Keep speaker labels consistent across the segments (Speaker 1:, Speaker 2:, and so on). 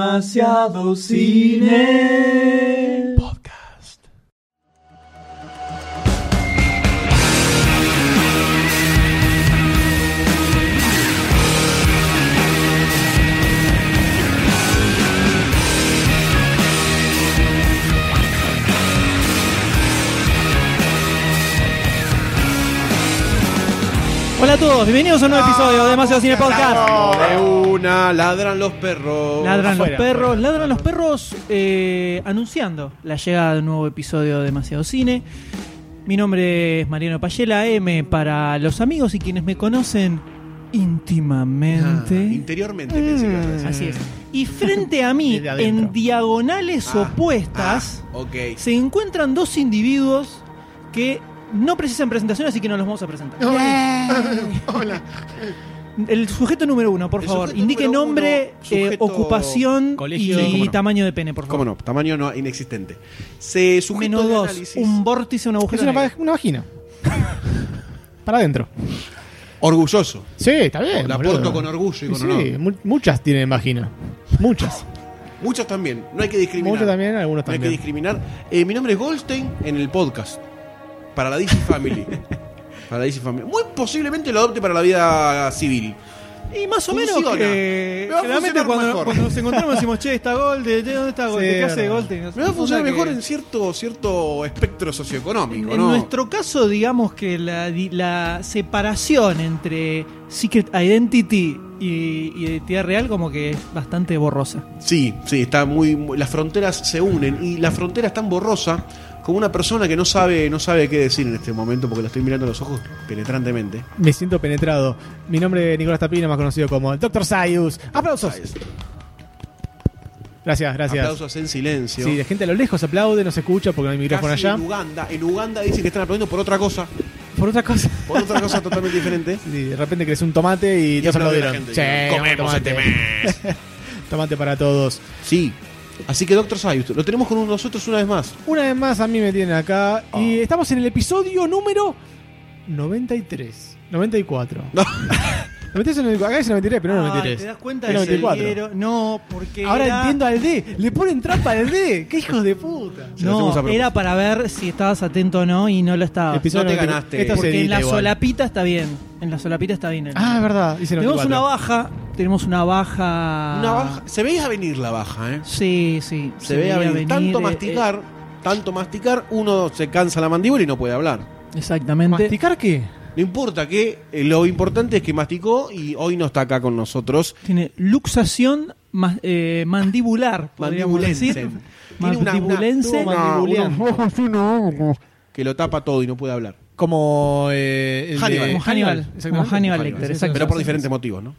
Speaker 1: Demasiado cine.
Speaker 2: Podcast.
Speaker 3: Hola a todos, bienvenidos a un nuevo episodio de Demasiado Cine Podcast.
Speaker 2: De una, ladran los perros.
Speaker 3: Ladran los
Speaker 1: Afuera.
Speaker 3: perros, ladran los perros eh, anunciando la llegada de un nuevo episodio de Demasiado Cine. Mi nombre es Mariano Payela M para los amigos y quienes me conocen
Speaker 2: Ah,
Speaker 3: íntimamente.
Speaker 2: interiormente pensé que ibas a decir.
Speaker 3: Así es. Y frente a mí,
Speaker 1: Desde adentro.
Speaker 3: en diagonales
Speaker 2: Ah,
Speaker 3: opuestas,
Speaker 2: ah, ok.
Speaker 3: se encuentran dos individuos que no precisan presentación, así que no los vamos a presentar.
Speaker 1: Hola.
Speaker 3: El sujeto número uno, por
Speaker 2: El
Speaker 3: favor.
Speaker 2: sujeto
Speaker 3: Indique
Speaker 2: número
Speaker 3: nombre,
Speaker 2: uno, sujeto-
Speaker 3: eh, ocupación
Speaker 1: Colegio.
Speaker 3: y
Speaker 1: Sí, cómo no.
Speaker 3: tamaño de pene, por
Speaker 2: ¿Cómo
Speaker 3: favor.
Speaker 2: no? Tamaño no inexistente. Se sujeto
Speaker 3: Menos
Speaker 2: de
Speaker 3: dos,
Speaker 2: análisis.
Speaker 3: un vórtice, un
Speaker 1: Es
Speaker 3: agujero.
Speaker 1: una,
Speaker 3: negro.
Speaker 1: va- una vagina. Para adentro.
Speaker 2: Orgulloso.
Speaker 1: Sí, está bien.
Speaker 2: La
Speaker 1: boludo.
Speaker 2: porto con orgullo y con
Speaker 1: sí,
Speaker 2: honor.
Speaker 1: mu- muchas tienen vagina. Muchas.
Speaker 2: Muchos también. No hay que discriminar.
Speaker 1: Muchas también, algunos
Speaker 2: No hay que
Speaker 1: también.
Speaker 2: discriminar. Eh, mi nombre es Goldstein en el podcast. Para la DC Family. para la DC Family. Muy posiblemente lo adopte para la vida civil.
Speaker 3: Y más o menos,
Speaker 2: Funciona.
Speaker 3: eh,
Speaker 2: Me va a
Speaker 3: generalmente
Speaker 2: funcionar
Speaker 3: cuando,
Speaker 2: mejor.
Speaker 3: cuando nos encontramos decimos, che, está Gold, eh, che, ¿dónde está Gold?
Speaker 1: Sí,
Speaker 3: ¿Qué hace
Speaker 1: verdad.
Speaker 3: Gold? No sé,
Speaker 2: Me va a funcionar
Speaker 3: onda que-
Speaker 2: mejor en cierto, cierto espectro socioeconómico,
Speaker 3: En
Speaker 2: ¿no?
Speaker 3: nuestro caso, digamos que la, di- la separación entre Secret Identity y y Identidad Real como que es bastante borrosa.
Speaker 2: Sí, sí, está muy, muy- Las fronteras se unen y la frontera es tan borrosa como una persona que no sabe, no sabe qué decir en este momento porque la estoy mirando a los ojos penetrantemente.
Speaker 1: Me siento penetrado. Mi nombre es Nicolás Tapino, más conocido como Dr. Sayus. ¡Aplausos! Gracias, gracias.
Speaker 2: Aplausos en silencio.
Speaker 1: Sí, de gente a lo lejos aplaude, no se escucha porque no hay
Speaker 2: Casi
Speaker 1: micrófono allá.
Speaker 2: En Uganda, en Uganda dicen que están aplaudiendo por otra cosa,
Speaker 1: Por otra cosa.
Speaker 2: por otra cosa totalmente diferente.
Speaker 1: Sí, de repente crece un tomate y,
Speaker 2: Y
Speaker 1: todos
Speaker 2: aplaude la
Speaker 1: aplaudieron.
Speaker 2: gente,
Speaker 1: Sí,
Speaker 2: digo,
Speaker 1: un
Speaker 2: "Comemos
Speaker 1: tomate".
Speaker 2: este
Speaker 1: Tomate para todos.
Speaker 2: Sí. Así que Doctor Sayus, lo tenemos con nosotros una vez más.
Speaker 1: Una vez más a mí me tienen acá y estamos en el episodio número 93. 94.
Speaker 2: No.
Speaker 1: 93 o 94. Acá dice 93, pero no
Speaker 3: Ah,
Speaker 1: 93.
Speaker 3: ¿Te das cuenta
Speaker 1: Era
Speaker 3: de que
Speaker 1: 94.
Speaker 3: era- No, porque
Speaker 1: Ahora
Speaker 3: era-
Speaker 1: entiendo al D. Le ponen trampa al D. ¡Qué hijos de puta!
Speaker 2: Se lo hacemos a
Speaker 3: No,
Speaker 2: propósito.
Speaker 3: era para ver si estabas atento o no y no lo estabas.
Speaker 1: Episodio
Speaker 2: no te
Speaker 1: 94.
Speaker 2: ganaste.
Speaker 1: Esto se
Speaker 3: Porque en
Speaker 1: edita
Speaker 3: la
Speaker 1: igual.
Speaker 3: solapita está bien. En la solapita está bien. el-
Speaker 1: Ah, es verdad. Dice
Speaker 3: tenemos
Speaker 1: 94.
Speaker 3: una baja. Tenemos una baja.
Speaker 2: Una baja- se veía venir la baja, ¿eh?
Speaker 3: Sí, sí.
Speaker 2: Ah. Se, veía venir. Tanto
Speaker 3: eh,
Speaker 2: masticar, tanto masticar, uno se cansa la mandíbula y no puede hablar.
Speaker 3: eh, exactamente.
Speaker 1: ¿Masticar qué?
Speaker 2: No importa que eh, lo importante es que masticó y hoy no está acá con nosotros.
Speaker 3: Tiene luxación mas- eh, mandibular, podríamos
Speaker 2: Mandibulense.
Speaker 3: decir.
Speaker 2: Tiene una-
Speaker 3: Mandibulense.
Speaker 2: una-
Speaker 1: Mandibuleando.
Speaker 2: Que lo tapa todo y no puede hablar.
Speaker 1: Como eh, el de-
Speaker 2: Hannibal.
Speaker 3: Como Hannibal, como Hannibal Lecter,
Speaker 1: Sí, sí,
Speaker 3: exacto.
Speaker 1: sí,
Speaker 2: Pero por
Speaker 1: sí,
Speaker 2: diferentes motivos, ¿no?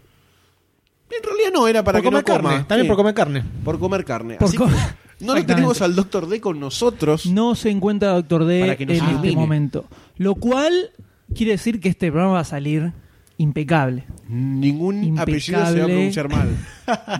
Speaker 2: En realidad no, era para
Speaker 1: por
Speaker 2: que
Speaker 1: comer
Speaker 2: no coma.
Speaker 1: carne. También
Speaker 2: Sí,
Speaker 1: por comer carne.
Speaker 2: por comer carne.
Speaker 3: Por
Speaker 2: Así
Speaker 3: co-
Speaker 2: que no lo
Speaker 3: Exactamente.
Speaker 2: tenemos al Doctor D con nosotros.
Speaker 3: No se encuentra Doctor D
Speaker 2: Para que
Speaker 3: en
Speaker 2: nos
Speaker 3: este
Speaker 2: ilumine.
Speaker 3: momento. Lo cual quiere decir que este programa va a salir impecable.
Speaker 2: Ningún
Speaker 3: Impecable.
Speaker 2: apellido se va a pronunciar mal.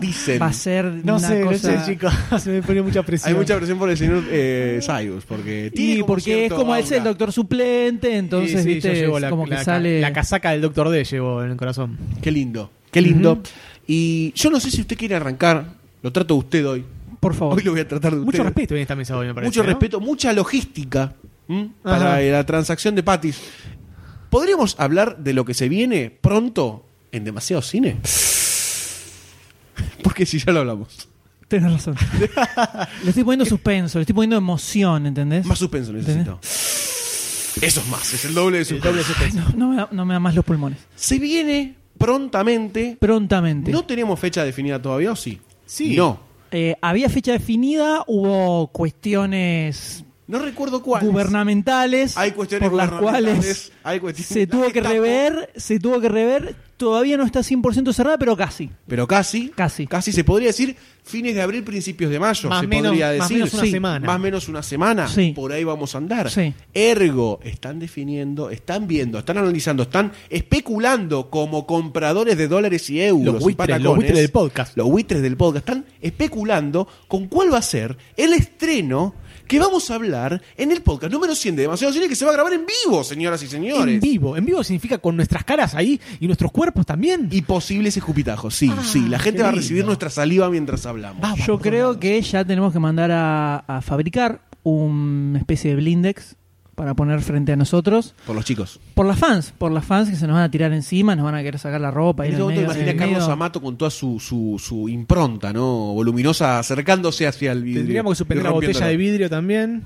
Speaker 2: Dicen.
Speaker 3: Va a ser
Speaker 1: No
Speaker 3: una
Speaker 1: sé,
Speaker 3: cosa...
Speaker 1: no sé, chicos. Se me pone mucha presión.
Speaker 2: Hay mucha presión por el señor eh, Cyrus, porque tiene
Speaker 3: Y
Speaker 2: como
Speaker 3: porque es
Speaker 2: cierto
Speaker 3: como es el
Speaker 2: aura.
Speaker 3: doctor suplente, entonces
Speaker 1: Sí, sí,
Speaker 3: viste,
Speaker 1: yo llevo
Speaker 3: es
Speaker 1: la,
Speaker 3: como que
Speaker 1: la ca-
Speaker 3: sale
Speaker 1: la casaca del Doctor D llevo en el corazón.
Speaker 2: Qué lindo, qué lindo. Y yo no sé si usted quiere arrancar. Lo trato de usted hoy.
Speaker 3: por favor.
Speaker 2: Hoy lo voy a tratar de usted.
Speaker 1: Mucho respeto en esta mesa hoy, me parece.
Speaker 2: Mucho
Speaker 1: ¿no?
Speaker 2: respeto, mucha logística ¿m?
Speaker 1: Ajá.
Speaker 2: para la transacción de Patis. ¿Podríamos hablar de lo que se viene pronto en demasiado cine? Porque si ya lo hablamos.
Speaker 3: Tenés razón. le estoy poniendo suspenso, le estoy poniendo emoción, ¿entendés?
Speaker 2: Más suspenso necesito. Eso es más, es el doble de suspenso.
Speaker 3: Ay, no, no me da, no me da más los pulmones.
Speaker 2: Se viene prontamente.
Speaker 3: Prontamente.
Speaker 2: No tenemos fecha definida todavía, ¿o sí?
Speaker 1: Sí.
Speaker 2: No.
Speaker 3: Eh, había fecha definida, hubo cuestiones
Speaker 2: No recuerdo cuál.
Speaker 3: gubernamentales
Speaker 2: Hay cuestiones
Speaker 3: por las cuales
Speaker 2: gubernamentales, hay cuestiones-
Speaker 3: se tuvo que
Speaker 2: Tapo.
Speaker 3: rever, se tuvo que rever, todavía no está 100% cerrada, pero casi.
Speaker 2: Pero casi,
Speaker 3: Casi.
Speaker 2: se podría decir fines de abril, principios de mayo,
Speaker 1: Más
Speaker 2: se
Speaker 1: menos-
Speaker 2: podría
Speaker 1: más
Speaker 2: decir.
Speaker 1: menos una semana.
Speaker 2: Más menos una semana,
Speaker 3: Sí.
Speaker 2: por ahí vamos a andar.
Speaker 3: Sí.
Speaker 2: Ergo, están definiendo, están viendo, están analizando, están especulando como compradores de dólares y euros.
Speaker 1: Los
Speaker 2: y
Speaker 1: buitres,
Speaker 2: patacones.
Speaker 1: los buitres del podcast.
Speaker 2: Los buitres del podcast están especulando con cuál va a ser el estreno que vamos a hablar en el podcast número 100 de Demasiado Cine que se va a grabar en vivo, señoras y señores.
Speaker 1: En vivo. En vivo significa con nuestras caras ahí y nuestros cuerpos también.
Speaker 2: Y posibles escupitajos, sí,
Speaker 1: Ah,
Speaker 2: sí. La gente
Speaker 1: qué
Speaker 2: va a recibir
Speaker 1: lindo.
Speaker 2: nuestra saliva mientras hablamos.
Speaker 1: Vamos
Speaker 3: Yo
Speaker 1: por todos
Speaker 3: creo
Speaker 1: lados.
Speaker 3: que ya tenemos que mandar a, a fabricar una especie de blindex para poner frente a nosotros.
Speaker 2: Por los chicos.
Speaker 3: Por las fans, por las fans que se nos van a tirar encima, nos van a querer sacar la ropa. ir
Speaker 2: En
Speaker 3: al
Speaker 2: este momento
Speaker 3: medio,
Speaker 2: imaginé a
Speaker 3: ir al
Speaker 2: Carlos
Speaker 3: medio.
Speaker 2: Amato con toda su, su, su impronta, ¿no? Voluminosa, acercándose hacia el vidrio.
Speaker 1: Tendríamos que
Speaker 2: y
Speaker 1: suspender la botella de
Speaker 2: rompiéndolo.
Speaker 1: vidrio también.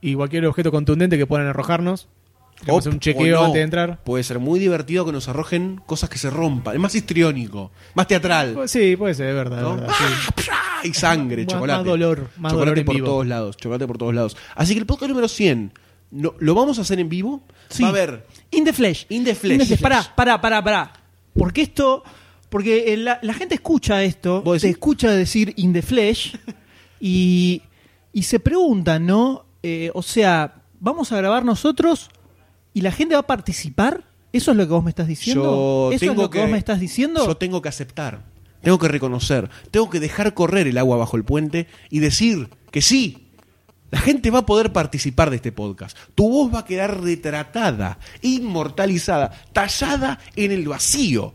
Speaker 1: Y cualquier objeto contundente que puedan arrojarnos.
Speaker 2: O-
Speaker 1: Tenemos hacer un chequeo
Speaker 2: o no.
Speaker 1: antes de entrar.
Speaker 2: Puede ser muy divertido que nos arrojen cosas que se rompan. Es más histriónico, más teatral.
Speaker 1: Pues Sí, puede ser, es verdad.
Speaker 2: ¿no?
Speaker 1: es verdad, sí.
Speaker 2: ¡Ah! ¡Pra! Y sangre,
Speaker 1: Más-
Speaker 2: chocolate.
Speaker 1: más dolor, más
Speaker 2: chocolate
Speaker 1: dolor en
Speaker 2: por
Speaker 1: vivo.
Speaker 2: todos lados, chocolate por todos lados. Así que el podcast número 100, no- ¿lo vamos a hacer en vivo?
Speaker 3: Sí.
Speaker 2: Va a haber
Speaker 3: In the flesh.
Speaker 2: In the flesh.
Speaker 3: Pará, pará, pará, pará. Porque esto. Porque eh, la, la gente escucha esto,
Speaker 2: ¿Vos
Speaker 3: te
Speaker 2: decís?
Speaker 3: escucha decir in the flesh y, y se preguntan, ¿no? Eh, o sea, ¿vamos a grabar nosotros y la gente va a participar? ¿Eso es lo que vos me estás diciendo?
Speaker 2: Yo
Speaker 3: ¿Eso
Speaker 2: tengo
Speaker 3: es lo que, vos me estás diciendo?
Speaker 2: Yo tengo que aceptar, tengo que reconocer, tengo que dejar correr el agua bajo el puente y decir que sí. La gente va a poder participar de este podcast. Tu voz va a quedar retratada, inmortalizada, tallada en el vacío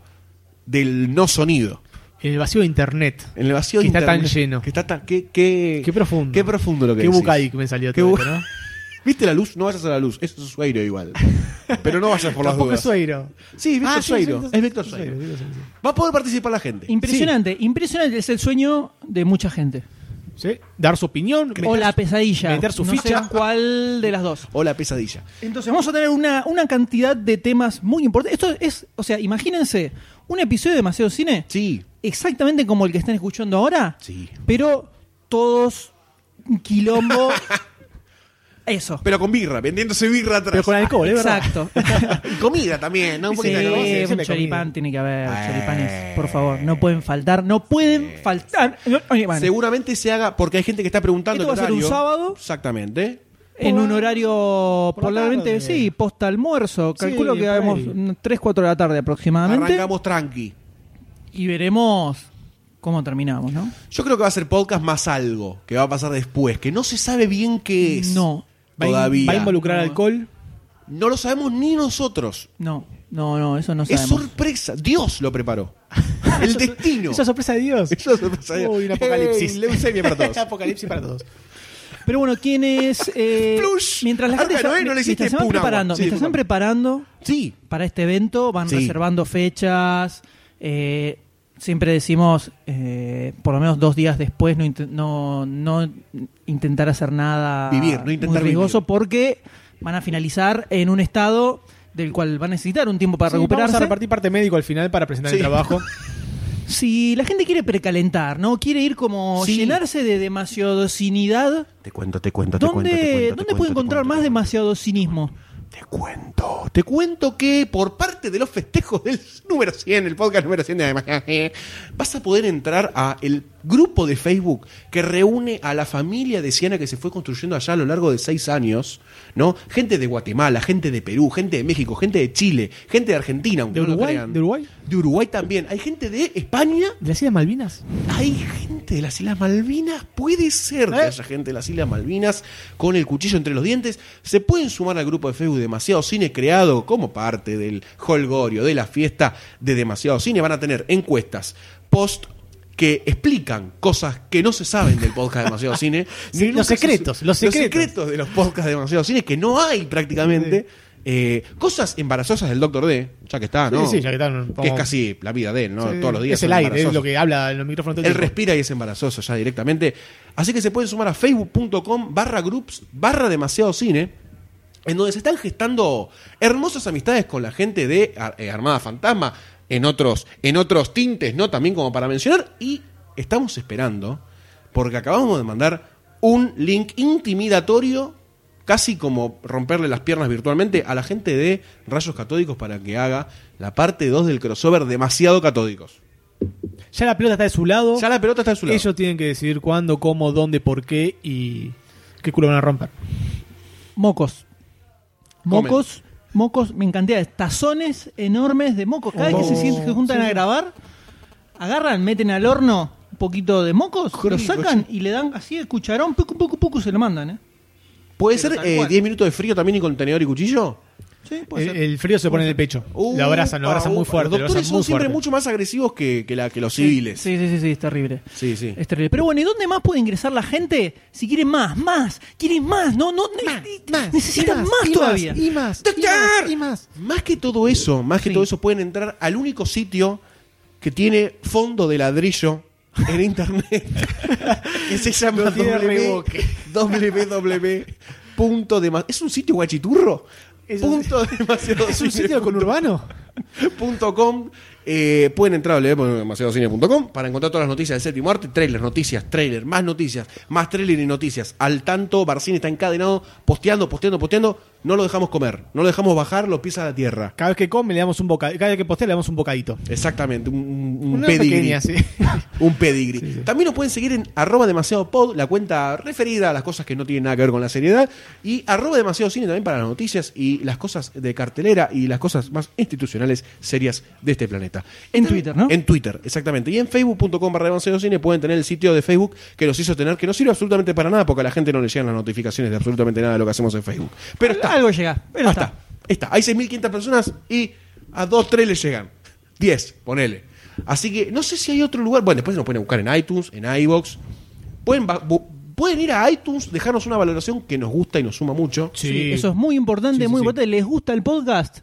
Speaker 2: del no sonido.
Speaker 1: En el vacío de internet.
Speaker 2: En el vacío
Speaker 1: Que está tan
Speaker 2: internet-
Speaker 1: lleno.
Speaker 2: Que está tan, que, que-
Speaker 1: Qué profundo.
Speaker 2: Qué profundo lo que
Speaker 1: Qué
Speaker 2: decís.
Speaker 1: bucaic me salió
Speaker 2: Qué
Speaker 1: todo
Speaker 2: bu-
Speaker 1: esto, ¿no?
Speaker 2: ¿Viste la luz? No vayas a la luz. Eso es sueiro igual. Pero no vayas por las
Speaker 1: Tampoco
Speaker 2: dudas.
Speaker 1: es Sueiro.
Speaker 2: Sí, Víctor
Speaker 1: Ah, sí,
Speaker 2: Sueiro.
Speaker 1: sí, sí,
Speaker 2: Es Víctor
Speaker 1: sí,
Speaker 2: Sueiro.
Speaker 1: sí, sí, sí.
Speaker 2: Va a poder participar la gente.
Speaker 3: Impresionante, impresionante. Es el sueño de mucha gente.
Speaker 1: Sí, Dar su opinión.
Speaker 3: O
Speaker 1: meter-
Speaker 3: la pesadilla.
Speaker 1: meter su
Speaker 3: no
Speaker 1: ficha.
Speaker 3: sé cuál de las dos.
Speaker 2: o la pesadilla.
Speaker 3: Entonces vamos a tener una, una cantidad de temas muy importantes. Esto es, o sea, imagínense un episodio de Demasiado Cine
Speaker 2: Sí.
Speaker 3: exactamente como el que están escuchando ahora,
Speaker 2: Sí.
Speaker 3: pero todos un quilombo. Eso.
Speaker 2: Pero con birra, vendiéndose birra atrás.
Speaker 1: Pero con alcohol, ¿eh? ¿verdad?
Speaker 3: Exacto.
Speaker 2: y comida también, ¿no? Un
Speaker 3: Sí,
Speaker 2: poquito de
Speaker 1: se
Speaker 2: negocio.
Speaker 1: dice
Speaker 3: un
Speaker 1: la
Speaker 3: choripán
Speaker 1: comida.
Speaker 3: tiene que haber,
Speaker 2: Eh.
Speaker 3: choripanes, por favor, no pueden faltar, no pueden faltar. No, oye, bueno,
Speaker 2: Seguramente se haga, porque hay gente que está preguntando
Speaker 3: Esto
Speaker 2: el
Speaker 3: va a ser un
Speaker 2: horario.
Speaker 3: sábado.
Speaker 2: Exactamente.
Speaker 3: en
Speaker 1: por
Speaker 3: un
Speaker 1: la-
Speaker 3: horario
Speaker 1: por la
Speaker 3: probablemente,
Speaker 1: tarde.
Speaker 3: sí, post almuerzo,
Speaker 1: Sí,
Speaker 3: calculo que
Speaker 1: por
Speaker 3: hagamos
Speaker 1: ahí.
Speaker 3: mm, 3, 4 de la tarde aproximadamente.
Speaker 2: Arrancamos tranqui.
Speaker 3: y veremos cómo terminamos, ¿no?
Speaker 2: Yo creo que va a ser podcast más algo que va a pasar después, que no se sabe bien qué es.
Speaker 3: No.
Speaker 1: Va a in-
Speaker 2: Todavía.
Speaker 1: Va a involucrar alcohol.
Speaker 2: No lo sabemos ni nosotros.
Speaker 3: No, no, no, eso no
Speaker 2: es
Speaker 3: sabemos.
Speaker 2: sorpresa. Dios lo preparó. El destino.
Speaker 1: Esa sorpresa de Dios.
Speaker 2: Es una sorpresa de Dios.
Speaker 1: Uy, un apocalipsis.
Speaker 2: Ey, leucemia para todos.
Speaker 1: apocalipsis para todos.
Speaker 3: Pero bueno, ¿quién es? eh,
Speaker 2: Plush.
Speaker 3: mientras la gente
Speaker 2: Arca
Speaker 3: está-
Speaker 2: Noé no le
Speaker 3: mientras
Speaker 2: hiciste
Speaker 3: se van
Speaker 2: Punahua.
Speaker 3: preparando,
Speaker 2: Sí,
Speaker 3: mientras se van
Speaker 2: disculpame.
Speaker 3: preparando
Speaker 2: Sí.
Speaker 3: para este evento, van
Speaker 2: Sí.
Speaker 3: reservando fechas. eh, siempre decimos, eh, por lo menos dos días después, no, int- no, no intentar hacer nada
Speaker 2: Vivir, no intentar
Speaker 3: muy riesgoso
Speaker 2: vivir.
Speaker 3: porque van a finalizar en un estado del cual van a necesitar un tiempo para recuperarse.
Speaker 1: vamos a repartir parte médico al final para presentar
Speaker 2: Sí.
Speaker 1: el trabajo.
Speaker 3: Si la gente quiere precalentar, ¿no? Quiere ir como
Speaker 2: Sí.
Speaker 3: llenarse de demasiado cinidad.
Speaker 2: Te cuento, te cuento, te
Speaker 3: ¿Dónde,
Speaker 2: cuento. te cuento, te
Speaker 3: ¿dónde
Speaker 2: cuento,
Speaker 3: puede
Speaker 2: te
Speaker 3: encontrar
Speaker 2: cuento,
Speaker 3: más
Speaker 2: te cuento.
Speaker 3: demasiado cinismo?
Speaker 2: Te cuento, te cuento que por parte de los festejos del número 100, el podcast número 100 de Además, eh, vas a poder entrar a el grupo de Facebook que reúne a la familia de Siena que se fue construyendo allá a lo largo de seis años, ¿no? Gente de Guatemala, gente de Perú, gente de México, gente de Chile, gente de Argentina, aunque
Speaker 1: ¿De
Speaker 2: no lo
Speaker 1: Uruguay?
Speaker 2: crean.
Speaker 1: ¿De Uruguay?
Speaker 2: De Uruguay también. Hay gente de España,
Speaker 1: ¿De las Islas Malvinas?
Speaker 2: hay gente de las Islas Malvinas, puede ser que
Speaker 1: ¿Eh?
Speaker 2: haya gente de las Islas Malvinas con el cuchillo entre los dientes. Se pueden sumar al grupo de Facebook Demasiado Cine, creado como parte del holgorio, de la fiesta de Demasiado Cine. Van a tener encuestas post que explican cosas que no se saben del podcast Demasiado Cine.
Speaker 1: Sí,
Speaker 2: Ni
Speaker 1: los
Speaker 2: nunca se-
Speaker 1: secretos, los secretos.
Speaker 2: de los podcasts de Demasiado Cine, que no hay prácticamente. Eh, cosas embarazosas del Doctor D, ya que está,
Speaker 1: Sí,
Speaker 2: ¿no?
Speaker 1: sí, ya que está, no,
Speaker 2: Que es
Speaker 1: vamos-
Speaker 2: casi la vida de él, ¿no?
Speaker 1: Sí,
Speaker 2: Todos los días.
Speaker 1: Es
Speaker 2: son
Speaker 1: el aire, es
Speaker 2: embarazosos.
Speaker 1: lo que habla en los micrófonos todo el
Speaker 2: Él
Speaker 1: tiempo.
Speaker 2: respira y es embarazoso ya directamente. Así que se pueden sumar a facebook.com barra groups barra demasiado cine, en donde se están gestando hermosas amistades con la gente de Ar- eh, Armada Fantasma, en otros, en otros tintes, ¿no? También como para mencionar. Y estamos esperando, porque acabamos de mandar un link intimidatorio, casi como romperle las piernas virtualmente, a la gente de Rayos Catódicos para que haga la parte 2 del crossover demasiado catódicos.
Speaker 1: Ya la pelota está de su lado.
Speaker 2: Ya la pelota está en su lado.
Speaker 1: Ellos tienen que decidir cuándo, cómo, dónde, por qué y qué culo van a romper.
Speaker 3: Mocos.
Speaker 2: Comen.
Speaker 3: Mocos, mocos, me encanté. Tazones enormes de mocos. Cada vez que se,
Speaker 1: Oh,
Speaker 3: sienten- se juntan
Speaker 1: sí.
Speaker 3: a grabar, agarran, meten al horno un poquito de mocos,
Speaker 2: Qué
Speaker 3: lo
Speaker 2: rico,
Speaker 3: sacan y le dan así el cucharón, poco, poco, poco, se lo mandan, ¿eh?
Speaker 2: ¿Puede
Speaker 3: Pero
Speaker 2: ser
Speaker 3: tal
Speaker 2: eh,
Speaker 3: cual.
Speaker 2: 10 minutos de frío también y con tenedor y cuchillo? Sí, puede
Speaker 3: Eh,
Speaker 1: El,
Speaker 2: ser.
Speaker 1: el frío se pone en el pecho. lo abrazan, lo
Speaker 2: Upa,
Speaker 1: abrazan muy
Speaker 2: upa.
Speaker 1: fuerte.
Speaker 2: Los
Speaker 1: lo
Speaker 2: doctores
Speaker 1: abrazan
Speaker 2: son
Speaker 1: muy
Speaker 2: siempre
Speaker 1: fuerte.
Speaker 2: mucho más agresivos que, que la- que los civiles.
Speaker 3: Sí, sí, sí, sí, es terrible.
Speaker 2: Sí, sí.
Speaker 3: Es terrible. Pero bueno, ¿y dónde más puede ingresar la gente? Si quieren más, más, quieren más, no, no, ne-
Speaker 2: más,
Speaker 3: necesitan
Speaker 2: y
Speaker 3: más,
Speaker 2: más, y
Speaker 3: todavía.
Speaker 1: Y más.
Speaker 2: ¡Doctor!
Speaker 1: Y más. y más.
Speaker 2: Más que todo eso, más que
Speaker 3: Sí.
Speaker 2: todo eso, pueden entrar al único sitio que tiene fondo de ladrillo en internet. que se llama
Speaker 1: No tiene
Speaker 2: W-
Speaker 1: revoque.
Speaker 2: www. punto dema- es un sitio guachiturro.
Speaker 1: Es un-
Speaker 2: punto demasiado
Speaker 1: ¿Es un sitio conurbano?
Speaker 2: Punto com. Eh, pueden entrar a www.demasiadocine.com para encontrar todas las noticias del séptimo arte, trailers, noticias, trailer, más noticias, más trailer y noticias. Al tanto, Barcini está encadenado, posteando, posteando, posteando. No lo dejamos comer, no lo dejamos bajar, lo pisa a la tierra.
Speaker 1: Cada vez que come le damos un bocadito. Cada vez que postea le damos un bocadito.
Speaker 2: Exactamente, un, un, un
Speaker 1: Una
Speaker 2: pedigrí.
Speaker 1: pequeña, sí.
Speaker 2: Un pedigrí. También nos pueden seguir en arroba demasiado pod, la cuenta referida a las cosas que no tienen nada que ver con la seriedad. Y arroba demasiado cine también para las noticias y las cosas de cartelera y las cosas más institucionales serias de este planeta.
Speaker 3: En
Speaker 2: Están-
Speaker 3: Twitter, ¿no?
Speaker 2: En Twitter, exactamente. Y en facebook.com barra demasiado cine pueden tener el sitio de Facebook que los hizo tener, que no sirve absolutamente para nada porque a la gente no le llegan las notificaciones de absolutamente nada de lo que hacemos en Facebook. Pero está.
Speaker 3: Algo llega, pero
Speaker 2: Ah,
Speaker 3: está.
Speaker 2: está. Está. Hay 6.500 personas y a 2, 3 le llegan. 10, ponele. Así que no sé si hay otro lugar. Bueno, después nos pueden buscar en iTunes, en iBox. Pueden, ba- bu- pueden ir a iTunes, dejarnos una valoración que nos gusta y nos suma mucho.
Speaker 1: Sí.
Speaker 3: Sí, eso es muy importante,
Speaker 1: Sí, sí,
Speaker 3: muy
Speaker 1: sí.
Speaker 3: importante. ¿Les gusta el podcast?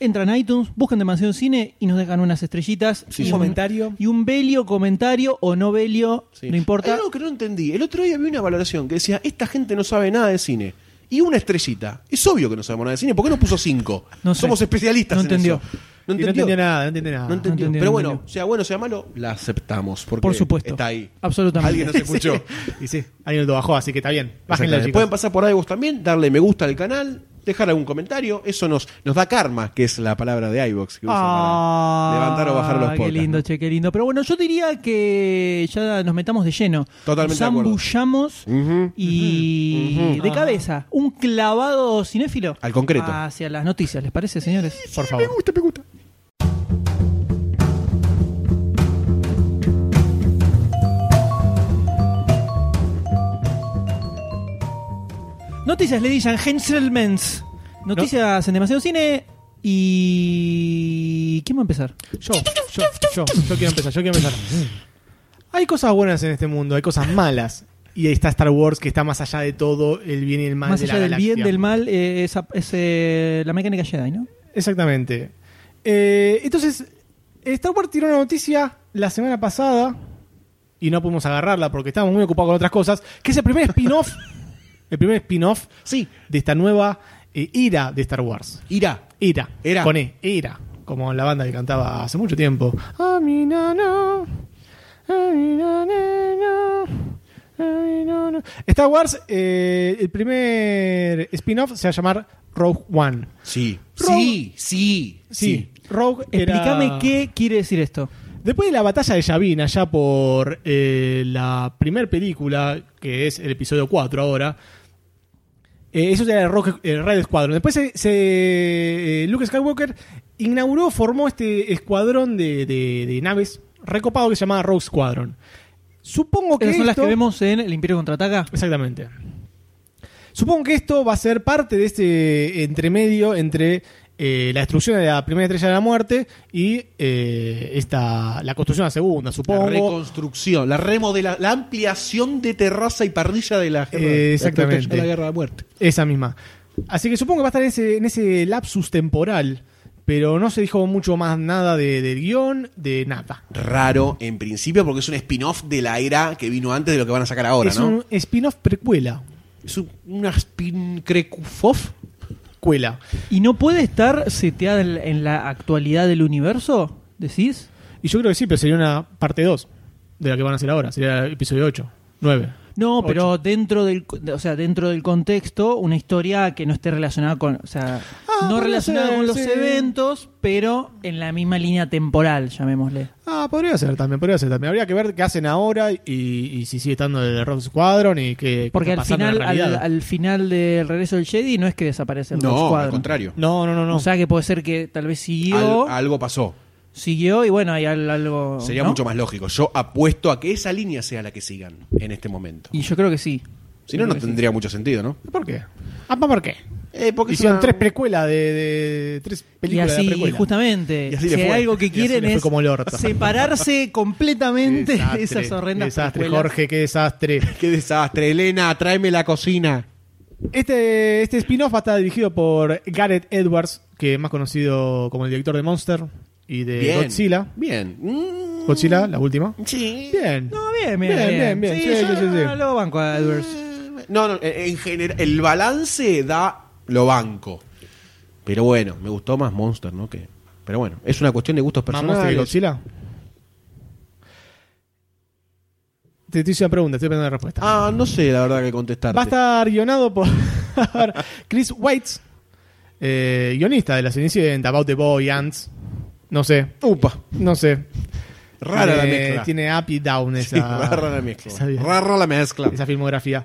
Speaker 3: Entran a iTunes, buscan Demasiado Cine y nos dejan unas estrellitas.
Speaker 2: Sí,
Speaker 3: y
Speaker 2: sí.
Speaker 3: un
Speaker 1: Comentario.
Speaker 3: Y un belio comentario o no belio,
Speaker 2: Sí.
Speaker 3: no
Speaker 2: Hay
Speaker 3: importa.
Speaker 2: algo que no entendí. El otro día vi una valoración que decía: Esta gente no sabe nada de cine. Y una estrellita. Es obvio que no sabemos nada de cine. ¿Por qué nos puso 5?
Speaker 3: No sé.
Speaker 2: Somos especialistas.
Speaker 3: No
Speaker 2: en
Speaker 3: entendió.
Speaker 2: eso.
Speaker 1: Y No entendió nada, no entendió nada.
Speaker 2: No entendió.
Speaker 3: entendió,
Speaker 2: Pero
Speaker 3: Ah, no
Speaker 2: bueno,
Speaker 3: entendió.
Speaker 2: sea bueno, sea malo, la aceptamos. Porque
Speaker 3: Por supuesto.
Speaker 2: Está ahí.
Speaker 3: Absolutamente.
Speaker 2: Alguien nos escuchó.
Speaker 1: Y sí, alguien lo bajó, así que está bien. Bájenlo,
Speaker 2: Exactamente.
Speaker 1: chicos.
Speaker 2: Pueden pasar por ahí vos también, darle me gusta al canal, dejar algún comentario. Eso nos, nos da karma, que es la palabra de iVox que usa
Speaker 3: Ah,
Speaker 2: para levantar o bajar los
Speaker 3: Qué
Speaker 2: podcasts,
Speaker 3: lindo,
Speaker 2: ¿no?
Speaker 3: che, qué lindo. Pero bueno, yo diría que ya nos metamos de lleno.
Speaker 2: Totalmente de acuerdo. Mm.
Speaker 3: Zambullamos
Speaker 2: Ujú.
Speaker 3: y de cabeza, un clavado cinéfilo.
Speaker 2: Al concreto.
Speaker 3: Hacia las noticias, ¿les parece, señores?
Speaker 1: Por favor.
Speaker 2: gusta, me gusta.
Speaker 3: Noticias, le dicen Henselmans. Noticias en demasiado cine y... ¿Quién va a empezar?
Speaker 1: Yo, yo, yo, yo quiero empezar, yo quiero empezar. Hay cosas buenas en este mundo, hay cosas malas. Y ahí está Star Wars, que está más allá de todo, el bien y el mal
Speaker 3: Más
Speaker 1: de
Speaker 3: allá
Speaker 1: la
Speaker 3: del
Speaker 1: galaxia.
Speaker 3: bien, del mal, eh, esa- es, eh, la mecánica Jedi, ¿no?
Speaker 1: Exactamente. Eh, entonces, Star Wars tiró una noticia la semana pasada y no pudimos agarrarla porque estábamos muy ocupados con otras cosas, que es el primer spin-off, el primer spin-off
Speaker 2: Sí,
Speaker 1: de esta nueva eh, era de Star Wars.
Speaker 2: irá.
Speaker 1: Era.
Speaker 2: Era.
Speaker 1: Con E. Era. Como la banda que cantaba hace mucho tiempo. A mi nana, a mi nanana, a mi nana. Star Wars, eh, el primer spin-off se va a llamar Rogue One.
Speaker 2: Sí.
Speaker 1: Rob-
Speaker 2: Sí, sí,
Speaker 1: Sí, Rogue era-
Speaker 3: Explícame qué quiere decir esto.
Speaker 1: Después de la batalla de Yavin, allá por eh, la primer película, que es el episodio 4 ahora, eh, eso ya era Rock, el Red Squadron. Después se, se- eh, Luke Skywalker inauguró, formó este escuadrón de, de- de naves recopado que se llamaba Rogue Squadron. Supongo que
Speaker 3: Esas son las
Speaker 1: esto-
Speaker 3: que vemos en El Imperio Contraataca.
Speaker 1: Exactamente. Supongo que esto va a ser parte de este entremedio entre eh, la destrucción de la primera estrella de la muerte y eh, esta, la construcción de la segunda,
Speaker 2: La
Speaker 1: supongo.
Speaker 2: reconstrucción, la remodela, la ampliación de terraza y parrilla de la guerra,
Speaker 1: Eh, exactamente.
Speaker 2: de la guerra de la muerte.
Speaker 1: Esa misma. Así que supongo que va a estar en ese, en ese lapsus temporal, pero no se dijo mucho más nada de, del guión, de nada.
Speaker 2: Raro en principio porque es un spin-off de la era que vino antes de lo que van a sacar ahora,
Speaker 1: es
Speaker 2: ¿no?
Speaker 1: un spin-off precuela.
Speaker 2: Es un, una spin crecufof.
Speaker 1: Cuela.
Speaker 3: ¿Y no puede estar seteada en, en la actualidad del universo? ¿Decís?
Speaker 1: Y yo creo que sí, pero sería una parte 2 de la que van a hacer ahora. Sería episodio 8, 9.
Speaker 3: No,
Speaker 1: Ocho.
Speaker 3: pero dentro del, co- o sea, dentro del contexto, una historia que no esté relacionada con, o sea, no
Speaker 1: Ah, puede
Speaker 3: relacionada
Speaker 1: ser,
Speaker 3: con los
Speaker 1: sí.
Speaker 3: eventos, pero en la misma línea temporal, llamémosle.
Speaker 1: Ah, podría ser también, podría ser también. Habría que ver qué hacen ahora y, y si sigue estando el Rock Squadron y qué qué
Speaker 3: Porque
Speaker 1: está
Speaker 3: al
Speaker 1: pasando en
Speaker 3: final,
Speaker 1: la
Speaker 3: al,
Speaker 1: realidad.
Speaker 3: al final del regreso del Jedi no es que desaparece el Rogue
Speaker 2: No, al
Speaker 3: Squadron.
Speaker 2: contrario.
Speaker 1: No, no, no, no.
Speaker 3: O sea que puede ser que tal vez siguió,
Speaker 2: Al- algo pasó.
Speaker 3: siguió y bueno, hay al- algo.
Speaker 2: Sería
Speaker 3: ¿no?
Speaker 2: mucho más lógico. Yo apuesto a que esa línea sea la que sigan en este momento.
Speaker 3: Y yo creo que sí.
Speaker 2: Si no,
Speaker 3: Yo
Speaker 2: no
Speaker 3: creo que sí.
Speaker 2: tendría mucho sentido, ¿no?
Speaker 1: ¿Por qué? Ah, ¿por qué?
Speaker 2: Eh, porque es
Speaker 1: Hicieron
Speaker 2: una-
Speaker 1: tres precuelas de, de- tres
Speaker 3: Y
Speaker 1: películas de
Speaker 3: así,
Speaker 1: la precuela.
Speaker 3: justamente,
Speaker 2: Y así le
Speaker 3: si hay
Speaker 2: fue.
Speaker 3: algo que
Speaker 1: Y así
Speaker 3: quieren
Speaker 1: le fue
Speaker 3: es
Speaker 1: como el orto.
Speaker 3: separarse completamente de esas horrendas
Speaker 1: desastre,
Speaker 3: precuelas.
Speaker 1: Jorge, qué desastre.
Speaker 2: Qué desastre, Elena, tráeme la cocina.
Speaker 1: Este, este spin-off va a estar dirigido por Gareth Edwards, que es más conocido como el director de Monster y de Eh, Godzilla.
Speaker 2: Bien. Mm,
Speaker 1: Godzilla, la última.
Speaker 2: Sí.
Speaker 1: Bien.
Speaker 3: No, bien, bien,
Speaker 1: Bien,
Speaker 3: bien.
Speaker 1: bien, bien.
Speaker 3: Sí,
Speaker 1: Sí,
Speaker 3: yo
Speaker 1: sí, sí, sí.
Speaker 3: lo banco a Edwards.
Speaker 2: Eh, No, no, en en general, el balance da lo banco. Pero bueno, me gustó más Monster, ¿no? Que, pero bueno, es una cuestión de gustos
Speaker 1: Más Monster que
Speaker 2: personales.
Speaker 1: Godzilla. Te te hice una pregunta, estoy pensando la respuesta.
Speaker 2: Ah, no sé la verdad que contestarte.
Speaker 1: Va a estar guionado por Chris Waits, eh, guionista de La Cenicienta, About the Boy, Ants. No sé,
Speaker 2: Upa,
Speaker 1: no sé.
Speaker 2: rara la
Speaker 1: Tiene-
Speaker 2: mezcla.
Speaker 1: Eh, Tiene up y down esa,
Speaker 2: Sí, rara la
Speaker 1: esa-
Speaker 2: mezcla. Rara la mezcla.
Speaker 1: esa filmografía.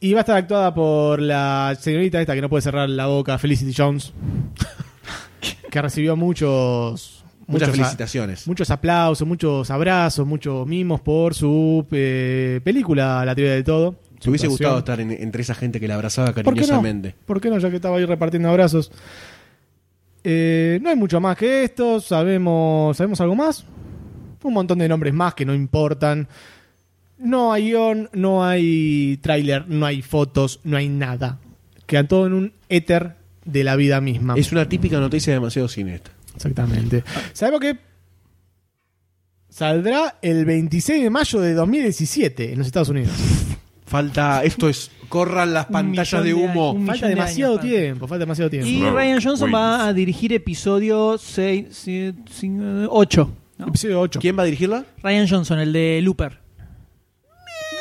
Speaker 1: Y va a estar actuada por la señorita esta que no puede cerrar la boca, Felicity Jones, que recibió muchos...
Speaker 2: Muchas
Speaker 1: muchos a-
Speaker 2: felicitaciones.
Speaker 1: Muchos aplausos, muchos abrazos, muchos mimos por su eh, película La teoría del todo.
Speaker 2: Te hubiese
Speaker 1: Su
Speaker 2: gustado
Speaker 1: actuación.
Speaker 2: estar en- entre esa gente que la abrazaba
Speaker 1: ¿Por qué
Speaker 2: cariñosamente.
Speaker 1: no? ¿Por qué no? Ya que estaba ahí repartiendo abrazos. Eh, no hay mucho más que esto. Sabemos, ¿Sabemos algo más? Un montón de nombres más que no importan. No hay guión, no hay tráiler, no hay fotos, no hay nada. Quedan todo en un éter de la vida misma.
Speaker 2: Es una típica noticia de demasiado cine esta.
Speaker 1: Exactamente. Sabemos que saldrá el 26 de mayo de 2017 en los Estados Unidos.
Speaker 2: Falta, esto es, corran las
Speaker 3: Un
Speaker 2: pantallas
Speaker 3: millón
Speaker 2: de
Speaker 3: de
Speaker 2: humo.
Speaker 3: años. Un
Speaker 1: Falta
Speaker 3: millón de
Speaker 1: demasiado
Speaker 3: años,
Speaker 1: tiempo, falta demasiado tiempo.
Speaker 3: Y Ryan Johnson va a dirigir episodio 6, 8.
Speaker 1: Episodio 8.
Speaker 2: ¿Quién va a dirigirla?
Speaker 3: Ryan Johnson, el de Looper.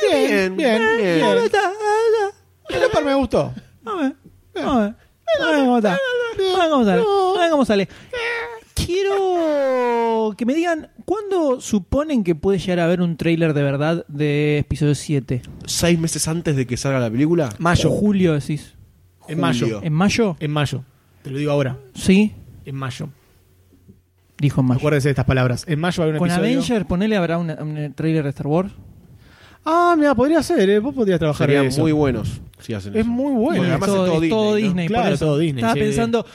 Speaker 1: Bien, bien, bien.
Speaker 3: Ah, está, ah, está.
Speaker 1: El Looper me gustó.
Speaker 3: Vamos a ver. Vamos a ver. Vamos a ver cómo está. Vamos a ver cómo sale. Vamos a ver cómo sale. Quiero que me digan, ¿cuándo suponen que puede llegar a haber un tráiler de verdad de episodio 7?
Speaker 2: ¿Seis meses antes de que salga la película?
Speaker 1: Mayo.
Speaker 3: Julio decís.
Speaker 1: En mayo.
Speaker 2: Julio.
Speaker 3: ¿En mayo?
Speaker 1: En mayo. Te lo digo ahora.
Speaker 3: Sí,
Speaker 1: En mayo.
Speaker 3: dijo en mayo.
Speaker 1: Acuérdense de estas palabras. En mayo hay un
Speaker 3: Con
Speaker 1: episodio.
Speaker 3: Avenger, ponele, habrá una- un tráiler de Star Wars.
Speaker 1: Ah, mira, podría ser. ¿eh? Vos podrías trabajar en
Speaker 2: Serían
Speaker 1: eso.
Speaker 2: muy buenos si hacen
Speaker 1: Es
Speaker 2: eso.
Speaker 1: muy bueno.
Speaker 2: Porque además es todo Disney, ¿no?
Speaker 1: Claro,
Speaker 3: por eso.
Speaker 1: todo Disney,
Speaker 3: Estaba
Speaker 1: sí.
Speaker 3: pensando,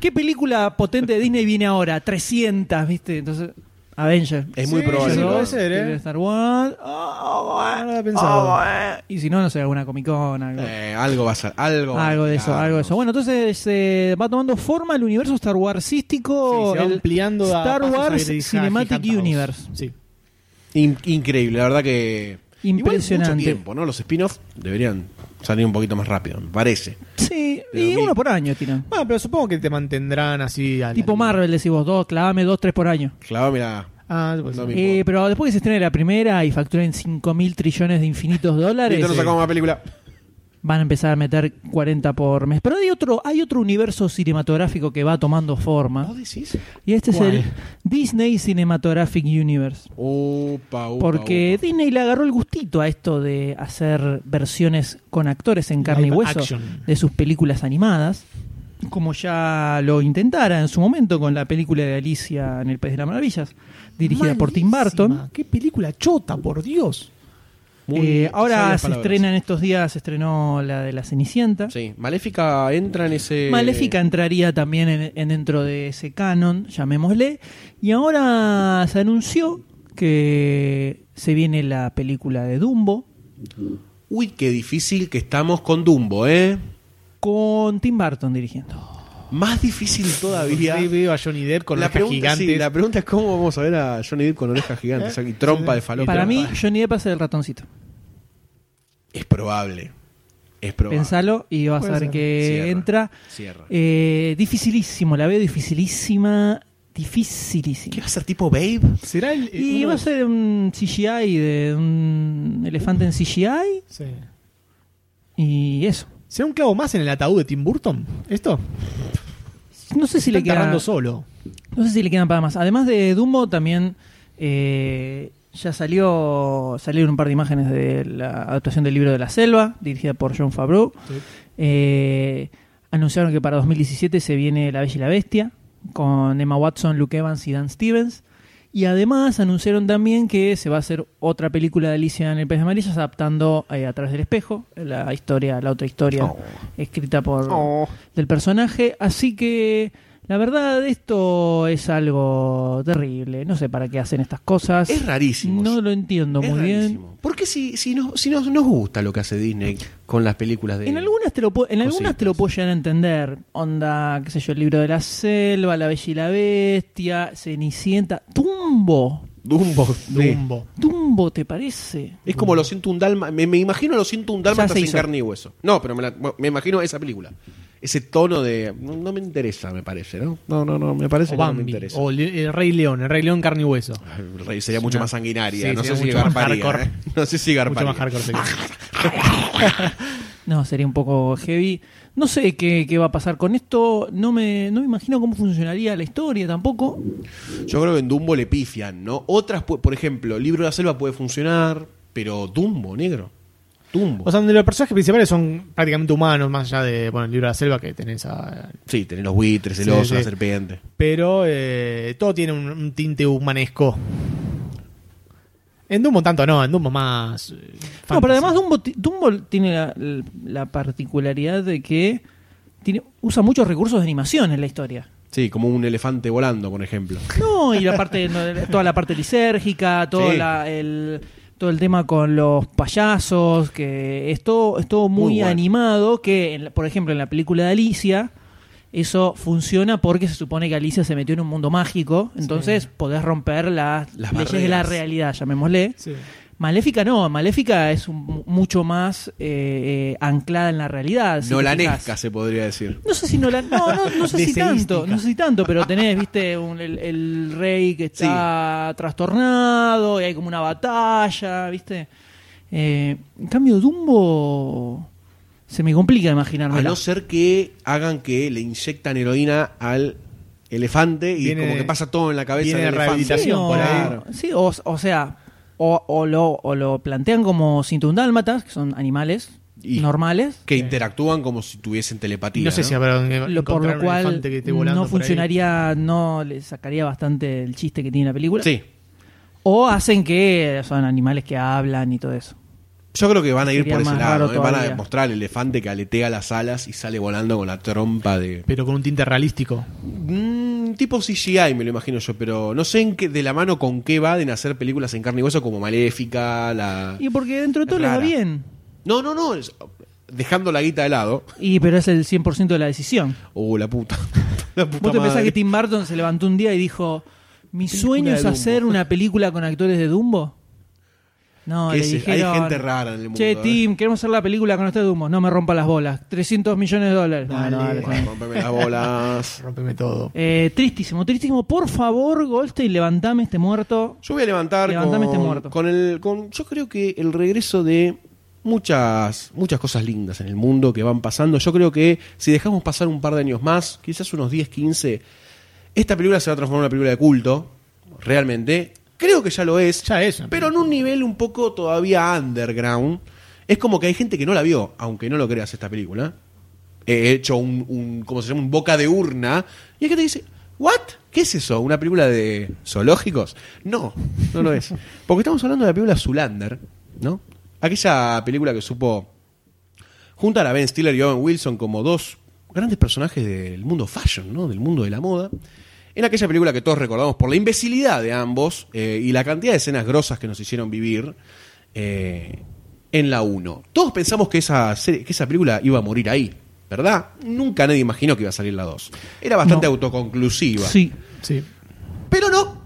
Speaker 3: ¿qué película potente de Disney viene ahora? 300, ¿viste? Entonces, Avenger.
Speaker 2: Es muy
Speaker 1: Sí,
Speaker 2: probable.
Speaker 1: sí,
Speaker 2: ¿no?
Speaker 1: puede ser, ¿eh?
Speaker 3: Star Wars. Oh,
Speaker 1: Ah,
Speaker 3: bueno.
Speaker 1: no lo he pensado.
Speaker 3: Oh, bueno. y si no, no sé, alguna Comic Con, algo.
Speaker 2: Eh, algo va a ser. Algo, va a
Speaker 3: Algo de
Speaker 2: llegar,
Speaker 3: eso, algo de eso.
Speaker 2: ¿no?
Speaker 3: Bueno, entonces eh, va tomando forma el universo Star Warsístico.
Speaker 1: Sí, se va
Speaker 3: el
Speaker 1: ampliando a
Speaker 3: Star
Speaker 1: pasos
Speaker 3: Wars
Speaker 1: agri-
Speaker 3: Cinematic
Speaker 1: agigantados.
Speaker 3: Universe.
Speaker 1: Sí.
Speaker 2: In- increíble, la verdad que. igual
Speaker 3: Impresionante.
Speaker 2: mucho tiempo, ¿no? Los spin-offs deberían salir un poquito más rápido, me parece.
Speaker 3: Sí,
Speaker 2: Pero
Speaker 3: y
Speaker 2: mil-
Speaker 3: uno por año, tira.
Speaker 1: Bueno, pero supongo que te mantendrán así. al-
Speaker 3: Tipo Marvel, decís vos, dos, clavame dos, tres por año.
Speaker 2: Clavame la.
Speaker 1: Ah, pues,
Speaker 2: No
Speaker 1: sí.
Speaker 2: me-
Speaker 3: Eh, pero después que se estrene la primera y facturen 5 mil trillones de infinitos dólares,
Speaker 2: Listo, nos
Speaker 3: eh,
Speaker 2: sacamos la película.
Speaker 3: van a empezar a meter 40 por mes. Pero hay otro, hay otro universo cinematográfico que va tomando forma.
Speaker 2: ¿Vos decís?
Speaker 3: Y este
Speaker 1: ¿Cuál?
Speaker 3: es el Disney Cinematographic Universe.
Speaker 2: Upa, upa.
Speaker 3: Porque
Speaker 2: upa.
Speaker 3: Disney le agarró el gustito a esto de hacer versiones con actores en carne y
Speaker 1: Live
Speaker 3: hueso
Speaker 1: action.
Speaker 3: de sus películas animadas, como ya lo intentara en su momento con la película de Alicia en el País de las Maravillas, dirigida por Tim Burton.
Speaker 1: Malísima. Qué película chota, por Dios.
Speaker 2: Muy
Speaker 3: Eh,
Speaker 2: bien,
Speaker 3: ahora
Speaker 2: sabias
Speaker 3: se
Speaker 2: palabras.
Speaker 3: estrena en estos días, se estrenó la de la Cenicienta.
Speaker 2: Sí, Maléfica entra en ese.
Speaker 1: Eh,
Speaker 3: Maléfica entraría también en, en dentro de ese canon, llamémosle. Y ahora se anunció que se viene la película de Dumbo
Speaker 2: Uy, qué difícil que estamos con Dumbo, ¿eh?
Speaker 3: con Tim Burton dirigiendo.
Speaker 2: Más difícil todavía.
Speaker 1: Ahí veo a Johnny Depp con
Speaker 2: la,
Speaker 1: orejas
Speaker 2: pregunta,
Speaker 1: gigantes.
Speaker 2: sí, la pregunta es cómo vamos a ver a Johnny Depp con orejas gigantes
Speaker 1: ¿Eh?
Speaker 2: y trompa
Speaker 1: Sí.
Speaker 2: de falopa.
Speaker 3: Para mí,
Speaker 1: Trompa.
Speaker 3: Johnny Depp hace el ratoncito.
Speaker 2: Es probable. Es probable.
Speaker 3: Pensalo y vas a
Speaker 1: Puede
Speaker 3: ver
Speaker 1: ser.
Speaker 3: que
Speaker 2: Cierra.
Speaker 3: entra.
Speaker 2: Cierra.
Speaker 3: Eh, dificilísimo, la veo dificilísima. Dificilísima.
Speaker 2: ¿Qué va a ser tipo Babe?
Speaker 1: ¿Será el, el-
Speaker 3: Y
Speaker 1: uno
Speaker 3: va a
Speaker 1: de-
Speaker 3: ser un CGI de un elefante en CGI
Speaker 1: Sí.
Speaker 3: y eso.
Speaker 1: ¿Será un clavo más en el ataúd de Tim Burton? ¿Esto?
Speaker 3: No sé si le
Speaker 1: Está
Speaker 3: queda,
Speaker 1: enterrando solo.
Speaker 3: no sé si le quedan para más. Además de Dumbo también eh, ya salió salieron un par de imágenes de la adaptación del libro de la selva dirigida por John Favreau. Eh, anunciaron que para 2017 se viene La Bella y la Bestia con Emma Watson, Luke Evans y Dan Stevens. Y además anunciaron también que se va a hacer otra película de Alicia en el País de Amarillas adaptando eh, a través del espejo la historia, la otra historia
Speaker 2: Oh.
Speaker 3: escrita por
Speaker 2: Oh.
Speaker 3: del personaje. Así que la verdad esto es algo terrible. No sé para qué hacen estas cosas.
Speaker 2: Es rarísimo.
Speaker 3: No lo entiendo
Speaker 2: Es
Speaker 3: muy bien.
Speaker 2: rarísimo. Porque si, si, nos, si nos, nos gusta lo que hace Disney con las películas de.
Speaker 3: En algunas te lo puedo, en algunas
Speaker 2: Cositas.
Speaker 3: te lo puedo llegar a entender. Onda, qué sé yo, el libro de la selva, la bella y la bestia, Cenicienta, Tumbo.
Speaker 2: Dumbo. sí.
Speaker 1: Dumbo.
Speaker 3: Tumbo, ¿te parece?
Speaker 2: Es como lo siento un dalma. Me, me imagino lo siento un
Speaker 3: Ya
Speaker 2: dalma
Speaker 3: se
Speaker 2: sin
Speaker 3: hizo.
Speaker 2: carne y hueso. No, pero me, la- bueno, me imagino esa película. Ese tono de. No, no me interesa, me parece, ¿no? No, no, no. Me parece
Speaker 1: O
Speaker 2: que no me
Speaker 1: Bambi.
Speaker 2: interesa.
Speaker 1: O Le- el Rey León, el Rey León carne y hueso.
Speaker 2: Ay, Rey sería mucho más sanguinaria.
Speaker 1: Sí,
Speaker 2: no, sé
Speaker 1: sería
Speaker 2: si
Speaker 1: mucho más
Speaker 2: garparía,
Speaker 1: hardcore.
Speaker 2: ¿eh? no sé si ¿eh? garparía.
Speaker 1: Mucho más hardcore. sería.
Speaker 3: No, sería un poco heavy. No sé qué, qué va a pasar con esto. No me, no me imagino cómo funcionaría la historia tampoco.
Speaker 2: Yo creo que en Dumbo le pifian, ¿no? Otras, pu- por ejemplo, Libro de la Selva puede funcionar, pero Dumbo, negro. Dumbo.
Speaker 1: O sea, donde los personajes principales son prácticamente humanos, más allá de, bueno, el libro de la selva que tenés a...
Speaker 2: sí, tenés los buitres, el
Speaker 1: Sí,
Speaker 2: oso,
Speaker 1: sí.
Speaker 2: la serpiente.
Speaker 1: Pero eh, todo tiene un, un tinte humanesco. En Dumbo tanto no, en Dumbo más... eh,
Speaker 3: No, pero
Speaker 1: fantasy.
Speaker 3: además Dumbo, ti- Dumbo tiene la, la particularidad de que tiene, usa muchos recursos de animación en la historia.
Speaker 2: Sí, como un elefante volando, por ejemplo.
Speaker 3: No, y la parte, no, toda la parte lisérgica, todo,
Speaker 2: Sí.
Speaker 3: la- el, todo el tema con los payasos, que es todo, es todo muy,
Speaker 2: Muy bueno.
Speaker 3: animado, que en la- por ejemplo en la película de Alicia, eso funciona porque se supone que Alicia se metió en un mundo mágico, entonces podés romper las,
Speaker 2: Las
Speaker 3: leyes de la
Speaker 2: barreras.
Speaker 3: realidad, llamémosle.
Speaker 1: Sí.
Speaker 3: Maléfica no, Maléfica es un- mucho más eh, eh, anclada en la realidad. si te
Speaker 2: no la
Speaker 3: fijas.
Speaker 2: nezca, se podría decir.
Speaker 3: No sé si no la. No, no, no sé si
Speaker 1: Deseística.
Speaker 3: tanto. No sé si tanto, pero tenés, viste, un- el, el rey que está trastornado y hay como una batalla, viste. Eh, en cambio, Dumbo. Se me complica
Speaker 2: A
Speaker 3: imaginármela.
Speaker 2: no ser que hagan que le inyectan heroína al elefante y
Speaker 1: Viene-
Speaker 2: como que pasa todo en la cabeza
Speaker 1: viene
Speaker 2: del
Speaker 1: de
Speaker 2: elefante.
Speaker 1: rehabilitación
Speaker 3: o,
Speaker 1: por ahí.
Speaker 2: Claro.
Speaker 3: sí, o, o sea, o, o lo, o lo plantean como sintundálmatas, que son animales
Speaker 2: Y-
Speaker 3: normales.
Speaker 2: Que interactúan como si tuviesen telepatía.
Speaker 1: No sé si
Speaker 3: lo-
Speaker 1: habrá
Speaker 3: por
Speaker 1: encontrar
Speaker 3: lo
Speaker 1: un
Speaker 3: cual
Speaker 1: elefante que esté volando
Speaker 3: no
Speaker 1: por ahí.
Speaker 3: funcionaría, no le sacaría bastante el chiste que tiene la película.
Speaker 2: Sí.
Speaker 3: O hacen que son animales que hablan y todo eso.
Speaker 2: Yo creo que van a ir
Speaker 3: Sería
Speaker 2: por ese
Speaker 3: más raro
Speaker 2: lado. ¿eh? Van a
Speaker 3: todavía.
Speaker 2: mostrar al elefante que aletea las alas y sale volando con la trompa de.
Speaker 1: Pero con un tinte realístico.
Speaker 2: Mm, tipo CGI, me lo imagino yo, pero no sé en qué, de la mano con qué va de hacer películas en carne y hueso como Maléfica, la.
Speaker 3: Y porque dentro de todo les va
Speaker 2: Rara.
Speaker 3: bien.
Speaker 2: No, no, no. es- Dejando la guita de lado.
Speaker 3: Y pero es el 100% de la decisión.
Speaker 2: Uh, la puta. La puta
Speaker 3: Vos te pensás
Speaker 2: madre.
Speaker 3: que Tim Burton se levantó un día y dijo, mi sueño
Speaker 2: de
Speaker 3: es
Speaker 2: Dumbo".
Speaker 3: hacer una película con actores de Dumbo. No,
Speaker 2: ¿Qué
Speaker 3: le
Speaker 2: es eso? Hay
Speaker 3: dijeron,
Speaker 2: gente rara en el mundo,
Speaker 3: Che,
Speaker 2: ¿eh?".
Speaker 3: Tim, queremos hacer la película con actores de Dumbo. No me rompa las bolas. 300 millones de dólares. No,
Speaker 1: Dale.
Speaker 3: no, dale,
Speaker 2: Bueno,
Speaker 3: dale.
Speaker 2: rompeme las bolas.
Speaker 1: Rompeme todo.
Speaker 3: Eh, tristísimo, tristísimo. Por favor, Goldstein, levantame este muerto.
Speaker 2: Yo voy a levantar
Speaker 3: Levantame
Speaker 2: con,
Speaker 3: este muerto.
Speaker 2: con el con yo creo que el regreso de muchas muchas cosas lindas en el mundo que van pasando. Yo creo que si dejamos pasar un par de años más, quizás unos 10, 15, esta película se va a transformar en una película de culto, realmente. Creo que ya lo es.
Speaker 1: Ya es.
Speaker 2: Pero en un nivel un poco todavía underground. Es como que hay gente que no la vio, aunque no lo creas esta película. He hecho un, un ¿cómo se llama? Un boca de urna. Y hay gente que dice, ¿what? ¿Qué es eso? ¿Una película de zoológicos? No, no lo es. Porque estamos hablando de la película Zulander, ¿no? Aquella película que supo juntar a Ben Stiller y Owen Wilson como dos grandes personajes del mundo fashion, ¿no? Del mundo de la moda. En aquella película que todos recordamos por la imbecilidad de ambos eh, y la cantidad de escenas grosas que nos hicieron vivir eh, en la 1. Todos pensamos que esa, serie- que esa película iba a morir ahí, ¿verdad? Nunca nadie imaginó que iba a salir la 2. Era bastante
Speaker 3: No.
Speaker 2: autoconclusiva.
Speaker 3: Sí.
Speaker 1: Sí.
Speaker 2: Pero no.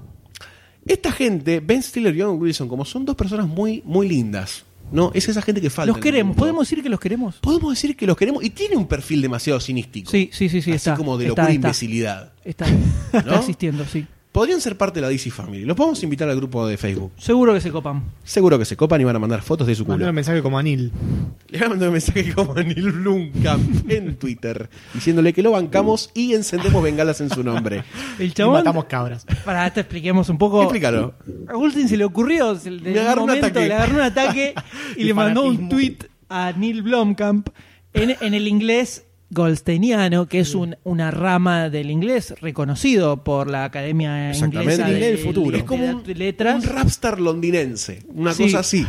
Speaker 2: Esta gente, Ben Stiller y Owen Wilson, como son dos personas muy, muy lindas, ¿no? Es esa gente que falta.
Speaker 3: Los
Speaker 2: en el
Speaker 3: queremos.
Speaker 2: mundo.
Speaker 3: ¿Podemos decir que los queremos?
Speaker 2: Podemos decir que los queremos y tiene un perfil demasiado cinístico.
Speaker 3: Sí, sí, sí, sí,
Speaker 2: Así
Speaker 3: está,
Speaker 2: como de
Speaker 3: está,
Speaker 2: locura e
Speaker 3: está.
Speaker 2: imbecilidad.
Speaker 3: Está, está
Speaker 2: ¿No?
Speaker 3: existiendo, sí.
Speaker 2: Podrían ser parte de la DC Family. Los podemos invitar al grupo de Facebook.
Speaker 3: Seguro que se copan.
Speaker 2: Seguro que se copan y van a mandar fotos de su culo.
Speaker 1: Mandó un mensaje como Anil.
Speaker 2: Le voy a mandar un mensaje como a Neil Blomkamp en Twitter, diciéndole que lo bancamos y encendemos bengalas en su nombre.
Speaker 3: El
Speaker 1: Y
Speaker 3: chabón.
Speaker 1: matamos cabras.
Speaker 3: Para, esto expliquemos un poco.
Speaker 2: Explícalo.
Speaker 3: A Goldstein se le ocurrió, se- de
Speaker 2: Le agarró un
Speaker 3: momento,
Speaker 2: ataque.
Speaker 3: le agarró un ataque y
Speaker 1: El
Speaker 3: le mandó un
Speaker 1: fanatismo.
Speaker 3: tweet a Neil Blomkamp en, en el inglés Goldsteiniano, que es un- una rama del inglés reconocido por la Academia
Speaker 2: Exactamente.
Speaker 3: Inglesa de,
Speaker 2: Inglés del
Speaker 1: futuro.
Speaker 2: Es como un,
Speaker 3: de letras.
Speaker 2: un rapstar londinense, una
Speaker 3: Sí.
Speaker 2: cosa así.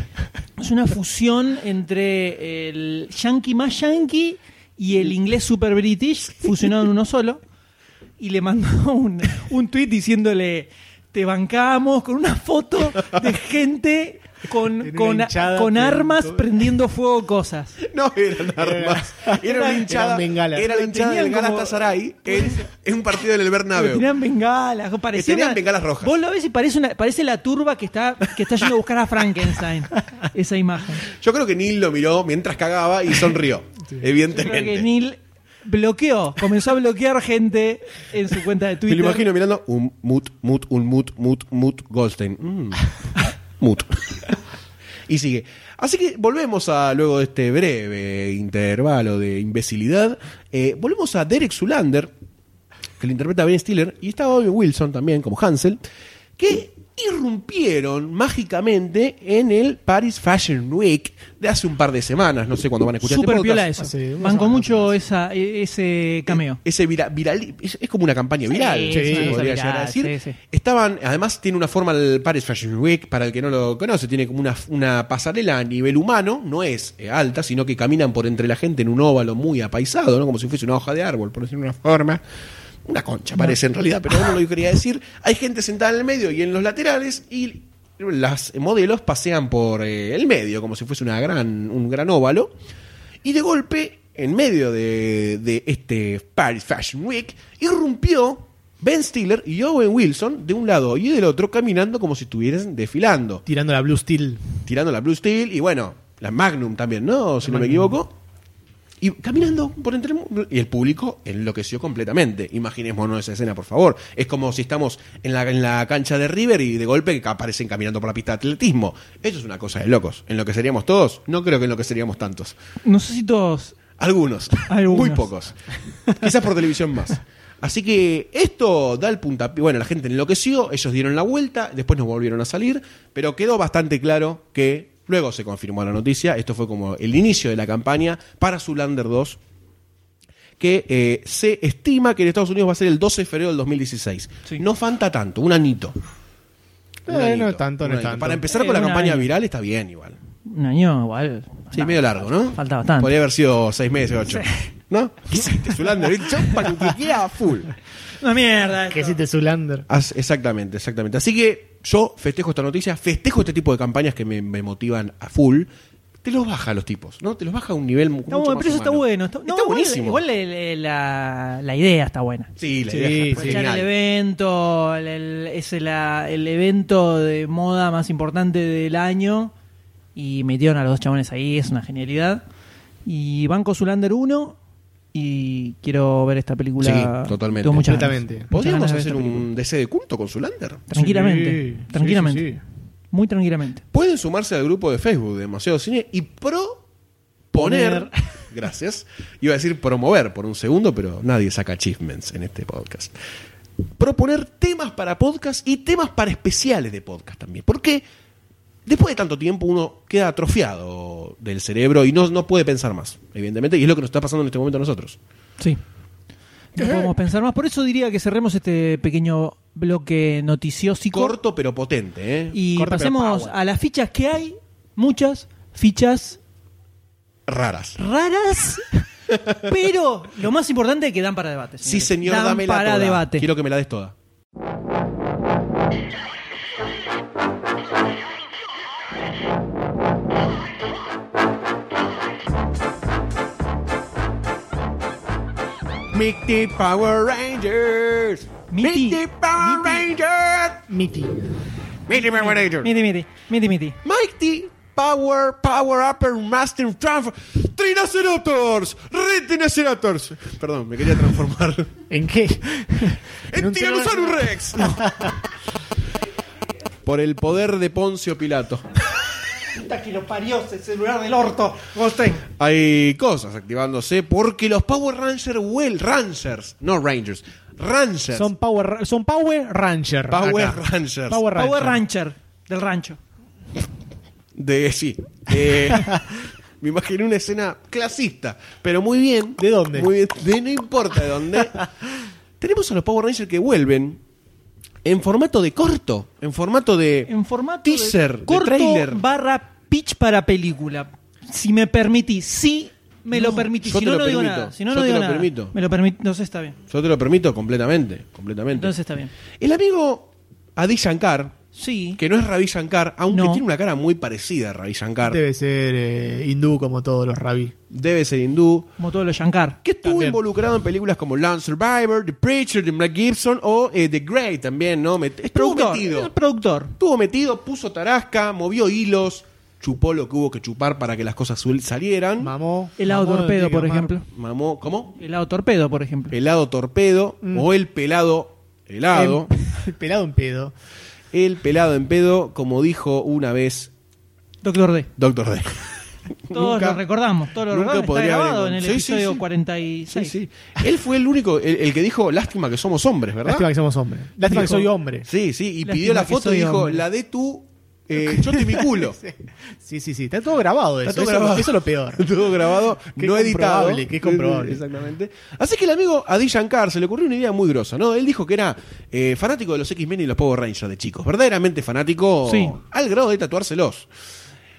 Speaker 3: Es una fusión entre el yankee más yankee y el inglés super british fusionado en uno solo. Y le mandó un, un tweet diciéndole: Te bancamos con una foto de gente con,
Speaker 1: En una
Speaker 3: con,
Speaker 1: hinchada
Speaker 3: con armas
Speaker 1: prendiendo-
Speaker 3: prendiendo fuego cosas.
Speaker 2: No eran armas. Era, una
Speaker 1: eran
Speaker 2: hinchada.
Speaker 1: bengalas.
Speaker 2: Era la hinchada del
Speaker 3: Tenían como-
Speaker 2: Galatasaray en, en un partido en el
Speaker 3: Pero
Speaker 2: Bernabéu.
Speaker 3: tenían bengalas, parecía
Speaker 2: tenían
Speaker 3: una-
Speaker 2: bengalas rojas.
Speaker 3: Vos lo ves y parece, una, parece la turba que está, que está yendo a buscar a Frankenstein. Esa imagen.
Speaker 2: Yo creo que Neil lo miró mientras cagaba y sonrió.
Speaker 3: Yo creo
Speaker 2: Evidentemente.
Speaker 3: que Neil bloqueó, comenzó a bloquear gente en su cuenta de
Speaker 2: Me
Speaker 3: Twitter.
Speaker 2: lo imagino mirando un mut, mut, un mut, mut, mut, Goldstein. Mm. Mut. y sigue. Así que volvemos a, luego de este breve intervalo de imbecilidad, eh, volvemos a Derek Zulander, que lo interpreta Ben Stiller, y está Bobby Wilson también como Hansel, que irrumpieron mágicamente en el Paris Fashion Week de hace un par de semanas. No sé cuándo van a escuchar
Speaker 3: Super
Speaker 2: este podcast.
Speaker 3: piola eso.
Speaker 1: Hace unas
Speaker 3: Banco
Speaker 1: semanas
Speaker 3: mucho esa, e- ese cameo.
Speaker 2: Ese vira- viral, es, es como una campaña viral,
Speaker 3: Sí,
Speaker 2: se
Speaker 1: sí,
Speaker 2: podría
Speaker 1: una
Speaker 3: cosa
Speaker 2: llegar a
Speaker 3: viral,
Speaker 2: decir.
Speaker 3: sí, sí.
Speaker 2: Estaban, además tiene una forma el Paris Fashion Week, para el que no lo conoce, tiene como una, una pasarela a nivel humano, no es eh, alta, sino que caminan por entre la gente en un óvalo muy apaisado, ¿no? como si fuese una hoja de árbol, por decirlo de una forma. Una concha parece en realidad, pero no lo quería decir. Hay gente sentada en el medio y en los laterales y las modelos pasean por eh, el medio, como si fuese una gran, un gran óvalo. Y de golpe, en medio de, de este Paris Fashion Week, irrumpió Ben Stiller y Owen Wilson de un lado y del otro caminando como si estuviesen desfilando,
Speaker 1: Tirando la Blue Steel.
Speaker 2: tirando la Blue Steel y bueno, la Magnum también, ¿no? Si
Speaker 1: La
Speaker 2: no me
Speaker 1: Magnum.
Speaker 2: equivoco. Y caminando por entre el mu- y el público enloqueció completamente. Imaginémonos esa escena, por favor. Es como si estamos en la, en la cancha de River y de golpe aparecen caminando por la pista de atletismo. Eso es una cosa de locos. ¿En lo que seríamos todos? No creo que en lo que seríamos tantos.
Speaker 3: No sé si todos.
Speaker 2: Algunos,
Speaker 3: Algunos.
Speaker 2: muy pocos. Quizás por televisión más. Así que esto da el puntapié. Bueno, la gente enloqueció, ellos dieron la vuelta, después nos volvieron a salir, pero quedó bastante claro que luego se confirmó la noticia. Esto fue como el inicio de la campaña para Zulander 2, que eh, se estima que en Estados Unidos va a ser el 12 de febrero del 2016.
Speaker 3: Sí.
Speaker 2: No falta tanto, un anito. Un
Speaker 1: Eh,
Speaker 2: anito,
Speaker 1: no es tanto,
Speaker 2: un
Speaker 1: no es
Speaker 2: anito.
Speaker 1: tanto.
Speaker 2: Para empezar
Speaker 3: Eh,
Speaker 2: con la
Speaker 3: un
Speaker 2: campaña
Speaker 3: año.
Speaker 2: viral está bien igual.
Speaker 3: Un año igual.
Speaker 2: Sí,
Speaker 3: Nah.
Speaker 2: medio largo, ¿no?
Speaker 3: Falta bastante.
Speaker 2: Podría haber sido seis meses, ocho. ¿No? ¿Qué hiciste, Zulander? El chon panquequea a full.
Speaker 3: Una mierda. esto.
Speaker 1: Que hiciste Zulander.
Speaker 2: As- exactamente, exactamente. Así que yo festejo esta noticia, festejo este tipo de campañas que me, me motivan a full. Te los baja a los tipos, ¿no? Te los baja a un nivel mu-
Speaker 3: Está
Speaker 2: mucho
Speaker 3: bueno,
Speaker 2: más
Speaker 3: pero eso está
Speaker 2: humano.
Speaker 3: bueno. Está, no,
Speaker 2: Está
Speaker 3: igual-
Speaker 2: buenísimo.
Speaker 3: Igual, le- le- la, la idea está buena.
Speaker 2: Sí, la
Speaker 1: Sí,
Speaker 2: idea fue
Speaker 1: sí.
Speaker 3: Aprovechar
Speaker 2: genial.
Speaker 3: el evento, el, el- es la- el evento de moda más importante del año. Y metieron a los dos chabones ahí, es una genialidad. Y Banco Zulander 1. Y quiero ver esta película.
Speaker 2: Sí, totalmente.
Speaker 3: Tengo muchas
Speaker 1: Completamente.
Speaker 3: ganas. Muchas
Speaker 2: ¿Podríamos
Speaker 3: ganas de ver
Speaker 2: hacer
Speaker 3: esta película.
Speaker 2: un DC de culto con Zulander?
Speaker 3: Tranquilamente.
Speaker 1: Sí, sí,
Speaker 3: tranquilamente.
Speaker 1: sí, sí.
Speaker 3: Muy tranquilamente.
Speaker 2: Pueden sumarse al grupo de Facebook de Demasiado Cine y proponer.
Speaker 3: Poner.
Speaker 2: Gracias. Iba a decir promover por un segundo, pero nadie saca achievements en este podcast. Proponer temas para podcast y temas para especiales de podcast también. Porque después de tanto tiempo uno queda atrofiado del cerebro y no, no puede pensar más, evidentemente. Y es lo que nos está pasando en este momento a nosotros.
Speaker 3: Sí. No podemos pensar más. Por eso diría que cerremos este pequeño bloque noticioso.
Speaker 2: Corto pero potente, ¿eh?
Speaker 3: Y
Speaker 1: corto, pero
Speaker 3: pasemos
Speaker 1: power.
Speaker 3: a las fichas que hay. Muchas fichas
Speaker 2: Raras.
Speaker 3: raras, pero lo más importante es que dan para debate.
Speaker 2: Sí,
Speaker 3: señores.
Speaker 2: señor,
Speaker 3: Eh, dan
Speaker 2: dámela
Speaker 3: para
Speaker 2: toda.
Speaker 3: debate.
Speaker 2: Quiero que me la des toda. Mighty Power Rangers.
Speaker 3: Mighty.
Speaker 2: Mighty Power Rangers.
Speaker 1: Miti.
Speaker 2: Mighty Power Rangers.
Speaker 3: Miti, miti, miti, miti.
Speaker 2: Mighty Power Power Upper Master Transform. Trinoceraptors. Retinoceraptors. Perdón, me quería transformar.
Speaker 1: ¿En qué?
Speaker 2: ¡En
Speaker 1: un
Speaker 2: Tyrannosaurus Rex! Por el poder de Poncio Pilato.
Speaker 3: que lo parió, celular del orto. Goldstein.
Speaker 2: Hay cosas activándose porque los Power Rangers, well, Rangers, no Rangers, Rangers,
Speaker 1: Son Power, son Power Ranger.
Speaker 2: Power
Speaker 1: acá.
Speaker 2: Rangers.
Speaker 1: Power Ranger.
Speaker 3: Power Rancher, del rancho.
Speaker 2: De, sí. eh, me imaginé una escena clasista, pero muy bien.
Speaker 1: ¿De dónde?
Speaker 2: Muy bien, de no importa de dónde. Tenemos a los Power Rangers que vuelven en formato de corto, en formato de
Speaker 3: En formato de
Speaker 2: teaser, de
Speaker 3: corto
Speaker 2: trailer.
Speaker 3: barra pitch para película. Si me permitís, sí me lo permitís.
Speaker 2: yo
Speaker 3: Si
Speaker 2: te
Speaker 3: no,
Speaker 2: lo
Speaker 3: no digo
Speaker 2: permito.
Speaker 3: nada. Si no,
Speaker 2: Yo
Speaker 3: no
Speaker 2: te
Speaker 3: digo
Speaker 2: lo
Speaker 3: nada.
Speaker 2: permito.
Speaker 3: Me lo permito. Entonces está bien.
Speaker 2: Yo te lo permito completamente, completamente.
Speaker 3: Entonces está bien.
Speaker 2: El amigo Adi Shankar,
Speaker 3: Sí.
Speaker 2: que no es Ravi Shankar, aunque
Speaker 3: No.
Speaker 2: tiene una cara muy parecida a Ravi Shankar, debe,
Speaker 1: Debe ser eh, hindú como todos los rabí.
Speaker 2: ser hindú,
Speaker 3: Como todos los Shankar.
Speaker 2: que estuvo
Speaker 1: También.
Speaker 2: involucrado en películas como Land Survivor, The Preacher, de Black Gibson o eh, The Grey también, ¿no? Met- estuvo
Speaker 3: Productor.
Speaker 2: metido.
Speaker 3: El productor.
Speaker 2: Estuvo metido, puso tarasca, movió hilos, chupó lo que hubo que chupar para que las cosas sul- salieran.
Speaker 1: Mamó.
Speaker 3: El lado
Speaker 1: mamó,
Speaker 3: torpedo,
Speaker 1: tiene que
Speaker 3: por
Speaker 1: mamar.
Speaker 3: ejemplo.
Speaker 2: Mamó, ¿cómo?
Speaker 3: El lado torpedo, por ejemplo.
Speaker 2: Pelado torpedo o el pelado helado.
Speaker 1: El pelado en pedo.
Speaker 2: El pelado en pedo, como dijo una vez
Speaker 3: Doctor D.
Speaker 2: Doctor D.
Speaker 3: Todos
Speaker 1: Nunca-
Speaker 3: lo recordamos. Todos lo
Speaker 2: nunca
Speaker 3: recordamos. Está
Speaker 2: podría haber
Speaker 3: grabado en el
Speaker 2: encontrado- Sí, sí,
Speaker 3: episodio
Speaker 2: sí.
Speaker 3: 46.
Speaker 2: Él fue el único, el, el que dijo, lástima que somos hombres, ¿verdad?
Speaker 1: Lástima que somos hombres. Lástima que
Speaker 3: Dijo-
Speaker 1: soy hombre.
Speaker 2: Sí, sí, y
Speaker 3: Lástima
Speaker 2: pidió la
Speaker 3: que
Speaker 2: foto
Speaker 3: soy
Speaker 2: y dijo,
Speaker 3: hombre.
Speaker 2: la de tú, eh, yo te mi culo.
Speaker 1: Sí, sí, sí. Está todo grabado eso.
Speaker 2: Está todo
Speaker 1: eso,
Speaker 2: grabado.
Speaker 1: eso es lo peor.
Speaker 2: Todo grabado,
Speaker 1: Qué
Speaker 2: no editado.
Speaker 1: comprobable, qué comprobable.
Speaker 2: Exactamente. Así que el amigo Adi Shankar se le ocurrió una idea muy grosa, ¿no? Él dijo que era eh, fanático de los X-Men y los Power Rangers de chicos. Verdaderamente fanático
Speaker 3: Sí.
Speaker 2: al grado de tatuárselos.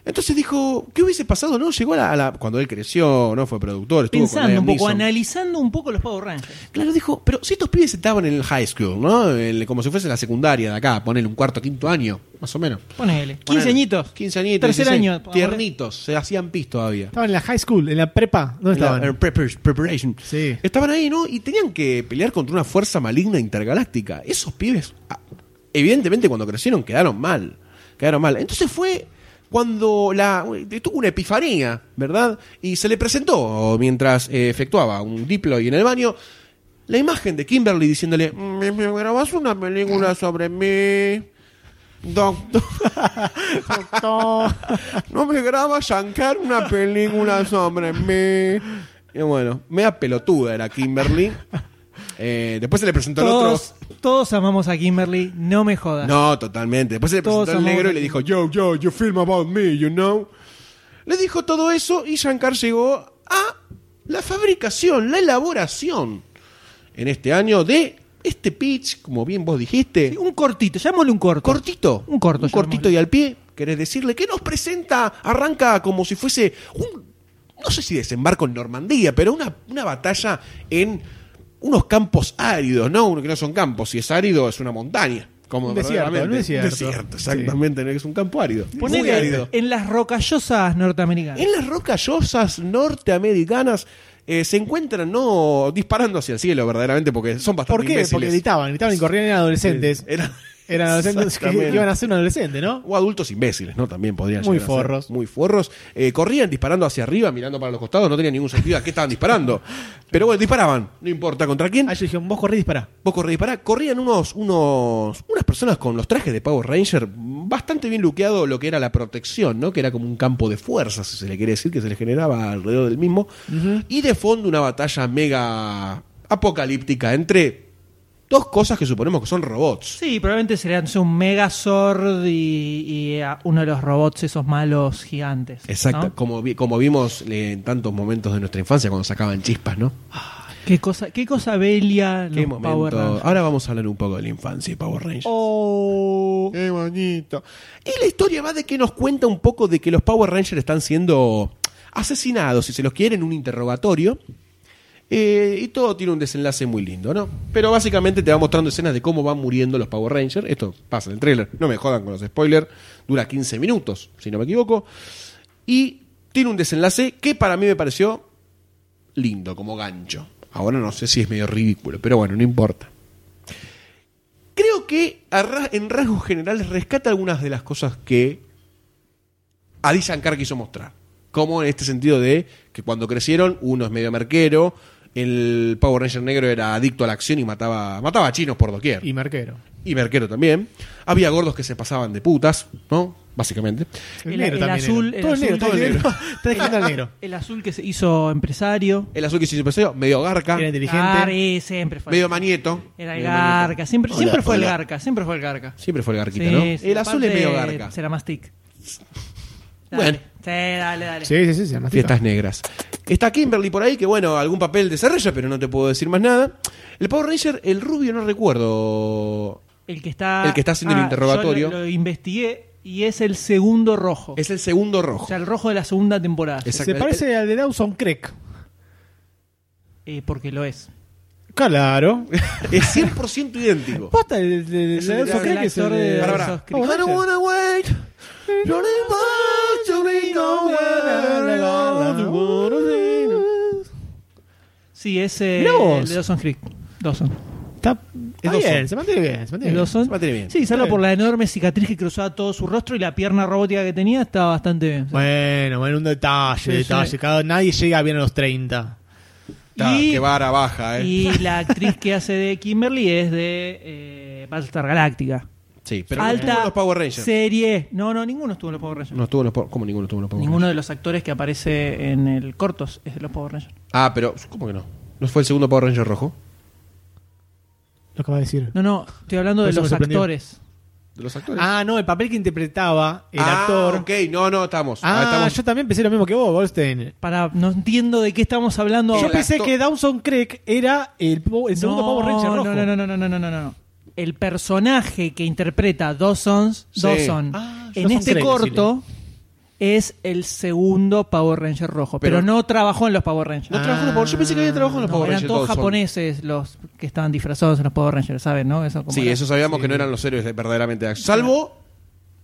Speaker 2: Entonces dijo, ¿qué hubiese pasado, no? Llegó a la, a la- cuando él creció, ¿no? Fue productor, estuvo con
Speaker 3: Pensando
Speaker 2: Liam
Speaker 3: un poco,
Speaker 2: Neeson.
Speaker 3: analizando un poco los Power Rangers.
Speaker 2: Claro, dijo, pero si estos pibes estaban en el high school, ¿no? El- como si fuese la secundaria de acá, ponele un cuarto, quinto año, más o menos.
Speaker 3: Ponele. 15
Speaker 2: Ponele,
Speaker 3: añitos.
Speaker 2: 15 añitos.
Speaker 3: Tercer
Speaker 2: 16,
Speaker 3: año.
Speaker 2: Tiernitos, se hacían pis todavía.
Speaker 1: Estaban en la high school, en la prepa. ¿Dónde
Speaker 2: La-
Speaker 1: estaban?
Speaker 2: en prepar- preparation.
Speaker 1: Sí.
Speaker 2: Estaban ahí, ¿no? Y tenían que pelear contra una fuerza maligna intergaláctica. Esos pibes, ah, evidentemente, cuando crecieron, quedaron mal. Quedaron mal. Entonces fue cuando la eh, tuvo una epifanía, ¿verdad? Y se le presentó, mientras eh, efectuaba un diploy en el baño, la imagen de Kimberly diciéndole: ¿Me, me grabás una película sobre mí? Doctor, no me graba Shankar una película sobre mí. Y bueno, mea pelotuda era Kimberly. Eh, después se le presentó el otro.
Speaker 3: Todos, todos amamos a Kimberly. No me jodas.
Speaker 2: No, totalmente. Después se le
Speaker 3: Todos
Speaker 2: presentó al
Speaker 3: amamos
Speaker 2: negro
Speaker 3: a
Speaker 2: y le dijo, yo, yo, you film about me, you know. Le dijo todo eso y Shankar llegó a la fabricación, la elaboración en este año de este pitch, como bien vos dijiste.
Speaker 3: Sí, Un cortito. Llamémosle un corto.
Speaker 2: cortito.
Speaker 3: Un corto,
Speaker 2: cortito
Speaker 3: llamémosle.
Speaker 2: y al pie. ¿Querés decirle que nos presenta? Arranca como si fuese un. No sé si desembarco en Normandía, pero una, una batalla en unos campos áridos, ¿no? Uno que no son campos. Si es árido, es una montaña. Como
Speaker 1: Un desierto,
Speaker 2: verdaderamente.
Speaker 1: un desierto.
Speaker 2: Desierto, exactamente. no Es un campo árido. Muy
Speaker 3: Ponele
Speaker 2: árido.
Speaker 3: en las rocallosas norteamericanas.
Speaker 2: En las rocallosas norteamericanas eh, se encuentran, ¿no? Disparando hacia el cielo, verdaderamente, porque son bastante
Speaker 1: ¿Por qué? Porque
Speaker 2: imbéciles.
Speaker 1: gritaban, gritaban y corrían, eran adolescentes.
Speaker 2: Era-
Speaker 1: Eran adolescentes que
Speaker 2: Exactamente.
Speaker 1: iban a ser un adolescente, ¿no?
Speaker 2: O adultos imbéciles, ¿no? También podrían
Speaker 1: Muy
Speaker 2: llegar a ser.
Speaker 1: forros.
Speaker 2: Muy forros. Eh, corrían disparando hacia arriba, mirando para los costados, no tenía ningún sentido a qué estaban disparando. Pero bueno, disparaban, no importa contra quién.
Speaker 1: Ah, yo dije, vos corrés y dispará.
Speaker 2: Vos corrí disparar. Corrían unos, unos, unas personas con los trajes de Power Ranger, bastante bien luqueado lo que era la protección, ¿no? Que era como un campo de fuerza, si se le quiere decir, que se le generaba alrededor del mismo. Y de fondo una batalla mega apocalíptica entre dos cosas que suponemos que son robots.
Speaker 3: Sí, probablemente serían no sé, un Megazord y, y a uno de los robots esos malos gigantes. ¿no?
Speaker 2: Exacto, como, vi- como vimos eh, en tantos momentos de nuestra infancia cuando sacaban chispas, ¿no?
Speaker 3: Qué cosa, qué cosa bella
Speaker 2: Qué
Speaker 3: los Power
Speaker 2: momento. Ah.
Speaker 3: Rangers.
Speaker 2: Ahora vamos a hablar un poco de la infancia y Power Rangers.
Speaker 3: Oh,
Speaker 2: Qué bonito. Y la historia va de que nos cuenta un poco de que los Power Rangers están siendo asesinados, si se los quiere, en un interrogatorio. Eh, y todo tiene un desenlace muy lindo, ¿no? Pero básicamente te va mostrando escenas de cómo van muriendo los Power Rangers. Esto pasa en el trailer, no me jodan con los spoilers. Dura 15 minutos, si no me equivoco. Y tiene un desenlace que para mí me pareció lindo, como gancho. Ahora no sé si es medio ridículo, pero bueno, no importa. Creo que a ra- en rasgos generales rescata algunas de las cosas que Adi Shankar quiso mostrar. Como en este sentido de que cuando crecieron, uno es medio merquero, el Power Ranger negro era adicto a la acción y mataba, mataba a chinos por doquier.
Speaker 1: Y
Speaker 2: Y,
Speaker 1: Marquero.
Speaker 2: merquero también. Había gordos que se pasaban de putas, ¿no? Básicamente.
Speaker 3: El- el azul- el
Speaker 1: Todo
Speaker 3: azul-
Speaker 1: negro,
Speaker 3: todo
Speaker 1: todo
Speaker 3: el
Speaker 1: negro.
Speaker 3: negro.
Speaker 1: Está dejando al negro.
Speaker 3: el azul que se hizo empresario.
Speaker 2: El azul que se hizo episodio, medio garca,
Speaker 1: Era inteligente.
Speaker 3: Gar, eh, siempre fue.
Speaker 2: medio manieto.
Speaker 3: Era el
Speaker 2: medio manieto.
Speaker 3: Garca, siempre,
Speaker 2: Hola,
Speaker 3: siempre fue el
Speaker 2: hola.
Speaker 3: Garca, siempre fue el Garca.
Speaker 2: Siempre fue el garquita,
Speaker 3: Sí,
Speaker 2: ¿no?
Speaker 3: sí,
Speaker 2: el azul es
Speaker 3: aparte,
Speaker 2: medio garca.
Speaker 3: Será más tic.
Speaker 2: Bueno.
Speaker 3: Dale, Sí, dale, dale.
Speaker 1: Sí, sí, sí, se llama
Speaker 2: Fiestas negras. Está Kimberly por ahí, que bueno, algún papel desarrolla, pero no te puedo decir más nada. El Power Ranger, el rubio, no recuerdo.
Speaker 3: El que está. Ah,
Speaker 2: El que está haciendo el
Speaker 3: yo
Speaker 2: interrogatorio.
Speaker 3: Lo, lo investigué y es el segundo rojo.
Speaker 2: Es el segundo
Speaker 3: O
Speaker 2: rojo.
Speaker 3: sea, el rojo de la segunda temporada.
Speaker 2: Exacto.
Speaker 1: Se parece al de Dawson Creek.
Speaker 3: Eh, porque lo es.
Speaker 1: Claro.
Speaker 2: Es 100% idéntico.
Speaker 1: Posta, el de- de
Speaker 2: Es
Speaker 1: de
Speaker 2: el-
Speaker 1: Dawson
Speaker 2: el
Speaker 1: Creek es el
Speaker 3: actor de-
Speaker 1: de.
Speaker 2: Pará,
Speaker 3: Sos
Speaker 2: pará. I
Speaker 3: Cristo.
Speaker 2: don't wanna wait. You're the one to bring on where I wanna be.
Speaker 3: Sí, es eh,
Speaker 1: Mirá vos.
Speaker 3: el de Dawson Creek. Dawson.
Speaker 1: Está, está
Speaker 2: Dawson.
Speaker 1: bien, se mantiene bien. Se mantiene
Speaker 3: El
Speaker 1: bien.
Speaker 3: Dawson.
Speaker 2: se mantiene bien.
Speaker 3: Sí, salvo
Speaker 1: Sí.
Speaker 3: por la enorme cicatriz que cruzaba todo su rostro y la pierna robótica que tenía, estaba bastante bien.
Speaker 1: Bueno, bueno, un detalle,
Speaker 3: Sí,
Speaker 1: detalle.
Speaker 3: sí.
Speaker 1: Cada, nadie llega bien a los 30.
Speaker 2: Ta,
Speaker 3: Y-
Speaker 2: Ah, Qué vara baja, eh.
Speaker 3: Y la actriz que hace de Kimberly es de eh, Battlestar Galáctica.
Speaker 2: Sí, pero no
Speaker 3: Alta
Speaker 2: estuvo en los Power Rangers.
Speaker 3: Serie. No, no, ninguno estuvo en los Power Rangers.
Speaker 2: No estuvo en los Power ¿Cómo ninguno estuvo en los Power
Speaker 3: Ninguno de los actores que aparece en el cortos es de los Power Rangers.
Speaker 2: Rangers? Ah, pero ¿cómo que no? ¿No fue el segundo Power Ranger rojo?
Speaker 1: Lo acaba de decir.
Speaker 3: No, no, estoy hablando de
Speaker 1: Por eso
Speaker 3: los
Speaker 1: me sorprendió.
Speaker 3: actores.
Speaker 2: ¿De los actores?
Speaker 1: Ah, no, el papel que interpretaba el
Speaker 2: Ah,
Speaker 1: actor.
Speaker 2: ok, no, no, estamos.
Speaker 1: Ah,
Speaker 2: estamos-
Speaker 1: yo también pensé lo mismo que vos, Goldstein.
Speaker 3: Para, no entiendo de qué estamos hablando.
Speaker 1: Yo
Speaker 2: El
Speaker 3: ahora.
Speaker 1: pensé
Speaker 2: actor-
Speaker 1: que Dawson Creek era el, po- el segundo
Speaker 3: no,
Speaker 1: Power Ranger rojo.
Speaker 3: No, no, no, no, no, no, no, no. El personaje que interpreta Dawson's,
Speaker 2: Sí.
Speaker 3: Dawson
Speaker 1: Ah,
Speaker 3: en
Speaker 1: Dawson
Speaker 3: este
Speaker 1: Craig,
Speaker 3: corto es el segundo Power Ranger rojo, pero,
Speaker 2: Pero-
Speaker 3: no trabajó en los Power Rangers. Ah,
Speaker 2: No trabajó en los Power- yo pensé que había trabajado en los
Speaker 3: No,
Speaker 2: Power
Speaker 3: eran
Speaker 2: Rangers.
Speaker 3: todos
Speaker 2: Dawson.
Speaker 3: japoneses los que estaban disfrazados en los Power Rangers, ¿saben? ¿No? Eso como
Speaker 2: Sí,
Speaker 3: era.
Speaker 2: eso sabíamos que no eran los héroes de- verdaderamente de acción. Salvo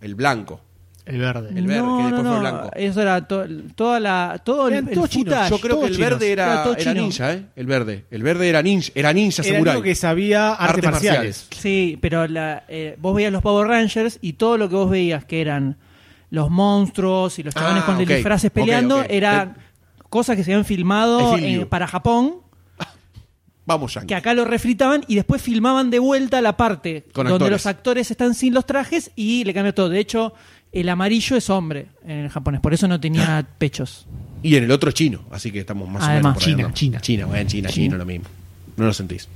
Speaker 2: el blanco.
Speaker 1: El verde.
Speaker 2: el verde,
Speaker 3: no,
Speaker 2: que después
Speaker 3: no,
Speaker 2: fue
Speaker 3: no.
Speaker 2: blanco.
Speaker 3: Eso era to- toda la todo el,
Speaker 1: Eran
Speaker 3: el
Speaker 1: todos chinos.
Speaker 3: footage.
Speaker 2: Yo creo que
Speaker 1: todos
Speaker 2: el
Speaker 1: chinos.
Speaker 2: verde era,
Speaker 3: Ah, Era todo
Speaker 2: era
Speaker 3: chino.
Speaker 2: ninja, ¿eh? El verde. El verde era ninja, era ninja
Speaker 1: Era el
Speaker 2: samurai.
Speaker 1: único que sabía artes,
Speaker 2: Artes marciales.
Speaker 1: marciales.
Speaker 3: Sí, pero la, eh, vos veías los Power Rangers y todo lo que vos veías que eran los monstruos y los chabones
Speaker 2: Ah,
Speaker 3: con
Speaker 2: ok.
Speaker 3: disfraces peleando
Speaker 2: Ok, ok.
Speaker 3: eran cosas que se habían filmado
Speaker 2: I feel
Speaker 3: eh,
Speaker 2: you.
Speaker 3: para Japón,
Speaker 2: Vamos, Yankee.
Speaker 3: que acá lo refritaban y después filmaban de vuelta la parte
Speaker 2: Con
Speaker 3: donde
Speaker 2: actores.
Speaker 3: los actores están sin los trajes y le cambió todo. De hecho, el amarillo es hombre en el japonés, por eso no tenía pechos.
Speaker 2: Y en el otro chino, así que estamos más
Speaker 3: Además,
Speaker 2: o menos por ahí,
Speaker 1: China,
Speaker 2: ¿no?
Speaker 1: China.
Speaker 2: China, bueno, China, China, lo mismo. No lo sentís.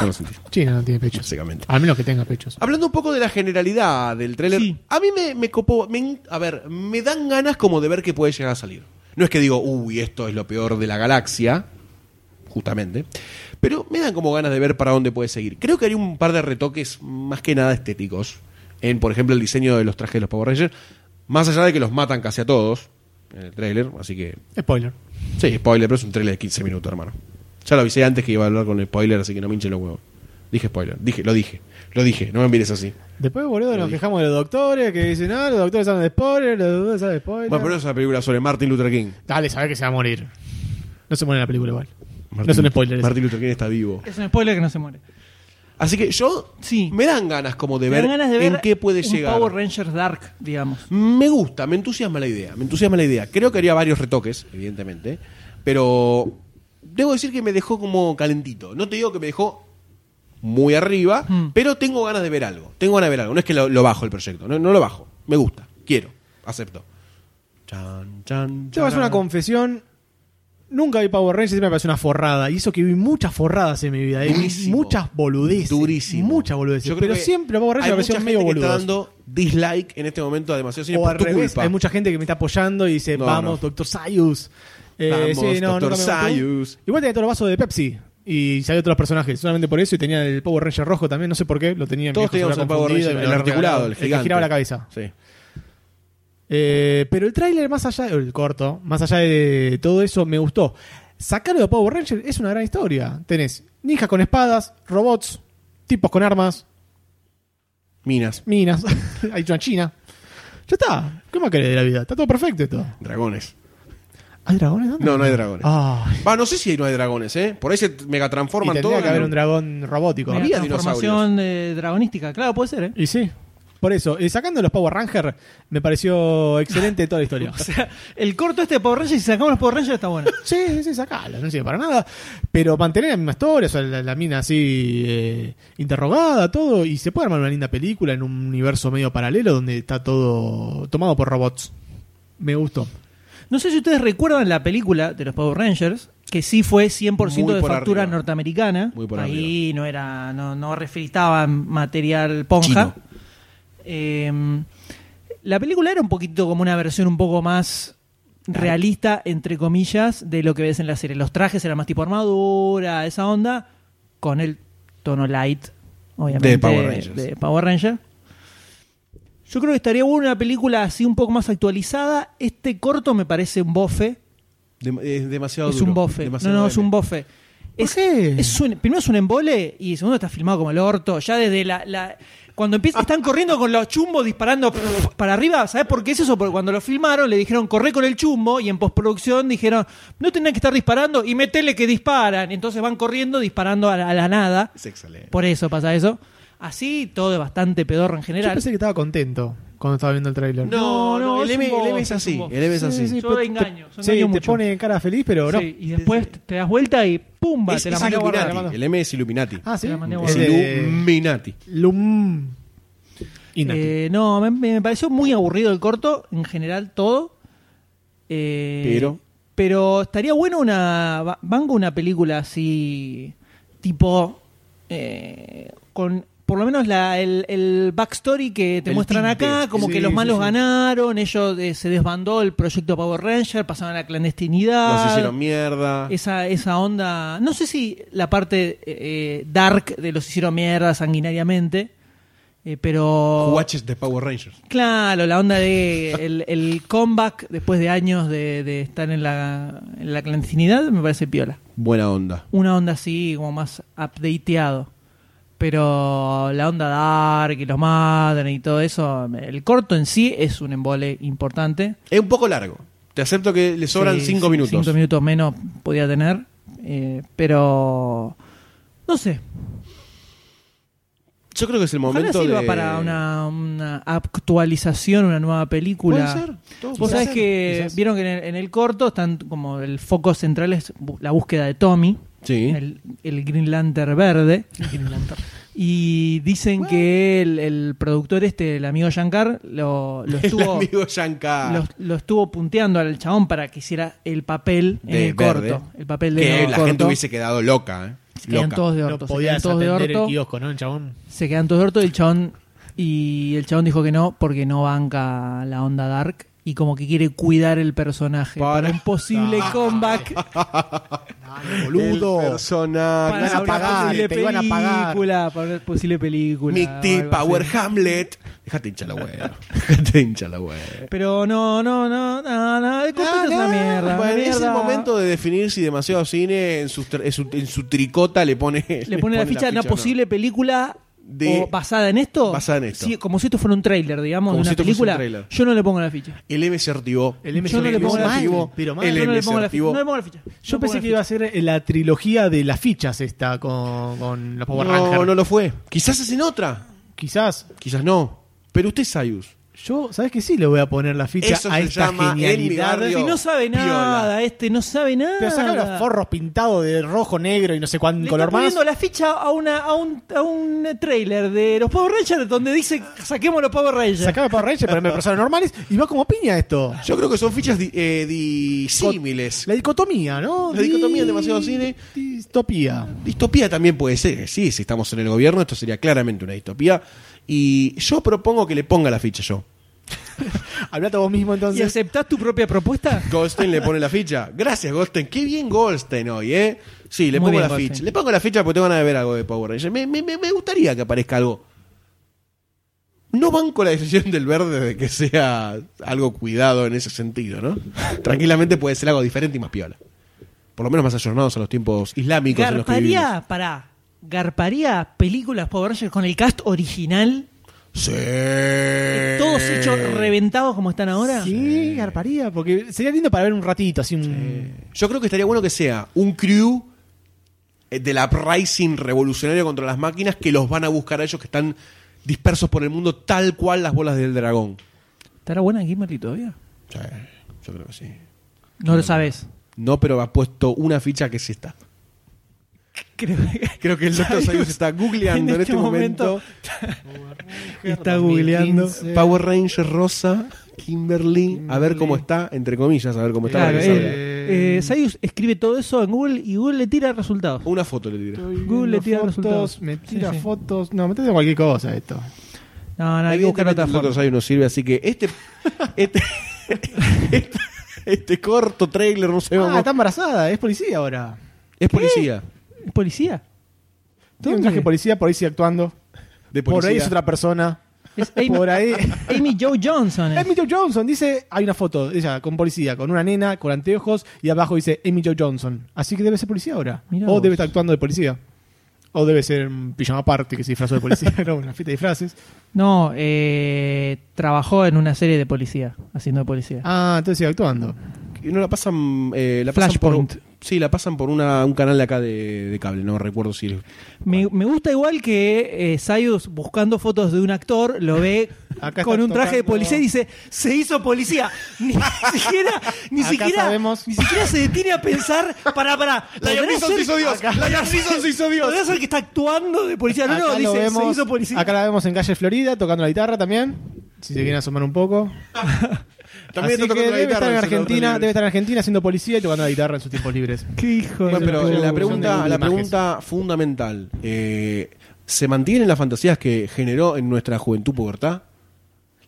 Speaker 2: No lo sentís,
Speaker 1: China no tiene pechos.
Speaker 2: básicamente.
Speaker 1: Al menos que tenga pechos.
Speaker 2: Hablando un poco de la generalidad del tráiler,
Speaker 3: Sí.
Speaker 2: a mí me, me copó, me en- a ver, me dan ganas como de ver qué puede llegar a salir. No es que digo, uy, esto es lo peor de la galaxia, justamente, pero me dan como ganas de ver para dónde puede seguir. Creo que haría un par de retoques más que nada estéticos en, por ejemplo, el diseño de los trajes de los Power Rangers, más allá de que los matan casi a todos en el tráiler, así que
Speaker 1: Spoiler.
Speaker 2: Sí, spoiler, pero es un trailer de 15 minutos, hermano. Ya lo avisé antes que iba a hablar con el spoiler, así que no me hinchen los huevos. Dije spoiler, dije, lo dije, lo dije, no me mires así.
Speaker 1: Después, boludo,
Speaker 2: Lo
Speaker 1: nos
Speaker 2: dije.
Speaker 1: quejamos de los doctores que dicen, ah, los doctores saben de spoiler, los doctores saben de spoiler.
Speaker 2: Bueno, pero es una película sobre Martin Luther King.
Speaker 1: Dale, sabe que se va a morir. No se muere en la película igual.
Speaker 2: Martin-
Speaker 1: no es un spoiler. ese.
Speaker 2: Martin Luther King está vivo.
Speaker 3: Es un spoiler que no se muere.
Speaker 2: Así que yo,
Speaker 3: Sí.
Speaker 2: me dan ganas como de,
Speaker 3: Me
Speaker 2: ver,
Speaker 3: dan ganas de ver
Speaker 2: en qué puede
Speaker 3: un
Speaker 2: llegar.
Speaker 3: Power Rangers Dark, digamos.
Speaker 2: Me gusta, me entusiasma la idea, me entusiasma la idea. Creo que haría varios retoques, evidentemente, pero debo decir que me dejó como calentito. No te digo que me dejó muy arriba,
Speaker 1: Hmm.
Speaker 3: Mm.
Speaker 2: pero tengo ganas de ver algo. Tengo ganas de ver algo. No es que lo, lo bajo el proyecto, no, no lo bajo. Me gusta, quiero, acepto. Chan, chan,
Speaker 1: Yo voy a hacer una
Speaker 2: charán.
Speaker 1: confesión. Nunca vi Power Rangers, siempre me pareció una forrada. Y eso que vi muchas forradas en mi vida. eh. Vi
Speaker 2: Durísimo.
Speaker 1: Muchas boludeces.
Speaker 2: Durísimo.
Speaker 1: Muchas boludeces.
Speaker 2: Yo creo
Speaker 1: Pero
Speaker 2: que
Speaker 1: siempre los Power
Speaker 2: hay
Speaker 1: Rangers me
Speaker 2: mucha
Speaker 1: parecieron
Speaker 2: gente
Speaker 1: medio
Speaker 2: que
Speaker 1: boludos.
Speaker 2: está dando dislike en este momento a demasiado cine
Speaker 1: o
Speaker 2: por
Speaker 1: al
Speaker 2: tu
Speaker 1: revés,
Speaker 2: culpa.
Speaker 1: hay mucha gente que me está apoyando y dice,
Speaker 2: No,
Speaker 1: vamos,
Speaker 2: no.
Speaker 1: Doctor Sayus. Eh,
Speaker 2: Vamos, Dr.
Speaker 1: nunca me gustó.
Speaker 2: Sayus.
Speaker 1: Igual tenía todos los vasos de Pepsi. Y salió otros personajes, solamente por eso. Y tenía el Power Ranger rojo también, no sé por qué. Lo tenía mi
Speaker 2: Todos
Speaker 1: viejo, se lo
Speaker 2: teníamos
Speaker 1: había
Speaker 2: el Power
Speaker 1: confundido y
Speaker 2: Ranger,
Speaker 1: me
Speaker 2: el
Speaker 1: lo
Speaker 2: articulado,
Speaker 1: regalaron.
Speaker 2: el
Speaker 1: que
Speaker 2: gigante.
Speaker 1: giraba la cabeza.
Speaker 2: Sí.
Speaker 1: Eh, pero el tráiler más allá, el corto, más allá de todo eso, me gustó. Sacarlo de Power Ranger es una gran historia. Tenés ninjas con espadas, robots, tipos con armas,
Speaker 2: Minas,
Speaker 1: minas, hay una china. Ya está. ¿Qué más querés de la vida? Está todo perfecto esto.
Speaker 2: dragones.
Speaker 1: ¿Hay dragones? ¿Dónde?
Speaker 2: No, no hay dragones.
Speaker 1: Ay.
Speaker 2: Va, no sé si ahí no hay dragones, ¿eh? Por ahí se
Speaker 1: Y
Speaker 2: megatransforman
Speaker 1: tendría
Speaker 2: todos.
Speaker 1: que haber un dragón robótico.
Speaker 3: Una
Speaker 2: Había
Speaker 3: transformación eh, dragonística, claro, puede ser, ¿eh?
Speaker 1: Y sí. Por eso, eh, sacando los Power Rangers, me pareció excelente toda la historia.
Speaker 3: O sea, el corto este de Power Rangers, si sacamos los Power Rangers, está bueno.
Speaker 1: Sí, sí, sí, sacala, no sirve para nada. Pero mantener la misma historia, o sea, la, la mina así eh, interrogada, todo, y se puede armar una linda película en un universo medio paralelo donde está todo tomado por robots. Me gustó.
Speaker 3: No sé si ustedes recuerdan la película de los Power Rangers, que sí fue 100%
Speaker 2: Muy
Speaker 3: de
Speaker 2: por
Speaker 3: factura
Speaker 2: arriba.
Speaker 3: norteamericana.
Speaker 2: Muy por
Speaker 3: Ahí no era no, no refritaban material ponja.
Speaker 2: Chino.
Speaker 3: Eh, La película era un poquito como una versión un poco más realista, entre comillas, de lo que ves en la serie. Los trajes eran más tipo armadura, esa onda, con el tono light, obviamente,
Speaker 2: De Power Rangers.
Speaker 3: de Power Ranger. Yo creo que estaría bueno una película así un poco más actualizada. Este corto me parece un bofe.
Speaker 2: Dem- es demasiado
Speaker 3: es
Speaker 2: duro,
Speaker 3: un bofe. No,
Speaker 2: demasiado
Speaker 3: no, es
Speaker 2: M.
Speaker 3: un bofe.
Speaker 1: ¿Por
Speaker 3: Es,
Speaker 1: qué?
Speaker 3: es un- primero es un embole y segundo está filmado como el orto. Ya desde la. la- cuando empiezan, están corriendo con los chumbos disparando pff, para arriba. ¿Sabes por qué es eso? Porque cuando lo filmaron le dijeron corre con el chumbo y en postproducción dijeron no tenían que estar disparando y metele que disparan. Entonces van corriendo disparando a la, a la nada.
Speaker 2: Es excelente.
Speaker 3: Por eso pasa eso. Así todo es bastante pedorro en
Speaker 1: Yo
Speaker 3: general.
Speaker 1: pensé que estaba contento cuando estaba viendo el tráiler.
Speaker 2: No, no,
Speaker 3: No, no,
Speaker 2: el,
Speaker 3: es
Speaker 2: M,
Speaker 3: un
Speaker 2: el M
Speaker 3: bofe,
Speaker 2: es
Speaker 3: es un
Speaker 2: así.
Speaker 3: bofe.
Speaker 2: El M es
Speaker 1: Sí,
Speaker 2: así.
Speaker 1: sí, sí,
Speaker 3: Yo
Speaker 1: pero-
Speaker 3: de engaño, yo
Speaker 1: Sí,
Speaker 3: engaño
Speaker 1: te
Speaker 3: mucho.
Speaker 1: pone en cara feliz, pero no.
Speaker 3: Sí, y después te das vuelta y pumba,
Speaker 2: Es,
Speaker 3: te la
Speaker 2: es
Speaker 3: mandé a guardar.
Speaker 1: la mano.
Speaker 2: Illuminati. El M es Illuminati.
Speaker 1: Ah, sí.
Speaker 3: Te la mandé a
Speaker 2: es
Speaker 1: Es
Speaker 3: guardar.
Speaker 1: de-
Speaker 2: Illuminati.
Speaker 1: Lum. Y Nati.
Speaker 3: Eh, no, me, me pareció muy aburrido el corto, en general todo. Eh,
Speaker 2: Pero-
Speaker 3: pero estaría bueno una. va- Banco una película así. Tipo. eh, con. Por lo menos la- el, el backstory que te
Speaker 2: El
Speaker 3: muestran
Speaker 2: tinte.
Speaker 3: acá, como
Speaker 2: Sí,
Speaker 3: que los
Speaker 2: sí,
Speaker 3: malos
Speaker 2: sí.
Speaker 3: ganaron, ellos eh, se desbandó el proyecto Power Ranger, pasaron a la clandestinidad.
Speaker 2: Los hicieron mierda.
Speaker 3: esa, esa onda. No sé si la parte eh, dark de los hicieron mierda sanguinariamente, eh, pero.
Speaker 2: Watches de Power Rangers.
Speaker 3: Claro, la onda de el, el comeback después de años de, de estar en la, en la clandestinidad me parece piola.
Speaker 2: Buena onda.
Speaker 3: Una onda así como más updateado. Pero la onda dark y los madres y todo eso, el corto en sí es un embole importante.
Speaker 2: Es un poco largo. Te acepto que le sobran
Speaker 3: Sí,
Speaker 2: cinco
Speaker 3: sí,
Speaker 2: minutos.
Speaker 3: Cinco minutos menos podía tener. eh, pero no sé.
Speaker 2: Yo creo que es el
Speaker 3: Ojalá
Speaker 2: momento
Speaker 3: sirva
Speaker 2: de...
Speaker 3: para una, una actualización, una nueva película.
Speaker 2: Puede ser, todo
Speaker 3: Vos
Speaker 2: puede
Speaker 3: sabés
Speaker 2: ser,
Speaker 3: que
Speaker 2: quizás.
Speaker 3: vieron que en el, en el corto están como el foco central es bu- la búsqueda de Tommy,
Speaker 2: Sí.
Speaker 3: el, el Green Lantern verde. Y dicen que el, el productor este, el amigo Shankar, lo, lo
Speaker 2: El
Speaker 3: estuvo...
Speaker 2: amigo Yanka.
Speaker 3: lo, lo estuvo punteando al chabón para que hiciera el papel en
Speaker 2: De
Speaker 3: el
Speaker 2: verde.
Speaker 3: eh, corto. El papel de
Speaker 2: Que
Speaker 3: no
Speaker 2: la
Speaker 3: corto.
Speaker 2: gente hubiese quedado loca. ¿eh?
Speaker 3: Se quedan
Speaker 2: Loca.
Speaker 3: todos de
Speaker 1: no
Speaker 3: orto. se
Speaker 1: podía
Speaker 3: quedan todos de
Speaker 1: atender el
Speaker 3: orto.
Speaker 1: kiosco, ¿no? El chabón.
Speaker 3: Se quedan todos de orto y el chabón, y el chabón dijo que no porque no banca la onda dark y como que quiere cuidar el personaje para,
Speaker 2: Para- Ah.
Speaker 3: un posible comeback
Speaker 2: Boludo. Personal.
Speaker 1: iban a
Speaker 3: una
Speaker 1: pagar,
Speaker 3: posible
Speaker 1: te iban a pagar.
Speaker 3: película, para una posible película. o
Speaker 2: Mighty,
Speaker 3: algo así.
Speaker 2: Power Hamlet. Dejate hincha la hueá. Dejate hincha la hueá.
Speaker 3: Pero no, no, no, no, no, el corto es una Ah, mierda.
Speaker 2: Bueno,
Speaker 3: una
Speaker 2: es el
Speaker 3: mierda.
Speaker 2: momento de definir si demasiado cine en su, tr- en su, en su tricota le pone,
Speaker 3: le pone la ficha de una
Speaker 2: o no.
Speaker 3: posible película
Speaker 2: De-
Speaker 3: o basada en esto.
Speaker 2: basada en esto.
Speaker 3: Sí, como si esto fuera un tráiler, digamos,
Speaker 2: Como
Speaker 3: de
Speaker 2: si
Speaker 3: una
Speaker 2: esto fuese un
Speaker 3: película.
Speaker 2: tráiler.
Speaker 3: yo no le pongo la ficha.
Speaker 2: El M se activó.
Speaker 1: El M
Speaker 3: Yo no le pongo la
Speaker 2: activó.
Speaker 1: ficha, pero mal.
Speaker 2: El
Speaker 3: yo no
Speaker 2: M
Speaker 3: le
Speaker 2: se
Speaker 3: pongo la ficha.
Speaker 2: activó.
Speaker 3: No le pongo la ficha.
Speaker 1: Yo
Speaker 3: No
Speaker 1: pensé
Speaker 3: pongo la
Speaker 1: que
Speaker 3: ficha.
Speaker 1: iba a ser eh, la trilogía de las fichas esta con, con los Power
Speaker 2: No,
Speaker 1: Rangers.
Speaker 2: no lo fue. Quizás hacen otra.
Speaker 1: Quizás.
Speaker 2: Quizás no. Pero usted, Sayus.
Speaker 1: Yo, ¿sabes qué? Sí le voy a poner la ficha
Speaker 2: Eso
Speaker 1: a
Speaker 2: se
Speaker 1: esta
Speaker 2: llama en mi
Speaker 1: genialidad.
Speaker 2: barrio.
Speaker 3: Si no sabe
Speaker 2: Piola.
Speaker 3: nada, este no sabe nada.
Speaker 1: Pero saca los forros pintados de rojo, negro y no sé cuán
Speaker 3: Ah. Le
Speaker 1: color
Speaker 3: está
Speaker 1: más.
Speaker 3: poniendo la ficha a, una, a, un, a un trailer de los Power Rangers donde dice saquemos los Power Rangers.
Speaker 1: Sacaba Power Rangers, pero me personas normales y va como piña esto.
Speaker 2: Yo creo que son fichas di- eh, disímiles.
Speaker 1: La dicotomía, ¿no?
Speaker 2: La dicotomía
Speaker 1: Di-
Speaker 2: demasiado cine.
Speaker 1: Distopía.
Speaker 2: Distopía también puede ser. Sí, si estamos en el gobierno, esto sería claramente una distopía. Y yo propongo que le ponga la ficha yo.
Speaker 1: Hablate vos mismo
Speaker 3: ¿Y
Speaker 1: entonces.
Speaker 3: aceptás tu propia propuesta?
Speaker 2: Goldstein le pone la ficha. Gracias, Goldstein. Qué bien Goldstein hoy, ¿eh? Sí, le
Speaker 3: Muy
Speaker 2: pongo
Speaker 3: bien,
Speaker 2: la
Speaker 3: Goldstein.
Speaker 2: ficha. Le pongo la ficha porque tengo ganas de ver algo de Power Rangers. Me, me- me- me gustaría que aparezca algo. No banco la decisión del verde de que sea algo cuidado en ese sentido, ¿no? Tranquilamente puede ser algo diferente y más piola. Por lo menos más ayornados a los tiempos islámicos en los que vivimos.
Speaker 3: ¿Garparía, pará, garparía películas Power Rangers con el cast original? eh,
Speaker 2: Sí.
Speaker 3: Todos hechos reventados como están ahora.
Speaker 1: Sí, garparía, porque sería lindo para ver un ratito, así un...
Speaker 2: Yo creo que estaría bueno que sea un crew eh, del uprising revolucionario contra las máquinas que los van a buscar a ellos que están dispersos por el mundo tal cual las bolas del dragón.
Speaker 3: ¿Estará buena Kimberly todavía?
Speaker 2: Sí, yo creo que sí.
Speaker 3: No lo sabes.
Speaker 2: No, pero ha puesto una ficha que sí está.
Speaker 3: Creo que
Speaker 2: Creo que el Dr. Sayus está googleando en este momento.
Speaker 3: está googleando.
Speaker 1: 2015.
Speaker 2: Power Ranger Rosa, Kimberly, a ver cómo está, entre comillas, a ver cómo está.
Speaker 3: Claro,
Speaker 2: para que
Speaker 3: él,
Speaker 2: salga.
Speaker 3: eh, Sayus escribe todo eso en Google y Google le tira resultados.
Speaker 2: Una foto le diré.
Speaker 1: Estoy
Speaker 3: Google
Speaker 1: viendo
Speaker 3: le tira
Speaker 1: fotos,
Speaker 3: resultados.
Speaker 1: Me tira
Speaker 3: Sí, sí.
Speaker 1: fotos. No, me tira cualquier cosa esto.
Speaker 3: No, no, hay que buscar otra
Speaker 2: Evidentemente el
Speaker 3: forma.
Speaker 2: Dr. Sayo no sirve, así que este. Este, este, este corto trailer, no sé
Speaker 1: Ah,
Speaker 2: cómo-
Speaker 1: está embarazada, es policía ahora.
Speaker 2: Es policía.
Speaker 3: ¿Es policía?
Speaker 1: Tiene un traje policía, por ahí sigue actuando.
Speaker 2: De
Speaker 1: Por ahí
Speaker 2: policía.
Speaker 1: es otra persona.
Speaker 3: Es Amy,
Speaker 1: Por ahí.
Speaker 3: Amy Joe Johnson. es.
Speaker 1: Amy Jo Johnson dice, hay una foto de ella con policía, con una nena, con anteojos, y abajo dice Amy Jo Johnson. Así que debe ser policía ahora.
Speaker 3: Mirá
Speaker 1: o
Speaker 3: vos.
Speaker 1: debe estar actuando de policía. O debe ser un pijama aparte que se disfrazó de policía, ¿no? Una fiesta de disfraces.
Speaker 3: No, eh, trabajó en una serie de policía, haciendo de policía.
Speaker 1: Ah, entonces sigue actuando.
Speaker 2: Y No la pasan. eh, la pasan
Speaker 3: Flashpoint.
Speaker 2: Por, sí, la pasan por una, un canal de acá de, de cable, no recuerdo si.
Speaker 3: Me, me gusta igual que eh, Sayus buscando fotos de un actor lo ve
Speaker 1: Acá
Speaker 3: con
Speaker 1: está
Speaker 3: un traje de
Speaker 1: tocando-
Speaker 3: policía y dice se hizo policía. Ni siquiera, ni
Speaker 1: Acá
Speaker 3: siquiera,
Speaker 1: sabemos.
Speaker 3: ni siquiera se detiene a pensar para para.
Speaker 2: Liam Neeson se hizo Dios. Liam Neeson se hizo Dios.
Speaker 3: Podría ser que está actuando de policía. No, no,
Speaker 1: Acá lo
Speaker 3: dice se
Speaker 1: vemos-
Speaker 3: hizo policía.
Speaker 1: Acá la vemos en calle Florida tocando la guitarra también. Si se quieren asomar un poco. Así
Speaker 2: está
Speaker 1: que
Speaker 2: tocando la
Speaker 1: debe
Speaker 2: guitarra,
Speaker 1: estar en
Speaker 2: se lo-
Speaker 1: Argentina, debe estar en Argentina siendo policía y tocando la guitarra en sus tiempos libres.
Speaker 3: Qué hijo.
Speaker 2: Bueno,
Speaker 3: de-
Speaker 1: Son
Speaker 2: pero
Speaker 1: de-
Speaker 2: la
Speaker 1: son
Speaker 2: pregunta,
Speaker 1: de
Speaker 2: la
Speaker 1: imágenes.
Speaker 2: pregunta fundamental. eh, ¿Se mantienen las fantasías que generó en nuestra juventud pubertad?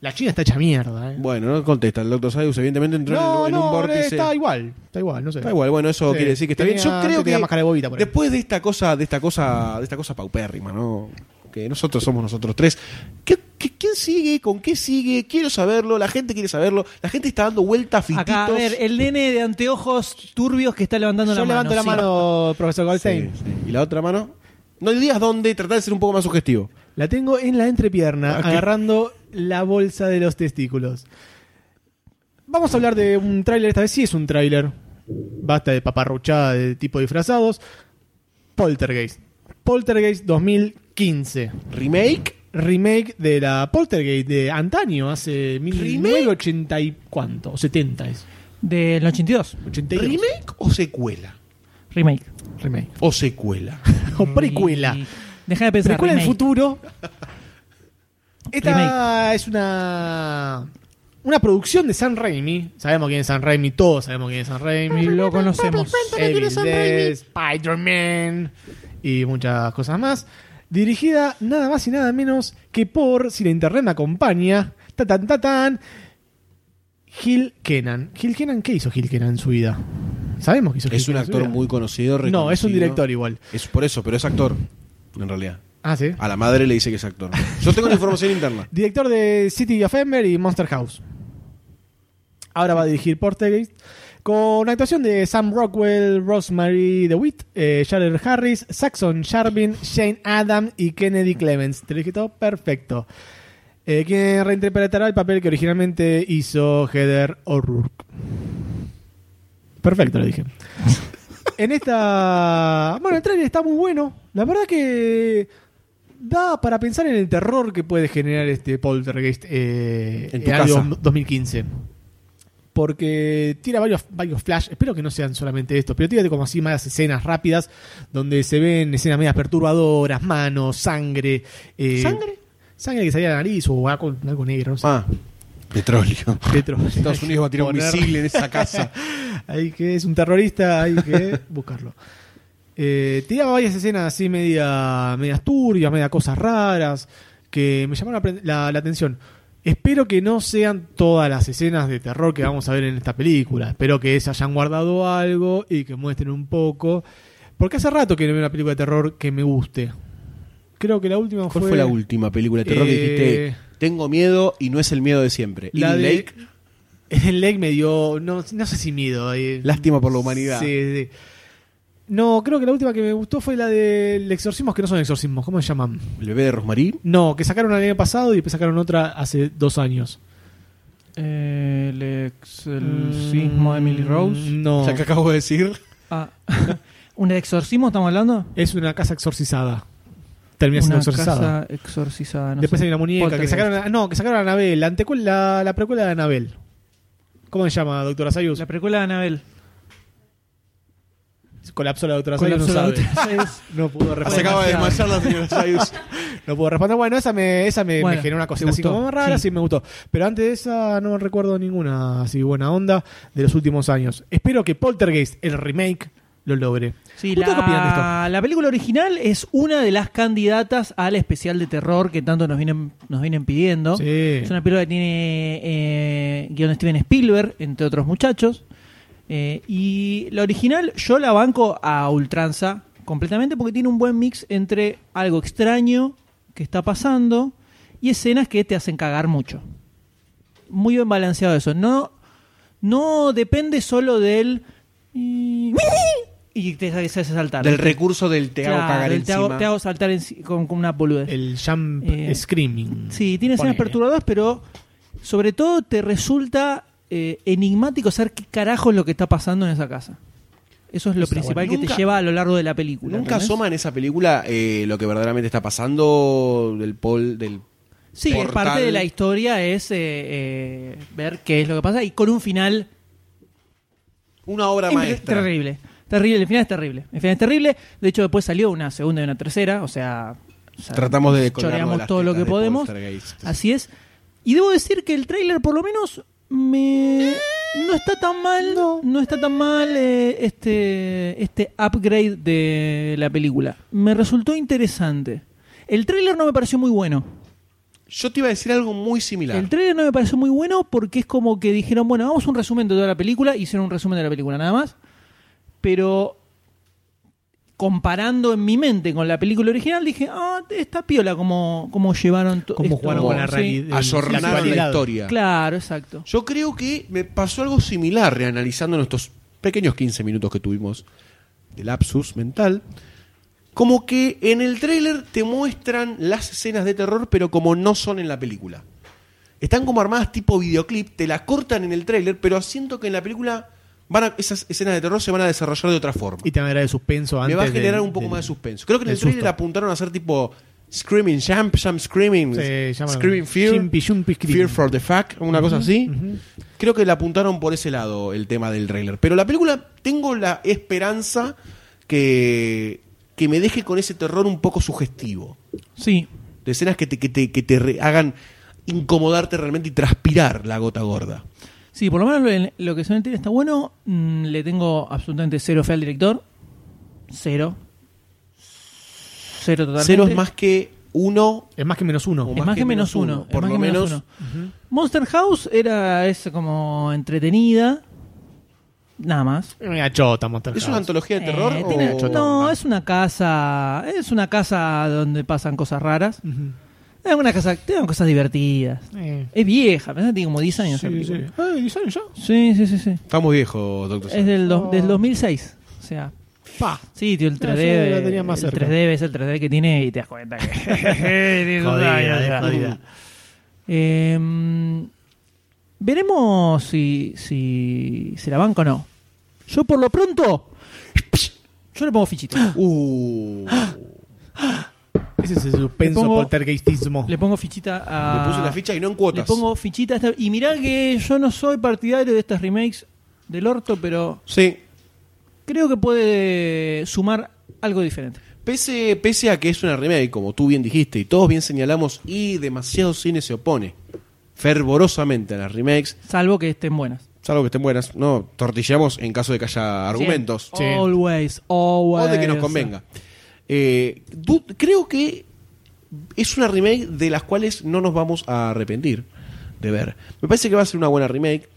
Speaker 1: La China está hecha mierda, eh.
Speaker 2: Bueno, no contesta. El Dr. Sayus evidentemente entró
Speaker 1: No,
Speaker 2: en, en un
Speaker 1: no,
Speaker 2: vórtice.
Speaker 1: está igual. Está igual, no sé.
Speaker 2: Está igual, bueno, eso
Speaker 1: Sí,
Speaker 2: quiere decir que está
Speaker 1: tenía-
Speaker 2: bien. Yo creo
Speaker 1: tenía
Speaker 2: que
Speaker 1: máscara de bobita por ahí.
Speaker 2: después de esta cosa, de esta cosa, de esta cosa paupérrima, ¿no? Que nosotros somos nosotros tres. ¿Qué, qué- quién sigue? ¿Con qué sigue? Quiero saberlo, la gente quiere saberlo, la gente está dando vueltas fititos.
Speaker 3: Acá, a
Speaker 1: eh,
Speaker 3: ver, el nene de anteojos turbios que está levantando
Speaker 1: Yo
Speaker 3: la mano.
Speaker 1: levanto la
Speaker 3: sí.
Speaker 1: mano, profesor
Speaker 2: Sí,
Speaker 1: Goldstein.
Speaker 2: sí. ¿Y la otra mano? No digas dónde, tratar de ser un poco más sugestivo.
Speaker 1: La tengo en la entrepierna,
Speaker 2: Ah, ¿qué?
Speaker 1: agarrando la bolsa de los testículos. Vamos a hablar de un tráiler, esta vez sí es un tráiler. Basta de paparruchada de tipo disfrazados. Poltergeist. Poltergeist 2015.
Speaker 2: Remake.
Speaker 1: Remake de la Poltergeist de antaño, hace 1980 y cuánto, 70 es.
Speaker 3: Del 82.
Speaker 1: 82.
Speaker 2: ¿Remake o secuela?
Speaker 3: Remake.
Speaker 1: Remake.
Speaker 2: O secuela.
Speaker 1: O precuela.
Speaker 3: Y- Deja de pensar.
Speaker 1: Precuela del
Speaker 3: remake.
Speaker 1: futuro. Esta es una una producción de San Raimi. Sabemos quién es San Raimi, todos sabemos quién es San Raimi.
Speaker 3: Lo conocemos.
Speaker 1: Evil Dead, Spider-Man y muchas cosas más. Dirigida nada más y nada menos que por, si la internet me acompaña, tatan tatan, Gil Kenan. Gil Kenan, ¿qué hizo Gil Kenan en su vida? Sabemos que hizo Gil
Speaker 2: Es un
Speaker 1: Kenan en su
Speaker 2: actor
Speaker 1: vida.
Speaker 2: muy conocido.
Speaker 1: No, es un
Speaker 2: reconocido.
Speaker 1: director igual.
Speaker 2: Es por eso, pero es actor, en realidad.
Speaker 1: Ah, sí.
Speaker 2: A la madre le dice que es actor. Yo tengo la información interna.
Speaker 1: Director de City of Ember y Monster House. Ahora va a dirigir Portergeist. Con actuación de Sam Rockwell, Rosemary DeWitt, eh, Jared Harris, Saxon Charbin, Shane Adam y Kennedy Clemens. Te lo dije todo perfecto. Eh, quien reinterpretará el papel que originalmente hizo Heather O'Rourke. Perfecto, lo dije. en esta. Bueno, el trailer está muy bueno. La verdad que. Da para pensar en el terror que puede generar este Poltergeist eh,
Speaker 2: En tu
Speaker 1: año
Speaker 2: casa.
Speaker 1: 2015. Porque tira varios, varios flash, espero que no sean solamente estos, pero tira como así más escenas rápidas donde se ven escenas medias perturbadoras, manos, sangre. eh,
Speaker 2: ¿Sangre?
Speaker 1: Sangre que salía de la nariz o algo, algo negro, no sé.
Speaker 2: Ah, petróleo.
Speaker 1: Petro.
Speaker 2: Estados Unidos va a tirar un
Speaker 1: Poner-
Speaker 2: misil en esa casa.
Speaker 1: Hay que, es un terrorista, hay que buscarlo. Eh, tiraba varias escenas así media, medias turbias, media cosas raras, que me llamaron la, pre- la- la atención. Espero que no sean todas las escenas de terror que vamos a ver en esta película. Espero que se hayan guardado algo y que muestren un poco. Porque hace rato que no veo una película de terror que me guste. Creo que la última
Speaker 2: ¿Cuál fue la última película de terror que
Speaker 1: Eh,
Speaker 2: dijiste? Tengo miedo y no es el miedo de siempre.
Speaker 1: La
Speaker 2: Evil
Speaker 1: de-
Speaker 2: Lake,
Speaker 1: El Lake me dio, no, no sé si miedo. eh,
Speaker 2: lástima por la humanidad.
Speaker 1: Sí, sí. No, creo que la última que me gustó fue la del exorcismos, que no son exorcismos, ¿cómo se llaman?
Speaker 2: El bebé de Rosmarie.
Speaker 1: No, que sacaron el año pasado y después sacaron otra hace dos años.
Speaker 3: Eh, El exorcismo de Emily Rose.
Speaker 1: Mm, No.
Speaker 2: Ya que acabo de decir.
Speaker 3: Ah. ¿Un exorcismo estamos hablando?
Speaker 1: Es una casa exorcizada. Termina siendo
Speaker 3: Una
Speaker 1: exorcizada.
Speaker 3: casa exorcizada. no
Speaker 1: después
Speaker 3: sé.
Speaker 1: hay una muñeca que
Speaker 3: Poltergeist.
Speaker 1: sacaron. a- no, que sacaron a Anabel, la, antecuel- la, la precuela de Anabel. ¿Cómo se llama, doctora Sayus?
Speaker 3: La precuela de Anabel.
Speaker 1: Colapsó la doctora
Speaker 3: Con la
Speaker 1: Sayus, no sabe.
Speaker 3: absoluta-
Speaker 1: No pudo
Speaker 2: Se
Speaker 1: responder.
Speaker 2: acaba de
Speaker 3: demasiado.
Speaker 2: desmayar la señora Sayus.
Speaker 1: No puedo responder. Bueno, esa me, esa me,
Speaker 3: Bueno,
Speaker 1: me generó una cosita
Speaker 3: te
Speaker 1: así
Speaker 3: gustó,
Speaker 1: como rara, sí.
Speaker 3: sí.
Speaker 1: me gustó. Pero antes de esa no recuerdo ninguna así buena onda de los últimos años. Espero que Poltergeist, el remake, lo logre.
Speaker 3: Sí,
Speaker 1: ¿Ustedes qué opinan de esto?
Speaker 3: la, la película original es una de las candidatas al especial de terror que tanto nos vienen, nos vienen pidiendo.
Speaker 1: Sí.
Speaker 3: Es una película que tiene eh, guión de Steven Spielberg, entre otros muchachos. Eh, y la original yo la banco a ultranza completamente porque tiene un buen mix entre algo extraño que está pasando y escenas que te hacen cagar mucho. Muy bien balanceado eso. No, no depende solo del... Y, y te haces saltar.
Speaker 2: Del recurso del te hago
Speaker 3: Claro,
Speaker 2: cagar
Speaker 3: del te hago-
Speaker 2: encima.
Speaker 3: te hago saltar enci- con, con una boludez.
Speaker 1: El jump
Speaker 3: Eh,
Speaker 1: screaming.
Speaker 3: Sí, tiene escenas
Speaker 1: Ponele.
Speaker 3: perturbadoras, pero sobre todo te resulta eh, enigmático saber qué carajo es lo que está pasando en esa casa. Eso es lo
Speaker 1: Está
Speaker 3: principal
Speaker 2: bueno.
Speaker 3: que
Speaker 2: Nunca-
Speaker 3: te lleva a lo largo de la película.
Speaker 2: Nunca
Speaker 3: ¿entendés?
Speaker 2: asoma en esa película eh, lo que verdaderamente está pasando del pol del
Speaker 3: Sí,
Speaker 2: portal.
Speaker 3: parte de la historia es eh, eh, ver qué es lo que pasa y con un final
Speaker 2: una obra
Speaker 3: Impresionante,
Speaker 2: maestra.
Speaker 3: Em, Terrible. Terrible, el final es terrible. El final es terrible. De hecho, después salió una segunda y una tercera. O sea, o sea,
Speaker 2: Tratamos de colgarnos de
Speaker 3: choreamos
Speaker 2: las
Speaker 3: todo lo
Speaker 2: tetas
Speaker 3: que
Speaker 2: de este.
Speaker 3: podemos.
Speaker 2: Poltergeist.
Speaker 3: Así es. Y debo decir que el tráiler, por lo menos, me no está tan mal. No, está tan mal eh, este este upgrade de la película. Me resultó interesante. El tráiler no me pareció muy bueno.
Speaker 2: Yo te iba a decir algo muy similar.
Speaker 3: El trailer no me pareció muy bueno porque es como que dijeron, bueno, vamos a un resumen de toda la película, hicieron un resumen de la película nada más, pero comparando en mi mente con la película original dije, ah, está piola como, como llevaron todo
Speaker 1: Como jugaron con la
Speaker 2: sí.
Speaker 1: realidad. la
Speaker 2: Ayornaron la
Speaker 1: actualidad.
Speaker 2: historia.
Speaker 3: Claro, exacto.
Speaker 2: Yo creo que me pasó algo similar reanalizando nuestros pequeños 15 minutos que tuvimos de lapsus mental. Como que en el tráiler te muestran las escenas de terror, pero como no son en la película. Están como armadas tipo videoclip, te las cortan en el tráiler, pero siento que en la película van a- esas escenas de terror se van a desarrollar de otra forma.
Speaker 1: Y te van a dar de suspenso
Speaker 2: Me
Speaker 1: antes.
Speaker 2: va a generar
Speaker 1: del-
Speaker 2: un poco
Speaker 1: del-
Speaker 2: más de suspenso. Creo que en
Speaker 1: del
Speaker 2: el tráiler
Speaker 1: susto.
Speaker 2: apuntaron a hacer tipo Screaming Jump, Jump Screaming,
Speaker 1: Se llama-
Speaker 2: Screaming Fear,
Speaker 1: Jumpy, jumpy, scream.
Speaker 2: Fear for the Fuck, una cosa así.
Speaker 1: Ujú.
Speaker 2: Creo que le apuntaron por ese lado el tema del trailer. Pero la película, tengo la esperanza que, que me deje con ese terror un poco sugestivo.
Speaker 3: Sí,
Speaker 2: De escenas que te, que te, que te re- hagan incomodarte realmente y transpirar la gota gorda.
Speaker 3: sí, por lo menos lo, en- lo que son el trailer está bueno, Mm, le tengo absolutamente cero fe al director, cero. Cero totalmente.
Speaker 2: Cero es más que uno.
Speaker 1: Es más que menos uno.
Speaker 2: o
Speaker 3: Es más que menos uno, es
Speaker 2: Por
Speaker 3: más
Speaker 2: lo
Speaker 3: que menos
Speaker 2: menos.
Speaker 1: Ujú.
Speaker 3: Monster House era es como entretenida. Nada más.
Speaker 1: Una chota, Monster
Speaker 2: ¿Es una
Speaker 1: House.
Speaker 2: antología de terror?
Speaker 3: Eh, tiene-
Speaker 2: o-
Speaker 3: no, es una casa. Es una casa donde pasan cosas raras. Es una casa. Tiene cosas divertidas.
Speaker 1: Ujú. Eh.
Speaker 3: Es vieja, pensá que tiene como 10 años. la
Speaker 1: Sí, sí.
Speaker 3: película.
Speaker 1: Eh, ¿y sale ya?
Speaker 3: sí, sí, sí. sí.
Speaker 2: Estamos viejos, doctor.
Speaker 3: Es del, do- del 2006. O sea,
Speaker 1: Pa.
Speaker 3: sí, tío, el
Speaker 1: Ah,
Speaker 3: 3D.
Speaker 1: yo la tenía más
Speaker 3: el
Speaker 1: cerca.
Speaker 3: 3D es el 3D que tiene y te das cuenta que. tiene Uh. un año
Speaker 1: Jodida,
Speaker 3: ya.
Speaker 1: eh, jodida.
Speaker 3: Eh, veremos si, si se la banca o no. Yo por lo pronto, yo le pongo fichita.
Speaker 2: Uh,
Speaker 1: Ese es el suspenso
Speaker 3: Le pongo-
Speaker 1: poltergeistismo.
Speaker 3: Le pongo fichita a...
Speaker 2: le puse una ficha y no en cuotas.
Speaker 3: Ah. Le pongo fichita a esta- Y mirá que yo no soy partidario de estas remakes del orto, pero
Speaker 2: Sí,
Speaker 3: creo que puede sumar algo diferente.
Speaker 2: Pese, pese a que es una remake, como tú bien dijiste, y todos bien señalamos, y demasiado cine se opone fervorosamente a las remakes,
Speaker 3: Salvo que estén buenas.
Speaker 2: salvo que estén buenas, no, tortillamos en caso de que haya argumentos,
Speaker 1: Sí.
Speaker 3: Always, always.
Speaker 2: o de que nos convenga. Eh, du- creo que es una remake de las cuales no nos vamos a arrepentir de ver. Me parece que va a ser una buena remake,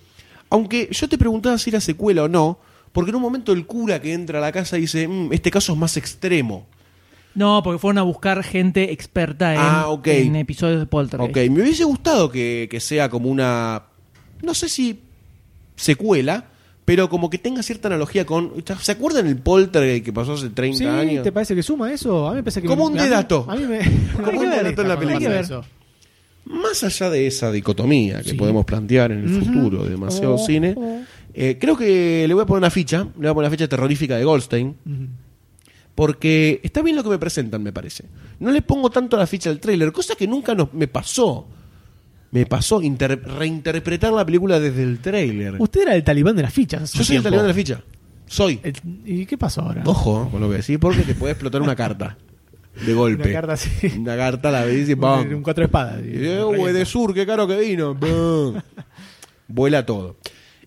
Speaker 2: aunque yo te preguntaba si era secuela o no, porque en un momento el cura que entra a la casa dice, "Mm, este caso es más extremo.
Speaker 3: No, porque fueron a buscar gente experta en,
Speaker 2: Ah, ok.
Speaker 3: en episodios de Poltergeist.
Speaker 2: Ok, me hubiese gustado que, que sea como una. No sé si secuela, pero como que tenga cierta analogía con. ¿Se acuerdan el Poltergeist que pasó hace 30
Speaker 1: Sí,
Speaker 2: años?
Speaker 1: ¿te parece que suma eso? A mí me parece que...
Speaker 2: Como un
Speaker 1: a mí-
Speaker 2: dedato.
Speaker 1: A mí me...
Speaker 2: Como un
Speaker 1: Hay que
Speaker 2: dedato en
Speaker 1: ver
Speaker 2: la
Speaker 1: esta cosa,
Speaker 2: película.
Speaker 1: hay que ver.
Speaker 2: Eso. Más allá de esa dicotomía que
Speaker 1: Sí.
Speaker 2: podemos plantear en el
Speaker 1: Ujú.
Speaker 2: futuro de demasiado
Speaker 1: Oh,
Speaker 2: cine,
Speaker 1: oh.
Speaker 2: eh, creo que le voy a poner una ficha, le voy a poner una ficha terrorífica de Goldstein.
Speaker 1: Ujú.
Speaker 2: Porque está bien lo que me presentan, me parece. No le pongo tanto la ficha al tráiler, cosa que nunca nos, me pasó. Me pasó inter- reinterpretar la película desde el tráiler.
Speaker 1: Usted era el talibán de las fichas. hace
Speaker 2: Yo soy el
Speaker 1: tiempo.
Speaker 2: talibán de la ficha. Soy.
Speaker 1: El- ¿Y qué pasó ahora?
Speaker 2: Ojo eh, con lo que decís, porque te puede explotar una carta. De golpe.
Speaker 1: Una carta así.
Speaker 2: Una carta la ves y ¡pam!
Speaker 1: Un, un cuatro espadas.
Speaker 2: Y, eh, güey, de sur, qué caro que vino. ¡Bum! Vuela todo.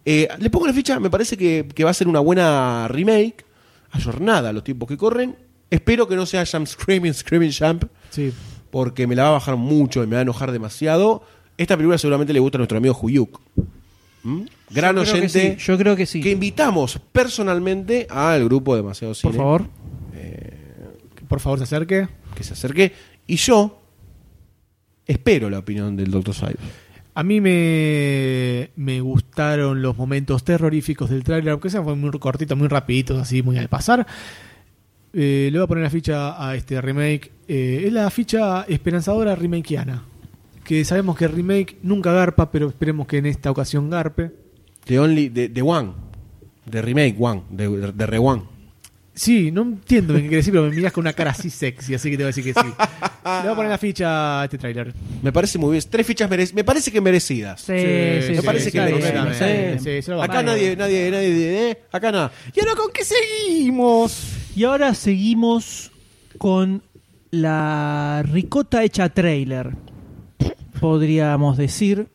Speaker 2: Eh, le pongo la ficha, me parece que, que va a ser una buena remake. ayornada los tiempos que corren. Espero que no sea Jump Screaming, Screaming Jump,
Speaker 1: Sí.
Speaker 2: porque me la va a bajar mucho y me va a enojar demasiado. Esta película seguramente le gusta a nuestro amigo Huyuk. ¿Mm? Gran
Speaker 3: Yo creo que
Speaker 2: oyente
Speaker 3: sí, Yo creo que sí.
Speaker 2: que invitamos personalmente al grupo Demasiado Cine.
Speaker 3: Por favor.
Speaker 1: Que Por favor, se acerque.
Speaker 2: Que se acerque. Y yo espero la opinión del Dr. Side.
Speaker 1: A mí me, me gustaron los momentos terroríficos del tráiler, aunque sean fue muy cortitos, muy rapiditos, así, muy al pasar. Eh, le voy a poner la ficha a este remake. Eh, es la ficha esperanzadora remakeana. Que sabemos que el remake nunca garpa, pero esperemos que en esta ocasión garpe.
Speaker 2: The Only, de, One. De Remake One. De, de Re One.
Speaker 1: Sí, no entiendo bien qué querés decir, pero me miras con una cara así sexy, así que te voy a decir que sí. Le voy a poner la ficha a este tráiler.
Speaker 2: Me parece muy bien. Tres fichas merec- me parece que merecidas.
Speaker 3: Sí,
Speaker 1: Sí,
Speaker 3: sí,
Speaker 2: me
Speaker 3: sí,
Speaker 2: parece
Speaker 3: sí,
Speaker 2: que
Speaker 3: sí,
Speaker 2: completamente.
Speaker 3: sí.
Speaker 1: Sí, se lo va a
Speaker 2: Acá
Speaker 1: poner.
Speaker 2: nadie, nadie, nadie, eh, acá nada.
Speaker 1: ¿Y ahora con qué seguimos?
Speaker 3: Y ahora seguimos con la ricota hecha trailer, podríamos decir,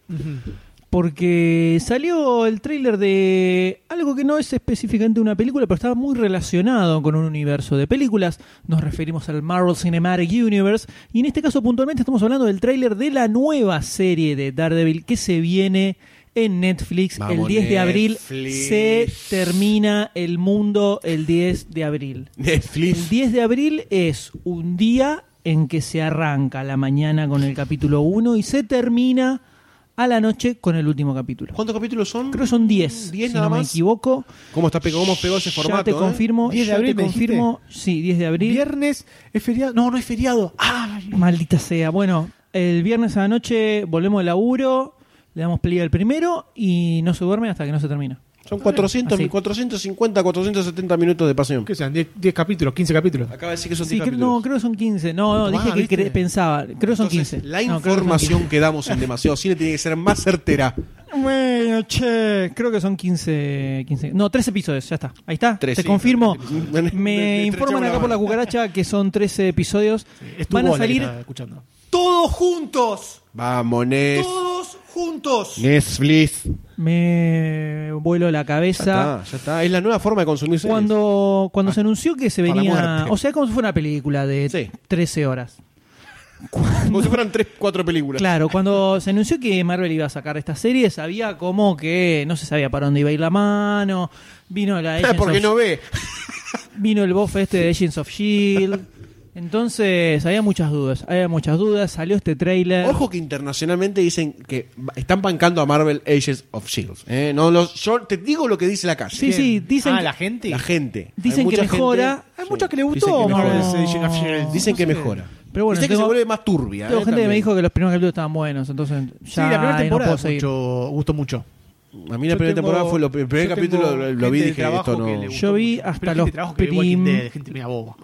Speaker 3: porque salió el trailer de algo que no es específicamente una película, pero estaba muy relacionado con un universo de películas. Nos referimos al Marvel Cinematic Universe, y en este caso puntualmente estamos hablando del trailer de la nueva serie de Daredevil que se viene en Netflix el
Speaker 2: Vamos,
Speaker 3: 10 de abril.
Speaker 2: Netflix.
Speaker 3: Se termina el mundo el 10 de abril. El
Speaker 2: Netflix.
Speaker 3: 10 de abril es un día en que se arranca la mañana con el capítulo 1 y se termina a la noche con el último capítulo.
Speaker 2: ¿Cuántos capítulos son?
Speaker 3: Creo que son 10,
Speaker 2: 10
Speaker 3: si
Speaker 2: nada
Speaker 3: no me
Speaker 2: más.
Speaker 3: equivoco.
Speaker 2: ¿Cómo, está, pegó- cómo pegó ese formato?
Speaker 3: ya te
Speaker 2: eh?
Speaker 3: confirmo,
Speaker 1: 10 de
Speaker 3: ya
Speaker 1: abril
Speaker 3: te
Speaker 1: me dijiste.
Speaker 3: confirmo, sí, 10 de abril.
Speaker 1: Viernes es feriado. No, no es feriado. ¡Ay!
Speaker 3: Maldita sea. Bueno, el viernes a la noche volvemos al laburo, le damos play al primero y no se duerme hasta que no se termina.
Speaker 2: Son 400,
Speaker 3: Así.
Speaker 2: 450, 470 minutos de pasión.
Speaker 1: ¿Qué sean? 10 10 capítulos, 15 capítulos.
Speaker 2: Acaba de decir que son
Speaker 3: Sí,
Speaker 2: 10
Speaker 3: cre- no,
Speaker 2: capítulos.
Speaker 3: creo que son 15. No, no,
Speaker 1: Ah,
Speaker 3: dije que
Speaker 1: ¿viste?
Speaker 3: cre- pensaba. Creo que son
Speaker 2: Entonces,
Speaker 3: 15.
Speaker 2: La
Speaker 3: No, creo que son 15.
Speaker 2: información que damos en demasiado cine tiene que ser más certera.
Speaker 3: Bueno, che, creo que son 15, 15. No, 13 episodios, ya está. Ahí está.
Speaker 2: Tres,
Speaker 3: Te
Speaker 2: sí.
Speaker 3: confirmo.
Speaker 2: Me- me- me
Speaker 3: Me informan
Speaker 2: estrechamos la
Speaker 3: acá por la
Speaker 2: mano.
Speaker 3: cucaracha que son 13 episodios.
Speaker 1: Es tu
Speaker 3: Van a
Speaker 1: bola que
Speaker 3: salir
Speaker 1: está escuchando.
Speaker 4: Todos juntos.
Speaker 2: Vamos, Nes.
Speaker 4: Todos juntos.
Speaker 2: Netflix.
Speaker 3: me vuelo la
Speaker 2: Ya
Speaker 3: cabeza.
Speaker 2: está, Ah, ya está. Es la nueva forma de consumir series.
Speaker 3: Cuando cuando se anunció que se
Speaker 2: para la
Speaker 3: venía,
Speaker 2: muerte.
Speaker 3: o sea, como si fuera una película de
Speaker 2: Sí.
Speaker 3: 13 horas.
Speaker 2: Como si fueran tres, cuatro películas.
Speaker 3: Claro, cuando se anunció que Marvel iba a sacar esta serie, sabía como que no se sabía para dónde iba a ir la mano. Vino la Agents
Speaker 2: Porque
Speaker 3: of
Speaker 2: no ve.
Speaker 3: Vino el bofe este de Agents of Shield. Entonces, había muchas dudas. Había muchas dudas. Salió este trailer.
Speaker 2: Ojo que internacionalmente dicen que ba- están bancando a Marvel Agents of Shield. Eh, No los, yo te digo lo que dice la calle.
Speaker 3: Sí, sí, dicen
Speaker 1: Ah,
Speaker 3: que-
Speaker 1: la gente.
Speaker 2: La gente.
Speaker 3: Dicen
Speaker 2: Hay
Speaker 3: que
Speaker 2: mucha
Speaker 3: mejora.
Speaker 2: gente-
Speaker 3: Hay
Speaker 2: sí,
Speaker 3: muchos que le
Speaker 2: dicen
Speaker 3: gustó
Speaker 2: que
Speaker 3: Marvel
Speaker 2: mejora.
Speaker 1: Agents of Shield.
Speaker 2: Dicen que
Speaker 3: No sé.
Speaker 2: mejora.
Speaker 3: Pero bueno,
Speaker 2: Dicen que
Speaker 3: tengo-
Speaker 2: se vuelve más turbia.
Speaker 3: Tengo gente
Speaker 2: eh,
Speaker 3: que me
Speaker 2: también.
Speaker 3: dijo que los primeros capítulos estaban buenos. Entonces,
Speaker 1: Sí,
Speaker 3: ya
Speaker 1: la primera
Speaker 3: ahí no
Speaker 1: temporada
Speaker 3: puedo seguir.
Speaker 1: mucho- gustó mucho.
Speaker 2: A mí la
Speaker 1: Yo
Speaker 2: primera
Speaker 1: tengo-
Speaker 2: temporada fue lo, el primer
Speaker 1: yo
Speaker 2: capítulo
Speaker 1: tengo
Speaker 2: lo, lo vi y
Speaker 1: gente de
Speaker 2: dije
Speaker 1: trabajo
Speaker 2: esto
Speaker 1: que le
Speaker 2: no.
Speaker 1: gustó
Speaker 3: Yo vi
Speaker 1: mucho.
Speaker 3: hasta
Speaker 1: Pero gente
Speaker 3: los
Speaker 1: de trabajo que ve Walking
Speaker 3: prim-
Speaker 1: Dead, gente media boba.
Speaker 2: Eh,
Speaker 3: Yo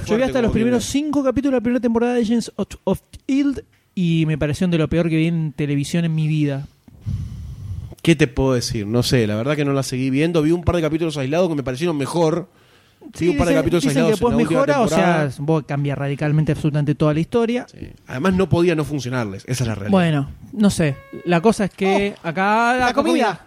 Speaker 3: vi
Speaker 2: fuerte,
Speaker 3: hasta los
Speaker 2: como
Speaker 3: primeros
Speaker 2: que-
Speaker 3: cinco capítulos de la primera temporada de Agents of, of Shield E y me parecieron de lo peor que vi en televisión en mi vida.
Speaker 2: ¿Qué te puedo decir? No sé, la verdad que no la seguí viendo. Vi un par de capítulos aislados que me parecieron mejor. Sí, un par de
Speaker 3: dicen-
Speaker 2: capítulos
Speaker 3: dicen que
Speaker 2: aislados en
Speaker 3: después
Speaker 2: la última
Speaker 3: mejora, o sea,
Speaker 2: temporada.
Speaker 3: vos cambia radicalmente absolutamente toda la historia.
Speaker 2: Sí. Además, no podía no funcionarles. Esa es la realidad.
Speaker 3: Bueno, no sé. La cosa es que acá la, comida.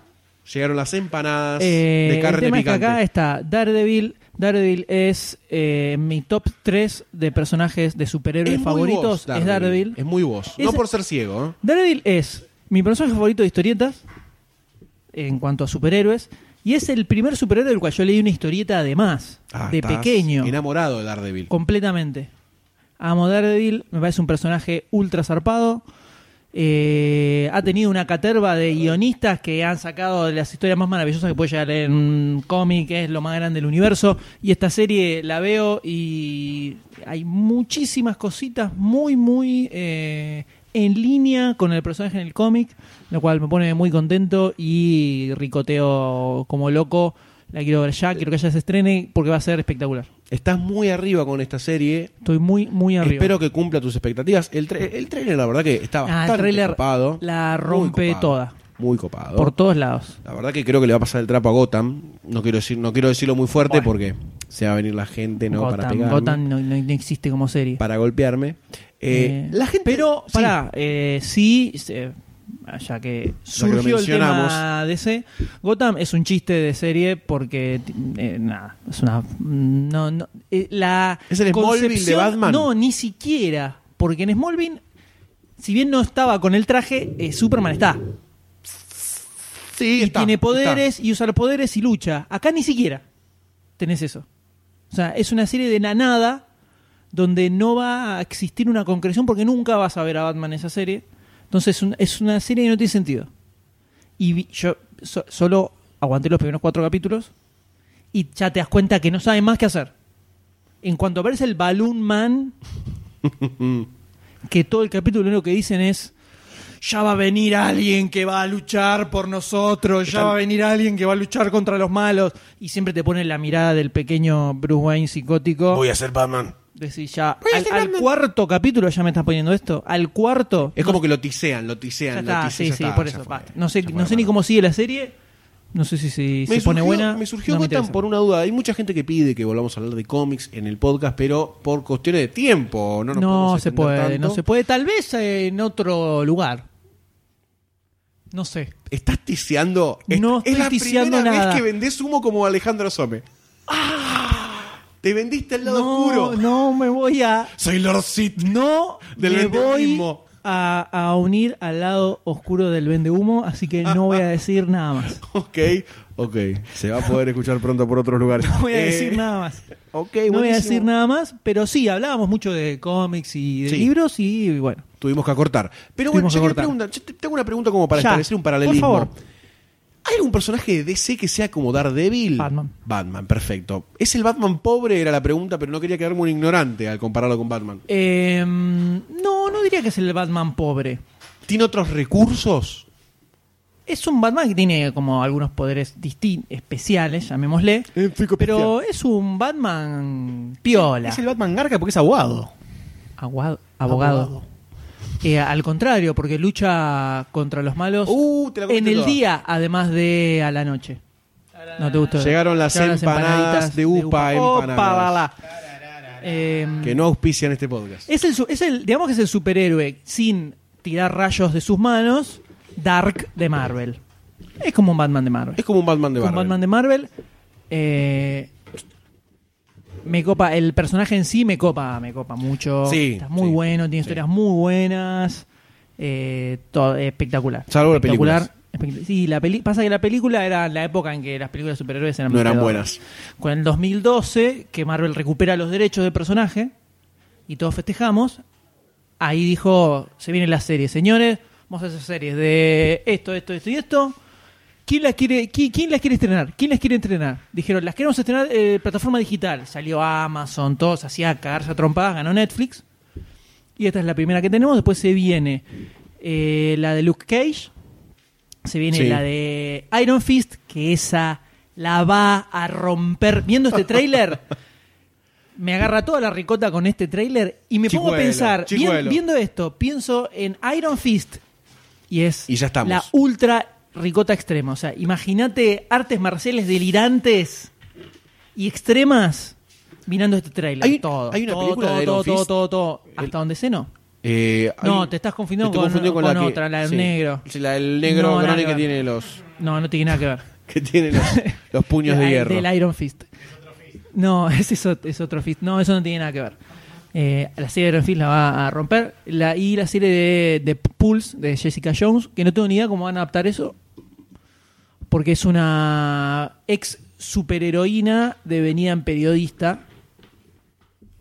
Speaker 2: Llegaron las empanadas
Speaker 3: Eh,
Speaker 2: de carne
Speaker 3: el tema es
Speaker 2: picante.
Speaker 3: que acá está Daredevil. Daredevil es eh, mi top 3 de personajes de superhéroes
Speaker 2: muy
Speaker 3: favoritos.
Speaker 2: vos,
Speaker 3: es Daredevil.
Speaker 2: Es muy vos. No
Speaker 3: Es-
Speaker 2: por ser ciego. ¿eh?
Speaker 3: Daredevil es mi personaje favorito de historietas en cuanto a superhéroes. Y es el primer superhéroe del cual yo leí una historieta además,
Speaker 2: Ah,
Speaker 3: de
Speaker 2: estás
Speaker 3: pequeño.
Speaker 2: Enamorado de Daredevil.
Speaker 3: Completamente. Amo Daredevil, me parece un personaje ultra zarpado. Eh, ha tenido una caterva de guionistas que han sacado de las historias más maravillosas que puede llegar en un cómic, que es lo más grande del universo. Y esta serie la veo y hay muchísimas cositas muy, muy eh, en línea con el personaje en el cómic, lo cual me pone muy contento y ricoteo como loco. La quiero ver ya, quiero que ya se estrene porque va a ser espectacular.
Speaker 2: Estás muy arriba con esta serie.
Speaker 3: Estoy muy, muy arriba. Ah,
Speaker 2: Espero que cumpla tus expectativas. El, tra- el trailer, la verdad, que está
Speaker 3: el
Speaker 2: bastante
Speaker 3: tráiler
Speaker 2: copado.
Speaker 3: la
Speaker 2: Muy
Speaker 3: rompe
Speaker 2: copado.
Speaker 3: toda.
Speaker 2: Muy copado.
Speaker 3: por todos lados.
Speaker 2: La verdad que creo que le va a pasar el trapo a Gotham. No quiero decir, no quiero decirlo muy fuerte
Speaker 3: Bueno.
Speaker 2: porque se va a venir la gente, ¿no? para
Speaker 3: Gotham,
Speaker 2: pegarme,
Speaker 3: Gotham no, no- no existe como serie.
Speaker 2: para golpearme. Eh,
Speaker 3: Eh,
Speaker 2: la gente.
Speaker 3: Pero,
Speaker 2: sí,
Speaker 3: pará, eh, sí, se- ya que
Speaker 2: Lo que
Speaker 3: surgió el
Speaker 2: mencionamos.
Speaker 3: tema DC, Gotham es un chiste de serie porque eh, nada, es una no, no, eh, la
Speaker 2: Es el Smallville de
Speaker 3: concepción-
Speaker 2: Batman.
Speaker 3: No, ni siquiera, porque en Smallville si bien no estaba con el traje, eh, Superman está.
Speaker 2: Sí,
Speaker 3: Y
Speaker 2: está,
Speaker 3: tiene poderes
Speaker 2: está.
Speaker 3: y usa los poderes y lucha. Acá ni siquiera tenés eso. O sea, es una serie de la nada donde no va a existir una concreción porque nunca vas a ver a Batman en esa serie. Entonces es un- es una serie que no tiene sentido. Y vi- yo so- solo aguanté los primeros cuatro capítulos y ya te das cuenta que no saben más qué hacer. En cuanto aparece el Balloon Man, que todo el capítulo lo que dicen es ya va a venir alguien que va a luchar por nosotros, ya va a venir alguien que va a luchar contra los malos. Y siempre te ponen la mirada del pequeño Bruce Wayne psicótico.
Speaker 2: Voy a ser Batman.
Speaker 3: Decís ya, al, al cuarto capítulo ya me estás poniendo esto, al cuarto...
Speaker 2: Es como que lo tisean, lo tisean,
Speaker 3: Ya
Speaker 2: lo
Speaker 3: está,
Speaker 2: tisean,
Speaker 3: sí,
Speaker 2: ya
Speaker 3: sí,
Speaker 2: está,
Speaker 3: por
Speaker 2: ya
Speaker 3: eso,
Speaker 2: fue.
Speaker 3: basta. No sé,
Speaker 2: Ya fue,
Speaker 3: no sé ni
Speaker 2: hermano.
Speaker 3: cómo sigue la serie, no sé si, si se pone buena.
Speaker 2: Me surgió
Speaker 3: no
Speaker 2: Gotham
Speaker 3: interesa.
Speaker 2: por una duda. Hay mucha gente que pide que volvamos a hablar de cómics en el podcast, pero por cuestiones de tiempo. No, nos
Speaker 3: No
Speaker 2: podemos
Speaker 3: se
Speaker 2: extender
Speaker 3: puede,
Speaker 2: tanto.
Speaker 3: no se puede. Tal vez eh, en otro lugar. No sé.
Speaker 2: Estás tiseando.
Speaker 3: No
Speaker 2: es
Speaker 3: estoy
Speaker 2: la
Speaker 3: tiseando
Speaker 2: primera
Speaker 3: nada.
Speaker 2: vez que vendés humo como Alejandro Some. ¡Ah! Te vendiste al lado
Speaker 3: No,
Speaker 2: oscuro.
Speaker 3: no me voy a.
Speaker 2: Soy Lord Sith.
Speaker 3: No
Speaker 2: Del
Speaker 3: me voy
Speaker 2: vendehumo.
Speaker 3: a, a unir al lado oscuro del vende humo, así que no voy a decir nada más.
Speaker 2: Ok, ok. Se va a poder escuchar pronto por otros lugares.
Speaker 3: No voy a
Speaker 2: Eh,
Speaker 3: decir nada más.
Speaker 2: Ok,
Speaker 3: No voy a decir
Speaker 2: buenísimo.
Speaker 3: nada más, pero sí, hablábamos mucho de cómics y de
Speaker 2: Sí.
Speaker 3: libros y bueno.
Speaker 2: Tuvimos que acortar. Pero bueno,
Speaker 3: Tuvimos
Speaker 2: yo
Speaker 3: que acortar.
Speaker 2: quería preguntar- yo te- tengo una pregunta como para
Speaker 3: Ya,
Speaker 2: establecer un paralelismo.
Speaker 3: por favor.
Speaker 2: ¿Hay algún personaje de DC que sea como Daredevil?
Speaker 3: Batman.
Speaker 2: Batman, perfecto. ¿Es el Batman pobre? Era la pregunta, pero no quería quedarme un ignorante al compararlo con Batman.
Speaker 3: Eh, no, no diría que es el Batman pobre.
Speaker 2: ¿Tiene otros recursos?
Speaker 3: Es un Batman que tiene como algunos poderes distintos, especiales, llamémosle.
Speaker 2: Eh, pico
Speaker 3: Pero es un Batman piola.
Speaker 1: Es el Batman Garca porque es abogado.
Speaker 3: Aguado- abogado.
Speaker 1: Abogado.
Speaker 3: Eh, al contrario, porque lucha contra los malos
Speaker 2: Uh, te la
Speaker 3: en
Speaker 2: comiste
Speaker 3: el
Speaker 2: toda.
Speaker 3: día, además de a la noche. No te gustó.
Speaker 2: Llegaron las empanadas
Speaker 3: empanaditas
Speaker 2: de UPA,
Speaker 3: Opa,
Speaker 2: empanadas.
Speaker 3: la, la. Eh,
Speaker 2: Que no auspician este podcast.
Speaker 3: es el, su- es el, digamos que es el superhéroe sin tirar rayos de sus manos, Dark de Marvel. Es como un Batman de Marvel.
Speaker 2: Es como un Batman de
Speaker 3: Con
Speaker 2: Batman.
Speaker 3: Batman de Marvel. Eh, me copa, el personaje en sí me copa, me copa mucho.
Speaker 2: Sí,
Speaker 3: Está muy
Speaker 2: sí,
Speaker 3: bueno, tiene
Speaker 2: sí.
Speaker 3: historias muy buenas. eh, todo, espectacular.
Speaker 2: Salvo las
Speaker 3: espectacular.
Speaker 2: películas.
Speaker 3: espect- Sí, la peli pasa que la película era la época en que las películas de superhéroes eran
Speaker 2: No eran
Speaker 3: peores. Con el 2012, que Marvel recupera los derechos del personaje y todos festejamos, ahí dijo, se viene la serie, señores, vamos a hacer series de esto, esto, esto y esto. ¿Quién las quiere, qui- quién las quiere estrenar? ¿Quién las quiere entrenar? Dijeron, las queremos estrenar eh, plataforma digital. Salió Amazon, todos hacía cagarse a trompadas, ganó Netflix. Y esta es la primera que tenemos. Después se viene eh, la de Luke Cage. Se viene
Speaker 2: Sí.
Speaker 3: la de Iron Fist, que esa la va a romper. Viendo este tráiler, me agarra toda la ricota con este tráiler y me pongo a
Speaker 2: Chicuelo,
Speaker 3: pensar, bien-
Speaker 2: chicuelo.
Speaker 3: viendo esto, pienso en Iron Fist y es
Speaker 2: Y ya estamos.
Speaker 3: la ultra ricota extrema. O sea, imagínate artes marciales delirantes y extremas mirando este tráiler.
Speaker 2: Hay-
Speaker 3: todo.
Speaker 2: hay una
Speaker 3: todo,
Speaker 2: película
Speaker 3: todo,
Speaker 2: de Iron
Speaker 3: todo,
Speaker 2: Fist.
Speaker 3: todo, todo, todo. ¿Hasta donde sé no?
Speaker 2: Eh, hay-
Speaker 3: No, te estás confundiendo
Speaker 2: te
Speaker 3: con-
Speaker 2: confundí
Speaker 3: con
Speaker 2: que-
Speaker 3: otra, la del
Speaker 2: sí.
Speaker 3: negro.
Speaker 2: Sí, la del negro
Speaker 3: No, nada
Speaker 2: grande
Speaker 3: que
Speaker 2: que
Speaker 3: ver.
Speaker 2: tiene los,
Speaker 3: No, no tiene nada que ver.
Speaker 2: que tiene los, los puños de
Speaker 3: La-
Speaker 2: hierro.
Speaker 3: Del Iron Fist. No, ese es, ot- es otro Fist. No, eso no tiene nada que ver. Eh, la serie de Iron Fist la va a romper. La, y la serie de, de Pulse de Jessica Jones, que no tengo ni idea cómo van a adaptar eso. Porque es una ex superheroína devenida en periodista.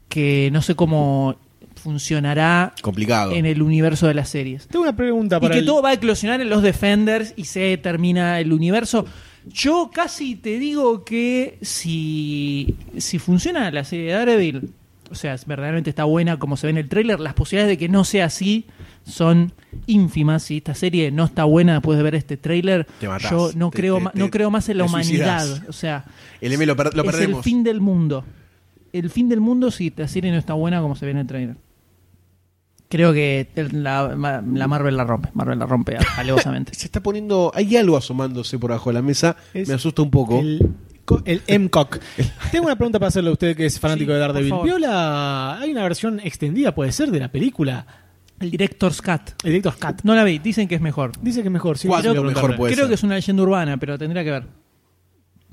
Speaker 3: Que no sé cómo funcionará
Speaker 2: Complicado.
Speaker 3: en el universo de las series.
Speaker 1: Tengo una pregunta
Speaker 3: Y
Speaker 1: para
Speaker 3: que
Speaker 1: el-
Speaker 3: todo va a eclosionar en los Defenders y se termina el universo. Yo casi te digo que si, si funciona la serie de Daredevil, o sea, es- verdaderamente está buena como se ve en el tráiler, las posibilidades de que no sea así son ínfimas. Si esta serie no está buena después de ver este tráiler,
Speaker 2: Te matás.
Speaker 3: yo no,
Speaker 2: Te-
Speaker 3: creo
Speaker 2: te-
Speaker 3: ma-
Speaker 2: te-
Speaker 3: no creo más en la
Speaker 2: te
Speaker 3: humanidad.
Speaker 2: suicidás.
Speaker 3: O sea,
Speaker 2: El M lo, per- lo
Speaker 3: es el
Speaker 2: perdemos.
Speaker 3: fin del mundo. El fin del mundo si la serie no está buena como se ve en el trailer. Creo que el- la, ma- la Marvel la rompe. Marvel la rompe a- alevosamente.
Speaker 2: Se está poniendo. Hay algo asomándose por abajo de la mesa.
Speaker 1: Es
Speaker 2: me asusta un poco.
Speaker 1: El, co- el MCOC. Tengo una pregunta para hacerle a usted que es fanático
Speaker 3: Sí,
Speaker 1: de
Speaker 3: por
Speaker 1: Daredevil.
Speaker 3: favor.
Speaker 1: ¿Vio la- Hay una versión extendida, puede ser, de la película.
Speaker 3: El Director's Cut.
Speaker 1: El director Cat.
Speaker 3: No la vi, dicen que es mejor.
Speaker 1: Dice que es mejor, sí.
Speaker 2: ¿Cuánto
Speaker 1: voy a preguntarle.
Speaker 2: mejor puede
Speaker 3: Creo
Speaker 2: ser.
Speaker 3: que es una leyenda urbana, pero tendría que ver.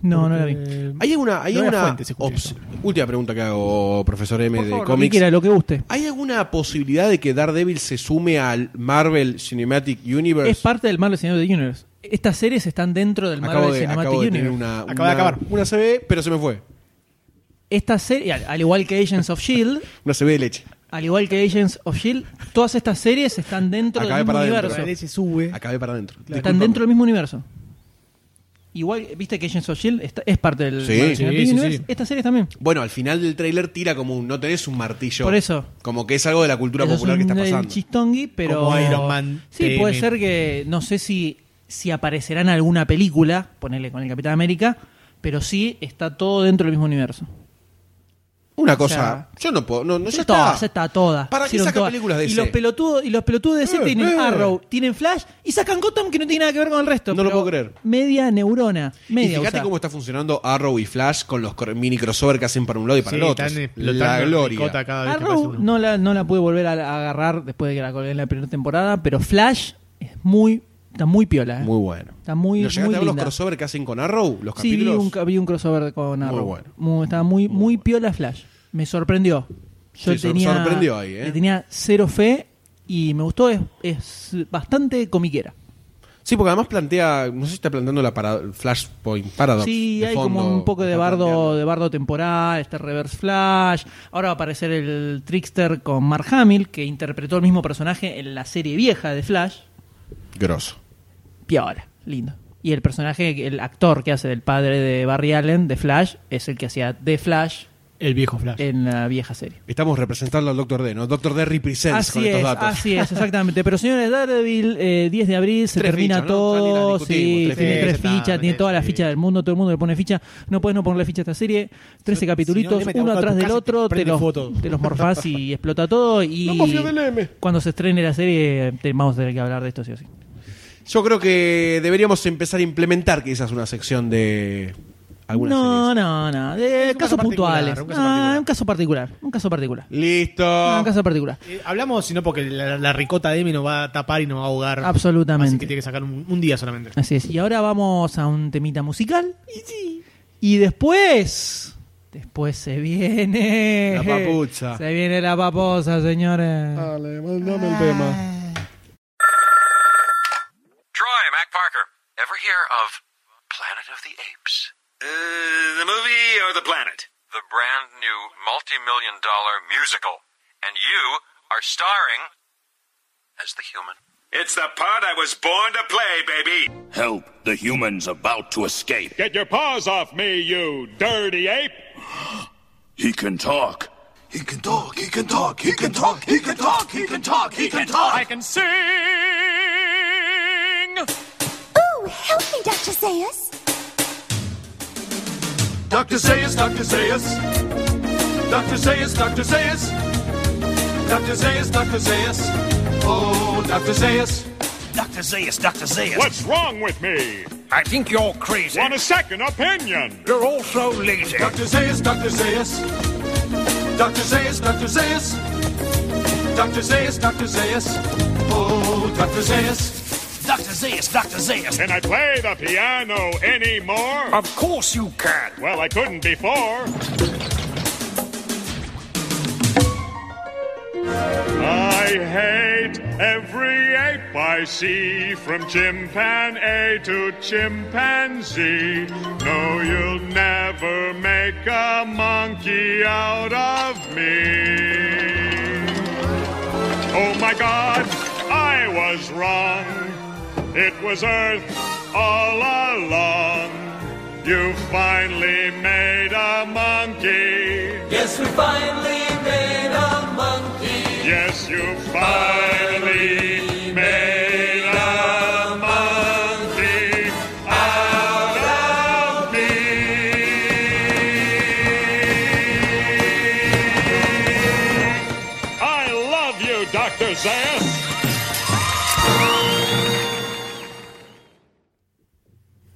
Speaker 3: No, no la vi.
Speaker 1: Eh,
Speaker 2: ¿Hay alguna, hay
Speaker 1: No era
Speaker 2: alguna
Speaker 1: fuente, se escucha
Speaker 2: ops- última pregunta que hago, profesor M
Speaker 3: Por
Speaker 2: de
Speaker 3: favor, lo que
Speaker 2: cómics?
Speaker 3: quiera, lo que guste.
Speaker 2: ¿Hay alguna posibilidad de que Daredevil se sume al Marvel Cinematic Universe?
Speaker 3: Es parte del Marvel Cinematic Universe. Estas series están dentro del
Speaker 2: acabo
Speaker 3: Marvel
Speaker 2: de,
Speaker 3: Cinematic
Speaker 2: acabo de
Speaker 3: Universe.
Speaker 2: tener una,
Speaker 1: Acaba
Speaker 2: una-
Speaker 1: de acabar.
Speaker 2: una CB, pero se me fue.
Speaker 3: Esta serie, al, al igual que Agents of Shield,
Speaker 2: Una CB de leche.
Speaker 3: E al igual que Agents of Shield, E todas estas series están dentro
Speaker 2: Acabé
Speaker 3: del mismo
Speaker 2: para adentro,
Speaker 3: universo.
Speaker 1: la leche Este sube.
Speaker 2: Acabé para adentro.
Speaker 3: Están dentro del mismo universo. Igual, viste que Agents of Shield E está- es parte del
Speaker 2: Sí.
Speaker 3: Marvel
Speaker 1: Sí,
Speaker 3: Cinematic
Speaker 1: sí,
Speaker 3: Universe.
Speaker 1: sí.
Speaker 3: Estas series también.
Speaker 2: Bueno, al final del tráiler tira como un no tenés un martillo.
Speaker 3: Por eso.
Speaker 2: Como que es algo de la cultura
Speaker 3: Eso es
Speaker 2: popular que está
Speaker 3: un- el
Speaker 2: pasando.
Speaker 3: chistongui, pero.
Speaker 1: Como Iron Man
Speaker 3: Sí,
Speaker 1: TM.
Speaker 3: puede ser que. No sé si, si aparecerá en alguna película, ponerle con el Capitán América, pero sí está todo dentro del mismo universo.
Speaker 2: Una
Speaker 3: sea,
Speaker 2: cosa, yo no puedo, no, no ya
Speaker 3: está toda,
Speaker 2: está.
Speaker 3: ya está toda.
Speaker 2: ¿Para qué
Speaker 3: Hicieron
Speaker 2: saca
Speaker 3: toda.
Speaker 2: películas de
Speaker 3: Y los pelotudos, y los pelotudos de DC
Speaker 2: Eh,
Speaker 3: tienen
Speaker 2: eh.
Speaker 3: Arrow, tienen Flash y sacan Gotham que no tiene nada que ver con el resto.
Speaker 2: No lo
Speaker 3: pero
Speaker 2: puedo creer.
Speaker 3: Media neurona,
Speaker 2: Y
Speaker 3: media.
Speaker 2: fíjate
Speaker 3: usa.
Speaker 2: cómo está funcionando Arrow y Flash con los cor- mini crossover que hacen para un lado y para el
Speaker 1: Sí,
Speaker 2: otro.
Speaker 1: están explotando
Speaker 2: La
Speaker 1: el
Speaker 2: gloria.
Speaker 1: picota cada vez que
Speaker 3: Arrow
Speaker 1: aparece uno.
Speaker 3: Ah, no la, no la pude volver a, a agarrar después de que la colgué en la primera temporada, pero Flash es muy, está muy piola. eh.
Speaker 2: Muy bueno.
Speaker 3: Está muy,
Speaker 2: ¿No llegaste
Speaker 3: muy
Speaker 2: a ver los
Speaker 3: linda.
Speaker 2: crossover que hacen con Arrow? Los
Speaker 3: Sí, vi
Speaker 2: capítulos.
Speaker 3: un, ca- vi un crossover con
Speaker 2: Muy
Speaker 3: Arrow.
Speaker 2: bueno.
Speaker 3: Muy- estaba muy, muy, piola Flash. Me sorprendió. Yo
Speaker 2: Sí, sor-
Speaker 3: tenía,
Speaker 2: sorprendió ahí, ¿eh?
Speaker 3: le tenía cero fe y me gustó. Es, es bastante comiquera.
Speaker 2: Sí, porque además plantea, no sé si está planteando la para, Flashpoint Paradox.
Speaker 3: Sí,
Speaker 2: de
Speaker 3: hay
Speaker 2: fondo,
Speaker 3: como un poco de
Speaker 2: está
Speaker 3: bardo,
Speaker 2: planteando.
Speaker 3: de bardo temporal, este reverse flash. Ahora va a aparecer el trickster con Mark Hamill, que interpretó el mismo personaje en la serie vieja de Flash.
Speaker 2: Grosso.
Speaker 3: Piola, lindo. Y el personaje, el actor que hace del padre de Barry Allen, de Flash, es el que hacía de Flash
Speaker 1: El viejo Flash.
Speaker 3: en la vieja serie.
Speaker 2: Estamos representando al Dr. D, ¿no? Dr. D represents con
Speaker 3: Así
Speaker 2: estos
Speaker 3: es,
Speaker 2: datos.
Speaker 3: así es, exactamente. Pero señores, Daredevil, eh, 10 de abril, se
Speaker 2: Tres
Speaker 3: termina
Speaker 2: fichas, ¿no? Ya ni
Speaker 3: todo.
Speaker 2: las
Speaker 3: Sí,
Speaker 2: discutimos, tres
Speaker 3: tiene tres
Speaker 1: fichas. Sí, ya está,
Speaker 3: fichas, tiene
Speaker 1: sí.
Speaker 3: todas las fichas del mundo, todo el mundo le pone ficha. No puedes no ponerle ficha a esta serie. 13
Speaker 1: si no,
Speaker 3: capitulitos,
Speaker 1: le metes
Speaker 3: uno
Speaker 1: a tu
Speaker 3: atrás del
Speaker 1: casa y te
Speaker 3: otro, te,
Speaker 1: prende
Speaker 3: los,
Speaker 1: fuego todo.
Speaker 3: te los morfás y explota todo. Y
Speaker 2: No confío del M.
Speaker 3: cuando se estrene la serie, te- vamos a tener que hablar de esto sí o sí.
Speaker 2: Yo creo que deberíamos empezar a implementar quizás una sección de algunas
Speaker 3: no,
Speaker 2: series.
Speaker 3: no, no, de
Speaker 1: Es un caso
Speaker 3: casos puntuales.
Speaker 1: particular, un
Speaker 3: Ah,
Speaker 1: caso particular.
Speaker 3: un caso particular, un caso particular.
Speaker 2: Listo.
Speaker 3: Ah, un caso particular.
Speaker 1: Eh, hablamos, sino porque la, la ricota de Emi nos va a tapar y nos va a ahogar.
Speaker 3: Absolutamente.
Speaker 1: Así que tiene que sacar un, un día solamente.
Speaker 3: Así es. Y ahora vamos a un temita musical. Y después. Después se viene.
Speaker 2: La papucha.
Speaker 3: Se viene la paposa, señores.
Speaker 1: Ah,
Speaker 5: Troy Mac Parker. Ever hear of Planet of the Apes?
Speaker 6: Uh, the movie or the planet?
Speaker 5: The brand new multi-million dollar musical. And you are starring as the human.
Speaker 6: It's the part I was born to play, baby.
Speaker 7: Help, the humans about to escape.
Speaker 8: Get your paws off me, you dirty ape!
Speaker 7: He can talk. He can talk, he can talk, he can talk, he can talk, he can talk, he can talk.
Speaker 8: I can sing!
Speaker 9: Ooh, help me, Dr. Zeus.
Speaker 7: Dr. Zeus, Dr. Zeus. Dr. Zeus, Dr. Zeus. Dr. Zeus, Dr. Zeus. Oh, Dr. Zeus.
Speaker 6: Dr. Zeus, Dr. Zeus.
Speaker 8: What's wrong with me?
Speaker 6: I think you're crazy.
Speaker 8: Want a second opinion?
Speaker 6: You're also lazy.
Speaker 7: Dr. Zeus, Dr. Zeus. Dr. Zeus, Dr. Zeus. Dr. Zeus, Dr. Zeus. Oh, Dr. Zeus.
Speaker 6: Dr. Zeus, Dr. Zeus.
Speaker 8: Can I play the piano anymore?
Speaker 6: Of course you can.
Speaker 8: Well, I couldn't before. I hate every ape I see, from chimpanzee to chimpanzee. No, you'll never make a monkey out of me. Oh my God, I was wrong. It was Earth all along. You finally made a monkey.
Speaker 4: Yes, we finally made a monkey.
Speaker 8: Yes, you finally made a monkey out of me. I love you, Dr. Zayas.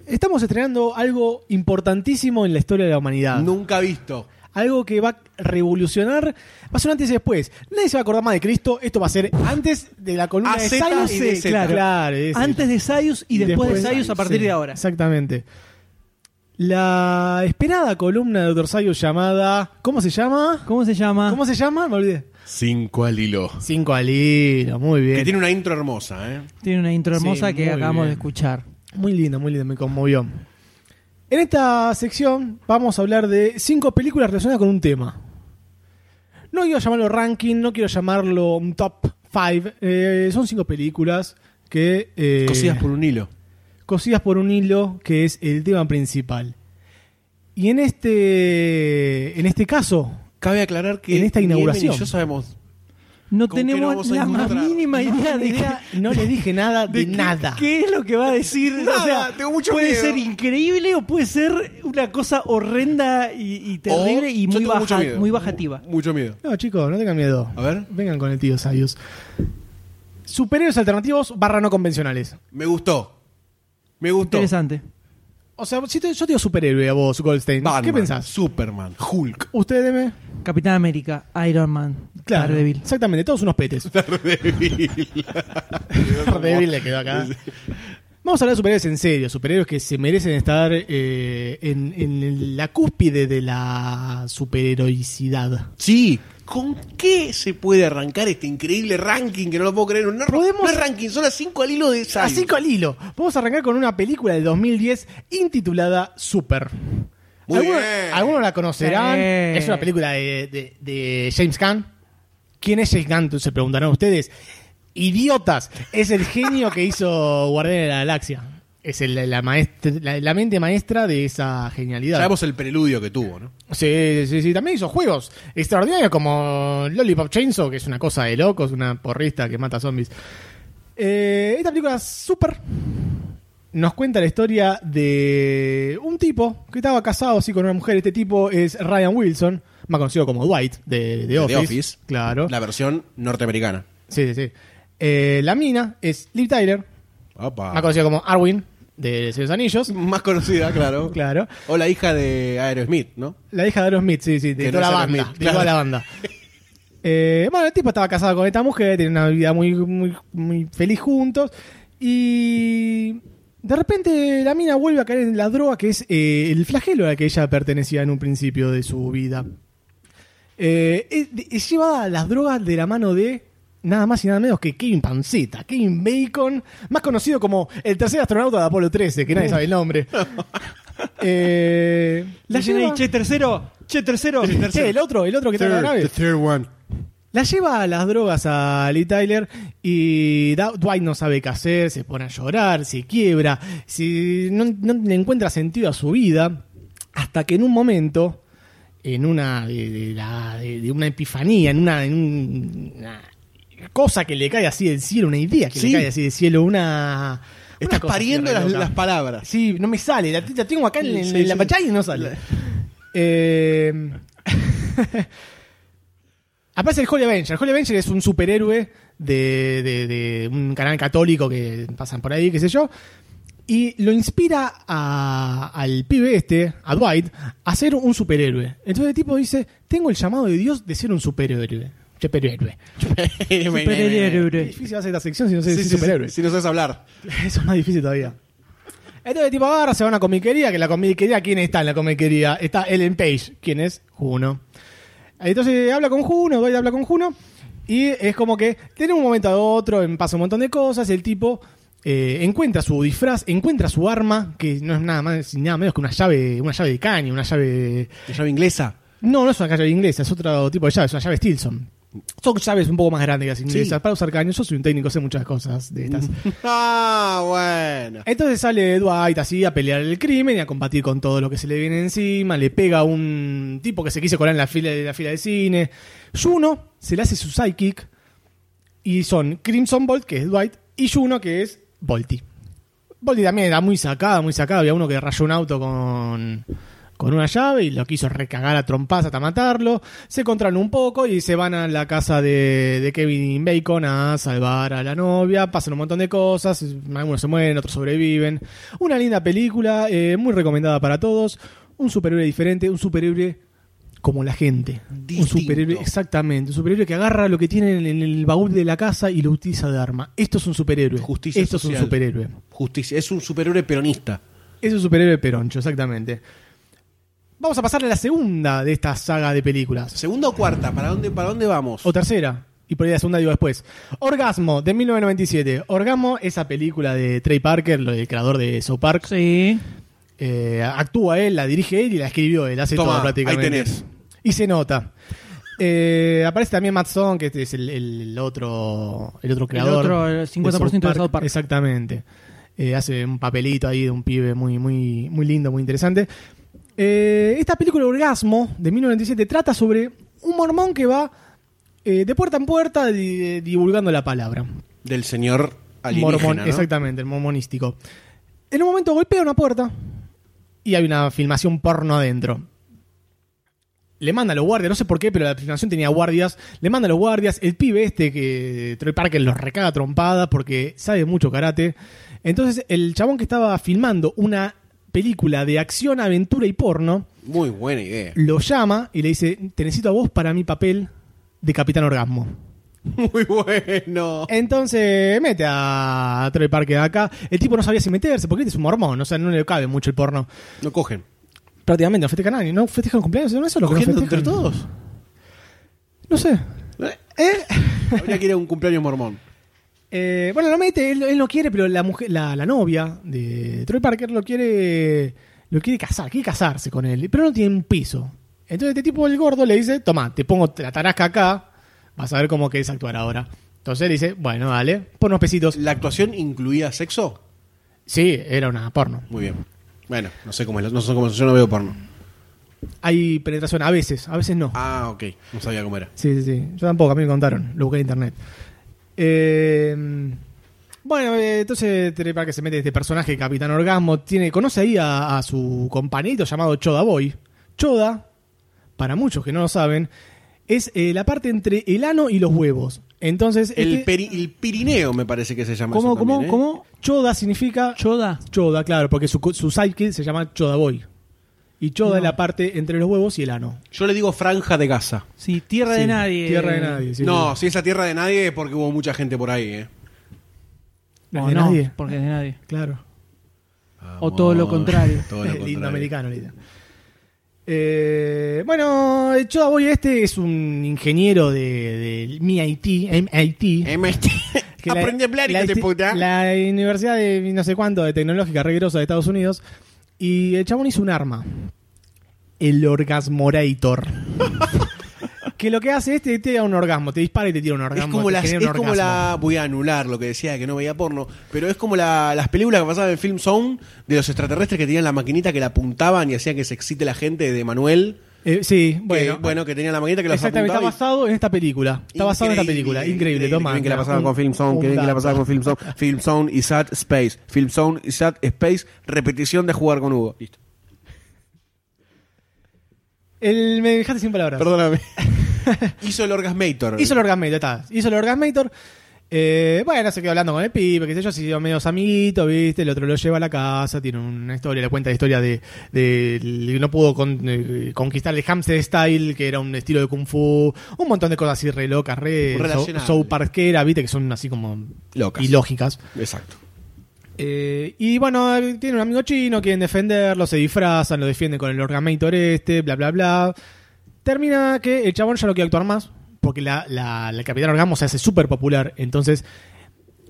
Speaker 1: Estamos estrenando algo importantísimo en la historia de la humanidad.
Speaker 2: Nunca visto.
Speaker 1: algo que va a revolucionar, va a ser un antes y después. Nadie se va a acordar más de Cristo, esto va a ser antes de la columna de
Speaker 2: AZ
Speaker 1: Sayus.
Speaker 2: y DZ.
Speaker 1: claro. claro, ese.
Speaker 3: Antes de Sayus y después, de Sayus a partir
Speaker 1: sí,
Speaker 3: de ahora.
Speaker 1: Exactamente. La esperada columna de Dr. Sayus llamada. ¿Cómo se llama?
Speaker 3: ¿Cómo se llama?
Speaker 1: ¿Cómo se llama? Me olvidé.
Speaker 2: Cinco al hilo.
Speaker 1: Cinco al hilo, muy bien.
Speaker 2: Que tiene una intro hermosa, ¿eh?
Speaker 3: Tiene una intro hermosa
Speaker 1: Sí,
Speaker 3: que
Speaker 1: muy
Speaker 3: acabamos
Speaker 1: bien.
Speaker 3: de escuchar.
Speaker 1: Muy lindo, muy lindo, me conmovió. En esta sección vamos a hablar de cinco películas relacionadas con un tema. No quiero llamarlo ranking, no quiero llamarlo un top 5. son cinco películas que... eh,
Speaker 2: Cosidas por un hilo.
Speaker 1: cosidas por un hilo, que es el tema principal. Y en este, en este caso,
Speaker 2: Cabe aclarar que.
Speaker 1: En esta
Speaker 2: ni
Speaker 1: inauguración.
Speaker 2: Emen y yo sabemos.
Speaker 3: No
Speaker 2: ¿Con qué nos
Speaker 3: tenemos
Speaker 2: vamos a
Speaker 3: la más
Speaker 2: encontrar?
Speaker 3: mínima idea de,
Speaker 1: dije- no le dije nada de,
Speaker 3: de qué-
Speaker 1: nada.
Speaker 3: ¿Qué es lo que va a decir?
Speaker 2: Nada,
Speaker 3: o sea,
Speaker 2: tengo mucho
Speaker 3: puede
Speaker 2: miedo.
Speaker 3: ser increíble o puede ser una cosa horrenda y, y terrible
Speaker 2: O-
Speaker 3: y
Speaker 2: Oh, yo
Speaker 3: muy,
Speaker 2: tengo
Speaker 3: baja-
Speaker 2: mucho miedo.
Speaker 3: muy bajativa.
Speaker 2: Mu- Mucho miedo.
Speaker 1: No, chicos, no tengan miedo.
Speaker 2: A ver.
Speaker 1: Vengan con el tío Sayus. Superhéroes alternativos barra no convencionales.
Speaker 2: Me gustó. Me gustó.
Speaker 3: Interesante.
Speaker 1: O sea, si te- yo te digo superhéroe a vos, Goldstein,
Speaker 2: Batman,
Speaker 1: ¿qué pensás?
Speaker 2: Superman, Hulk.
Speaker 1: Usted deme.
Speaker 3: Capitán América, Iron Man,
Speaker 1: Claro.
Speaker 3: Daredevil.
Speaker 1: Exactamente, todos unos petes. Daredevil le quedó acá. Vamos a hablar de superhéroes en serio, superhéroes que se merecen estar eh, en, en la cúspide de la superheroicidad.
Speaker 2: Sí. ¿Con qué se puede arrancar este increíble ranking que no lo puedo creer? No,
Speaker 1: Podemos-
Speaker 2: no es ranking, son las cinco al hilo de esa.
Speaker 1: Así con el hilo. Vamos a arrancar con una película del 2010 intitulada Super.
Speaker 2: Muy
Speaker 1: algunos,
Speaker 2: bien.
Speaker 1: algunos la conocerán.
Speaker 3: Sí.
Speaker 1: Es una película de, de- de James Gunn. ¿Quién es James Gunn? Se preguntarán ustedes. Idiotas. Es el genio que hizo Guardián de la Galaxia. Es el- la, maestra- la- la mente maestra de esa genialidad.
Speaker 2: Sabemos el preludio que tuvo, ¿no?
Speaker 1: Sí, sí, sí. También hizo juegos extraordinarios como Lollipop Chainsaw, que es una cosa de locos, una porrista que mata zombies. Eh, esta película super nos cuenta la historia de un tipo que estaba casado así con una mujer. Este tipo es Ryan Wilson, más conocido como Dwight de, de Office.
Speaker 2: Office.
Speaker 1: Claro.
Speaker 2: La versión norteamericana.
Speaker 1: Sí, sí, sí. Eh, la mina es Liv Tyler,
Speaker 2: Opa.
Speaker 1: más conocida como Arwin de Señor de los Anillos.
Speaker 2: Más conocida, claro.
Speaker 1: Claro.
Speaker 2: O la hija de Aerosmith, ¿no?
Speaker 1: La hija de Aerosmith, sí, sí, de
Speaker 2: Que
Speaker 1: toda
Speaker 2: no
Speaker 1: la
Speaker 2: es
Speaker 1: banda.
Speaker 2: Aerosmith,
Speaker 1: de
Speaker 2: claro.
Speaker 1: toda la banda. Eh, bueno, el tipo estaba casado con esta mujer, tenía una vida muy, muy, muy feliz juntos. Y de repente la mina vuelve a caer en la droga, que es eh, el flagelo a la que ella pertenecía en un principio de su vida. Eh, es, es llevada a las drogas de la mano de nada más y nada menos que Kevin Panceta, Kevin Bacon, más conocido como el tercer astronauta de Apolo 13, que nadie sabe el nombre. Eh,
Speaker 3: La llena y che tercero, che tercero.
Speaker 1: Che, el otro, el otro que está en la nave. La lleva a las drogas a Lee Tyler y Da- Dwight no sabe qué hacer, se pone a llorar, se quiebra, si no, no le encuentra sentido a su vida, hasta que en un momento, en una de, de la- de- de una epifanía, en una, en un- una cosa que le cae así del cielo, una idea que
Speaker 2: Sí.
Speaker 1: le cae así del cielo, una...
Speaker 2: Estás
Speaker 1: una cosa así
Speaker 2: pariendo
Speaker 1: re
Speaker 2: las,
Speaker 1: loca.
Speaker 2: las palabras.
Speaker 1: Sí, no me sale. La, la tengo acá en, en
Speaker 2: Sí,
Speaker 1: la
Speaker 2: sí.
Speaker 1: pachá y no sale. Eh, aparece el Holy Avenger. Holy Avenger es un superhéroe de, de- de un canal católico que pasan por ahí, qué sé yo. Y lo inspira a- al pibe este, a Dwight, a ser un superhéroe. Entonces el tipo dice, tengo el llamado de Dios de ser un superhéroe. Superhéroe. Qué
Speaker 3: Superhéroe.
Speaker 1: difícil hacer esta sección si no sé
Speaker 2: Sí,
Speaker 1: decir
Speaker 2: sí, sí,
Speaker 1: superhéroe.
Speaker 2: Si no sabes hablar.
Speaker 1: Eso es más difícil todavía. Entonces, tipo, agarra, se va a una comiquería. Que la comiquería, ¿quién está en la comiquería? Está Ellen Page. ¿Quién es? Juno. Entonces, habla con Juno, Dwight habla con Juno. Y es como que, tiene un momento a otro, em, pasa un montón de cosas. El tipo eh, encuentra su disfraz, encuentra su arma, que no es nada más ni nada menos que una llave, una llave de caña, una llave.
Speaker 2: La llave inglesa.
Speaker 1: No, no es una llave inglesa, es otro tipo de llave, es una llave Stilson. Son llaves un poco más grandes que las inglesas. Para usar caños, yo soy un técnico, sé muchas cosas de estas.
Speaker 2: Ah, bueno.
Speaker 1: Entonces sale Dwight así a pelear el crimen y a combatir con todo lo que se le viene encima. Le pega a un tipo que se quiso colar en la fila de la fila de cine. Juno se le hace su sidekick. Y son Crimson Bolt, que es Dwight, y Juno, que es Volti. Volti también era muy sacada, muy sacada. Había uno que rayó un auto con, con una llave y lo quiso recagar a trompas hasta matarlo. Se encontraron un poco y se van a la casa de, de Kevin Bacon a salvar a la novia. Pasan un montón de cosas. Algunos se mueren, otros sobreviven. Una linda película, eh, muy recomendada para todos. Un superhéroe diferente, un superhéroe como la gente. Un
Speaker 2: Distinto.
Speaker 1: superhéroe, exactamente. Un superhéroe que agarra lo que tiene en el baúl de la casa y lo utiliza de arma. Esto es un superhéroe.
Speaker 2: Justicia
Speaker 1: Esto es
Speaker 2: social.
Speaker 1: un superhéroe.
Speaker 2: Justicia. Es un superhéroe peronista.
Speaker 1: Es un superhéroe peroncho, exactamente. Vamos a pasar a la segunda de esta saga de películas.
Speaker 2: ¿Segunda o cuarta? ¿Para dónde, para dónde vamos?
Speaker 1: O tercera. Y por ahí la segunda digo después. Orgasmo, de 1997. Orgasmo, esa película de Trey Parker, lo del creador de South Park.
Speaker 3: Sí.
Speaker 1: Eh, actúa él, la dirige él y la escribió él. Hace
Speaker 2: Toma,
Speaker 1: todo prácticamente.
Speaker 2: ahí tenés.
Speaker 1: Y se nota. Eh, aparece también Matt Stone, que este es el, el otro el otro creador.
Speaker 3: otro, el
Speaker 1: de
Speaker 3: 50% de South Park.
Speaker 1: Exactamente. Eh, hace un papelito ahí de un pibe muy, muy, muy lindo, muy interesante. Eh, esta película Orgasmo, de 1997, trata sobre un mormón que va eh, de puerta en puerta di- eh, divulgando la palabra.
Speaker 2: Del señor alienígena,
Speaker 1: Mormón,
Speaker 2: ¿no?
Speaker 1: Exactamente, el mormonístico. En un momento golpea una puerta y hay una filmación porno adentro. Le manda a los guardias, no sé por qué, pero la filmación tenía guardias. Le manda a los guardias. El pibe este que Troy Parker los recaga trompadas porque sabe mucho karate. Entonces, el chabón que estaba filmando una película de acción, aventura y porno
Speaker 2: Muy buena idea.
Speaker 1: lo llama y le dice: Te necesito a vos para mi papel de Capitán Orgasmo.
Speaker 2: Muy bueno.
Speaker 1: Entonces mete a Troy Parker acá. El tipo no sabía si meterse, porque este es un mormón, o sea, no le cabe mucho el porno.
Speaker 2: No cogen.
Speaker 1: Prácticamente no festejan nadie, no festejan cumpleaños, no eso es lo que no
Speaker 2: ¿Cogiendo
Speaker 1: festejan.
Speaker 2: entre todos?
Speaker 1: No sé.
Speaker 2: Habría que ir a un cumpleaños mormón.
Speaker 1: Eh, bueno, lo mete, él, él no quiere, pero la mujer, la, la novia de Troy Parker lo quiere. Lo quiere casar, quiere casarse con él, pero no tiene un piso. Entonces este tipo, el gordo, le dice, toma, te pongo la tarasca acá, vas a ver cómo querés actuar ahora. Entonces él dice, bueno, dale, pon unos pesitos.
Speaker 2: ¿La actuación incluía sexo?
Speaker 1: Sí, era una porno.
Speaker 2: Muy bien. Bueno, no sé cómo es. No sé cómo es, Yo no veo porno.
Speaker 1: Hay penetración, a veces, a veces no.
Speaker 2: Ah, ok. No sabía cómo era.
Speaker 1: Sí, sí, sí. Yo tampoco, a mí me contaron. Lo busqué en internet. Eh, bueno, eh, entonces para que se mete este personaje, Capitán Orgasmo, tiene, conoce ahí a, a su compañerito llamado Choda Boy. Choda, para muchos que no lo saben, es eh, la parte entre el ano y los huevos. Entonces,
Speaker 2: El,
Speaker 1: este-
Speaker 2: peri- el Pirineo me parece que se llama.
Speaker 1: ¿cómo,
Speaker 2: eso
Speaker 1: cómo,
Speaker 2: también, ¿eh?
Speaker 1: cómo? Choda significa
Speaker 3: Choda.
Speaker 1: Choda, claro, porque su, su sidekick se llama Choda Boy. Y Choda es la parte entre los huevos y el ano.
Speaker 2: Yo le digo franja de Gaza.
Speaker 3: Sí, tierra de
Speaker 1: Sí,
Speaker 3: nadie.
Speaker 1: Tierra de nadie. sí,
Speaker 2: no,
Speaker 1: sí.
Speaker 2: si esa tierra de nadie es porque hubo mucha gente por ahí, ¿eh?
Speaker 1: No,
Speaker 3: O
Speaker 1: de
Speaker 3: no,
Speaker 1: nadie.
Speaker 3: porque es de nadie.
Speaker 1: Claro.
Speaker 3: O todo lo contrario.
Speaker 2: Todo lo contrario.
Speaker 1: Lindo americano, lindo. Eh, bueno, el Choda Boy este es un ingeniero de, del MIT, MIT
Speaker 2: MIT.
Speaker 1: que
Speaker 2: Em,
Speaker 1: la-
Speaker 2: Aprende a hablar,
Speaker 1: la
Speaker 2: hijo de
Speaker 1: insti-
Speaker 2: puta.
Speaker 1: La universidad de no sé cuánto, de tecnológica regrosa de Estados Unidos. Y el chabón hizo un arma. El orgasmorator. que lo que hace este te da un orgasmo, te dispara y te tira un
Speaker 2: Es
Speaker 1: orgasmo.
Speaker 2: como,
Speaker 1: te
Speaker 2: las,
Speaker 1: genera
Speaker 2: es
Speaker 1: un
Speaker 2: como
Speaker 1: orgasmo.
Speaker 2: la. Voy a anular lo que decía que no veía porno, pero es como la- las películas que pasaban en Film Zone de los extraterrestres que tenían la maquinita que la apuntaban y hacían que se excite la gente de Manuel.
Speaker 1: Eh, sí,
Speaker 2: Bueno,
Speaker 1: bueno.
Speaker 2: que, bueno, que tenía la maquinita que los
Speaker 1: Exactamente, está
Speaker 2: apuntaba. y-
Speaker 1: basado en esta película. Está basado en esta película. Increíble, toma.
Speaker 2: Qué bien que la pasaba
Speaker 1: Un-
Speaker 2: con Film Zone,
Speaker 1: un
Speaker 2: qué bien que la
Speaker 1: dato.
Speaker 2: pasaba con Film Zone. Film Zone y Sad Space. Film Zone y Sad Space, repetición de jugar con Hugo. Listo.
Speaker 1: El, me dejaste sin palabras.
Speaker 2: Perdóname. Hizo el Orgasmator.
Speaker 1: Hizo el Orgasmator, está. Hizo el Orgasmator. Eh, bueno, se quedó hablando con el pibe, qué sé yo, se hicieron medios amiguitos, ¿viste? El otro lo lleva a la casa, tiene una historia, le cuenta la historia de, de- de- no pudo con- eh, conquistar el hamster style, que era un estilo de kung fu, un montón de cosas así re locas, re
Speaker 2: Relacionable.
Speaker 1: show parquera, ¿viste? Que son así como
Speaker 2: Locas.
Speaker 1: ilógicas.
Speaker 2: Exacto.
Speaker 1: Eh, y bueno, él tiene un amigo chino, quieren defenderlo, se disfrazan, lo defienden con el Orgamator este, bla, bla, bla. Termina que el chabón ya no quiere actuar más, porque la, la, la Capitán Orgamo se hace súper popular. Entonces,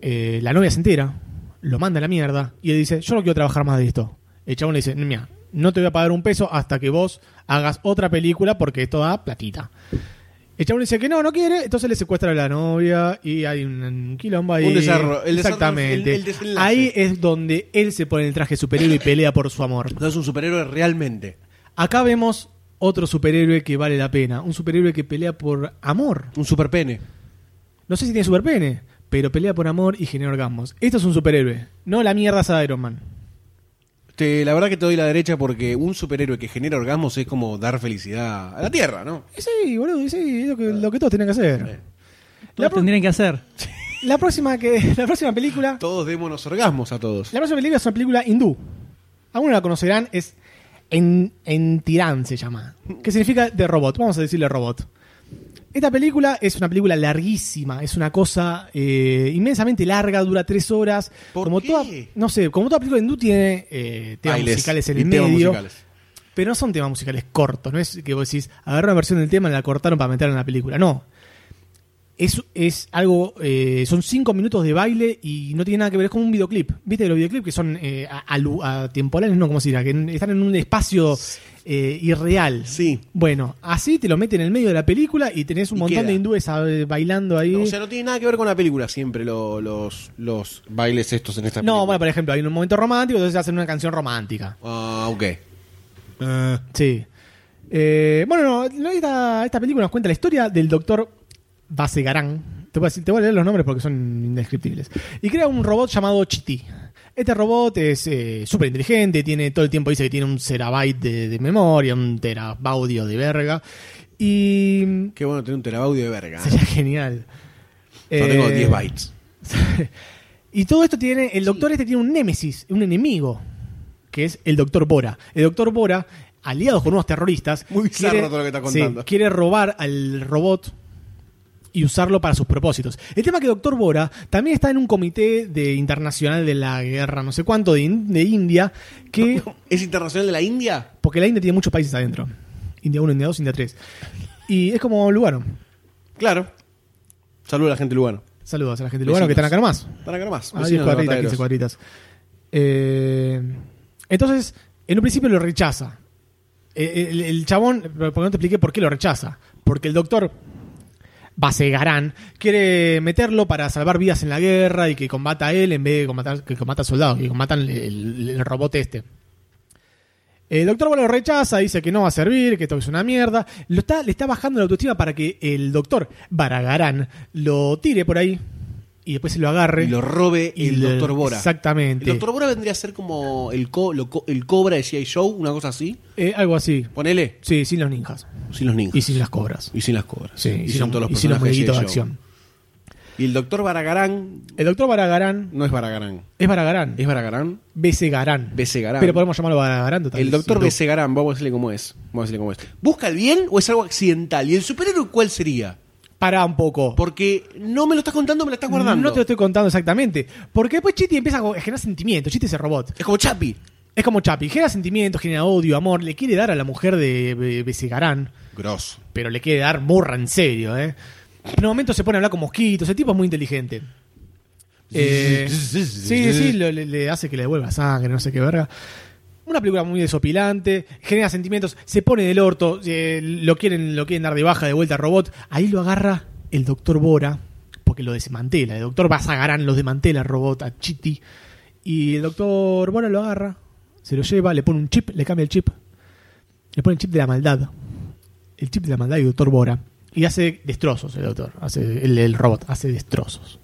Speaker 1: eh, la novia se entera, lo manda a la mierda, y él dice, yo no quiero trabajar más de esto. El chabón le dice, mira, no te voy a pagar un peso hasta que vos hagas otra película, porque esto da platita. El chabón dice que no, no quiere, entonces le secuestra a la novia y hay un, un quilombo ahí.
Speaker 2: Un desarrollo, el desarrollo,
Speaker 1: Exactamente.
Speaker 2: el- el desenlace.
Speaker 1: ahí es donde él se pone el traje superhéroe y pelea por su amor.
Speaker 2: No es un superhéroe realmente.
Speaker 1: Acá vemos otro superhéroe que vale la pena. Un superhéroe que pelea por amor.
Speaker 2: Un superpene.
Speaker 1: No sé si tiene superpene, pero pelea por amor y genera orgasmos. Esto es un superhéroe, no la mierda esa de Iron Man.
Speaker 2: Te- la verdad que te doy la derecha porque un superhéroe que genera orgasmos es como dar felicidad a la Tierra, ¿no?
Speaker 1: Y sí, boludo, y sí, es lo que, lo que todos tienen que hacer.
Speaker 3: Lo tendrían que hacer.
Speaker 1: La próxima, que, la próxima película
Speaker 2: Todos démonos orgasmos a todos.
Speaker 1: La próxima película es una película hindú. Algunos la conocerán, es En, en Tirán se llama. Que significa de robot. Vamos a decirle robot. Esta película es una película larguísima, es una cosa eh, inmensamente larga, dura tres horas.
Speaker 2: ¿Por
Speaker 1: como
Speaker 2: qué?
Speaker 1: toda, no sé, como toda película hindú tiene eh, temas
Speaker 2: Bailes
Speaker 1: musicales en
Speaker 2: y
Speaker 1: el
Speaker 2: temas
Speaker 1: medio.
Speaker 2: musicales.
Speaker 1: Pero no son temas musicales cortos, no es que vos decís, agarraron una versión del tema y la cortaron para meterla en la película. No. Es, es algo. eh, son cinco minutos de baile y no tiene nada que ver, es como un videoclip. ¿Viste los videoclips que son eh, a- a lu- atemporales? No, como si que en- están en un espacio eh, irreal.
Speaker 2: Sí.
Speaker 1: Bueno, así te lo meten en el medio de la película y tenés
Speaker 2: Y
Speaker 1: un montón
Speaker 2: queda.
Speaker 1: de hindúes ah, bailando ahí.
Speaker 2: O sea, no tiene nada que ver con la película siempre lo- los, los bailes estos en esta película.
Speaker 1: no, bueno, por ejemplo, hay un momento romántico, entonces hacen una canción romántica.
Speaker 2: Ah, ok. Ah.
Speaker 1: Sí. Eh, bueno, no, no, esta, esta película nos cuenta la historia del doctor Basegarán. Te voy, a decir- te voy a leer los nombres porque son indescriptibles. Y crea un robot llamado Chiti. Este robot es súper inteligente, tiene todo el tiempo dice que tiene un terabyte de, de memoria, un terabaudio de verga. Y
Speaker 2: Qué bueno tener un telabaudio de verga. ¿eh?
Speaker 1: sería genial.
Speaker 2: Yo tengo
Speaker 1: Eh,
Speaker 2: 10 bytes.
Speaker 1: y todo esto tiene. El doctor este tiene un némesis, un enemigo, que es el doctor Bora. El doctor Bora, aliado con unos terroristas.
Speaker 2: Muy bizarro todo lo que está
Speaker 1: sí,
Speaker 2: contando.
Speaker 1: quiere robar al robot y usarlo para sus propósitos. El tema que doctor Bora también está en un comité de internacional de la guerra, no sé cuánto, de, In- de India, que.
Speaker 2: ¿Es internacional de la India?
Speaker 1: Porque la India tiene muchos países adentro: India 1, India 2, India 3. Y es como Lugano.
Speaker 2: Claro. Saludos a la gente de Lugano.
Speaker 1: Saludos a la gente de Lugano que están
Speaker 2: Vecinos.
Speaker 1: acá nomás.
Speaker 2: Para acá nomás.
Speaker 1: Ah,
Speaker 2: vecinos
Speaker 1: 10
Speaker 2: de
Speaker 1: cuadritas, 15
Speaker 2: Mataderos.
Speaker 1: cuadritas. Eh, entonces, en un principio lo rechaza. Eh, El, el chabón, porque no te expliqué por qué lo rechaza. Porque el doctor Basegarán quiere meterlo para salvar vidas en la guerra y que combata a él en vez de combatar, que combata a soldados, que combatan el, el- el robot este. El doctor Bora lo rechaza, dice que no va a servir, que esto es una mierda. Lo está, le está bajando la autoestima para que el doctor Baragarán lo tire por ahí y después se lo agarre.
Speaker 2: Y lo robe
Speaker 1: Y
Speaker 2: el
Speaker 1: le-
Speaker 2: Doctor Bora.
Speaker 1: exactamente.
Speaker 2: El Doctor Bora vendría a ser como el, co- lo co- el cobra de G.I. Show, una cosa así.
Speaker 1: Eh, algo así.
Speaker 2: Ponele.
Speaker 1: Sí, sin los ninjas.
Speaker 2: Sin los ninjas.
Speaker 1: Y sin las cobras.
Speaker 2: Y sin las cobras.
Speaker 1: Sí,
Speaker 2: y
Speaker 1: y
Speaker 2: sin
Speaker 1: los-
Speaker 2: todos los
Speaker 1: y sin los
Speaker 2: personajes
Speaker 1: muñequitos de
Speaker 2: G.I. Joe.
Speaker 1: acción.
Speaker 2: Y el Doctor Baragarán
Speaker 1: El doctor Baragarán
Speaker 2: no es Baragarán.
Speaker 1: es Baragarán.
Speaker 2: ¿Es Baragarán?
Speaker 1: Besegarán.
Speaker 2: Besegarán.
Speaker 1: Pero podemos llamarlo Baragarán totalmente.
Speaker 2: El doctor
Speaker 1: Sin duda.
Speaker 2: Besegarán, vamos a decirle cómo es. Vamos a decirle cómo es. ¿Busca el bien o es algo accidental? ¿Y el superhéroe cuál sería?
Speaker 1: Para un poco.
Speaker 2: Porque no me lo estás contando, me lo estás guardando.
Speaker 1: No te lo estoy contando exactamente. Porque después Chitty empieza a generar sentimientos. Chitty es el robot.
Speaker 2: Es como Chapi.
Speaker 1: Es como Chapi. Genera sentimientos, genera odio, amor. Le quiere dar a la mujer de Be- Besegarán.
Speaker 2: Gross.
Speaker 1: Pero le quiere dar morra en serio, ¿eh? En un momento se pone a hablar con mosquitos. El tipo es muy inteligente. Eh, sí, sí, sí, lo- le, le hace que le devuelva sangre, no sé qué verga. Una película muy desopilante, genera sentimientos, se pone del orto, eh, lo, quieren, lo quieren dar de baja de vuelta al robot. Ahí lo agarra el doctor Bora, porque lo desmantela. El doctor Basagarán los desmantela al robot, a Chitty. Y el doctor Bora lo agarra, se lo lleva, le pone un chip, le cambia el chip. Le pone el chip de la maldad. El chip de la maldad y el doctor Bora. Y hace destrozos el doctor, hace, el- el robot hace destrozos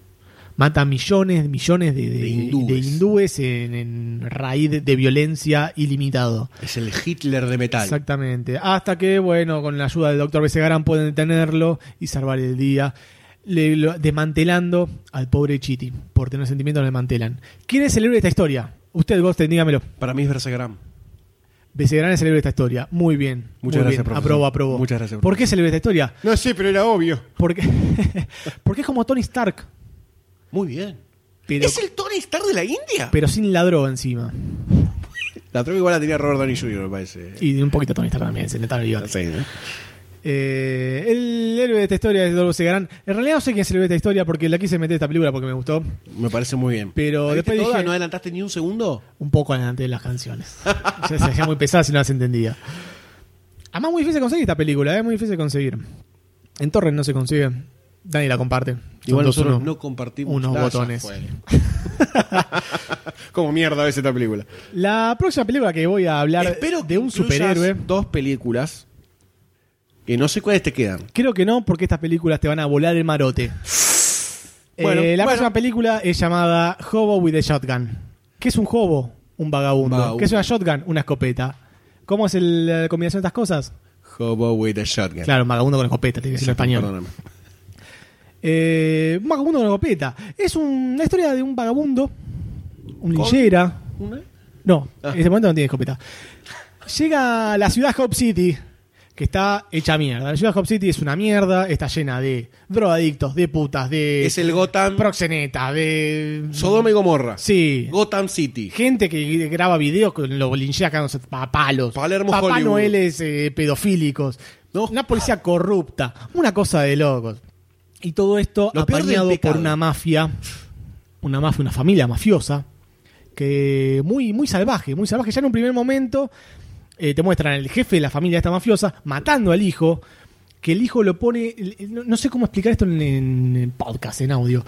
Speaker 1: mata millones, millones de, de-
Speaker 2: De hindúes.
Speaker 1: de hindúes en, en raíz de, de violencia ilimitado.
Speaker 2: Es el Hitler de metal.
Speaker 1: Exactamente. Hasta que, bueno, con la ayuda del doctor Besegarán pueden detenerlo y salvar el día. Le- lo- desmantelando al pobre Chiti. Por tener sentimientos lo desmantelan. ¿Quién es el héroe de esta historia? Usted, Gosten, dígamelo.
Speaker 2: Para mí es Besegarán.
Speaker 1: Besegarán es el héroe de esta historia. Muy bien.
Speaker 2: Muchas
Speaker 1: Muy
Speaker 2: gracias,
Speaker 1: bien.
Speaker 2: profesor.
Speaker 1: Aprobó, aprobó.
Speaker 2: Muchas gracias,
Speaker 1: ¿Por qué es el héroe de esta historia?
Speaker 2: No sé, pero era obvio.
Speaker 1: Porque, porque es como Tony Stark.
Speaker 2: Muy bien.
Speaker 1: Pero,
Speaker 2: ¿Es el Tony Stark de la India?
Speaker 1: pero sin la droga encima.
Speaker 2: La troca igual la tenía Robert Downey Jr., me parece.
Speaker 1: Y un poquito Tony Stark también, se intentaron olvidar.
Speaker 2: Sí, ¿no?
Speaker 1: Eh, el héroe de esta historia es Dolph Segarán. En realidad no sé quién es el héroe de esta historia porque la quise meter esta película porque me gustó.
Speaker 2: Me parece muy bien.
Speaker 1: Pero
Speaker 2: ¿La viste
Speaker 1: después
Speaker 2: toda?
Speaker 1: dije-
Speaker 2: ¿No adelantaste ni un segundo?
Speaker 1: Un poco adelante de las canciones. Ya se hacía muy pesada si no las entendía. Además, muy difícil de conseguir esta película, es muy difícil de conseguir. En Torres no se consigue. Nadie la comparte. Son
Speaker 2: Igual
Speaker 1: dos
Speaker 2: nosotros
Speaker 1: uno-
Speaker 2: no compartimos
Speaker 1: unos
Speaker 2: nada, ya
Speaker 1: botones.
Speaker 2: fue. Como mierda ves esta película.
Speaker 1: La próxima película que voy a hablar
Speaker 2: Espero
Speaker 1: de un
Speaker 2: incluyas
Speaker 1: superhéroe.
Speaker 2: Dos películas. Que no sé cuáles te quedan.
Speaker 1: Creo que no, porque estas películas te van a volar el marote. Eh,
Speaker 2: Bueno,
Speaker 1: la
Speaker 2: bueno.
Speaker 1: próxima película es llamada Hobo with a Shotgun. ¿Qué es un hobo? Un vagabundo.
Speaker 2: Vagabundo.
Speaker 1: ¿Qué es una shotgun? Una escopeta. ¿Cómo es el- la combinación de estas cosas?
Speaker 2: Hobo with a Shotgun.
Speaker 1: Claro, un vagabundo con escopeta, tiene que decirlo en español.
Speaker 2: Perdóname.
Speaker 1: Eh, un vagabundo con escopeta. Es un- una historia de un vagabundo, un linchera.
Speaker 2: ¿Una?
Speaker 1: No,
Speaker 2: Ah.
Speaker 1: en este momento no tiene escopeta. Llega a la ciudad Hop City, que está hecha mierda. La ciudad Hop City es una mierda, está llena de drogadictos, de putas, de
Speaker 2: Es el Gotham.
Speaker 1: proxenetas, de.
Speaker 2: Sodoma y Gomorra.
Speaker 1: Sí.
Speaker 2: Gotham City.
Speaker 1: Gente que graba videos con los linchea cagándose a palos.
Speaker 2: Palermo,
Speaker 1: Papá
Speaker 2: Hollywood.
Speaker 1: Noel es eh, pedofílicos. Una policía corrupta. Una cosa de locos. Y todo esto
Speaker 2: Lo peor del
Speaker 1: apañado por
Speaker 2: pecado.
Speaker 1: una mafia. Una mafia, una familia mafiosa. Que muy, muy salvaje, muy salvaje. Ya en un primer momento eh, te muestran el jefe de la familia de esta mafiosa matando al hijo. Que el hijo lo pone. No, no sé cómo explicar esto en, en- en podcast, en audio.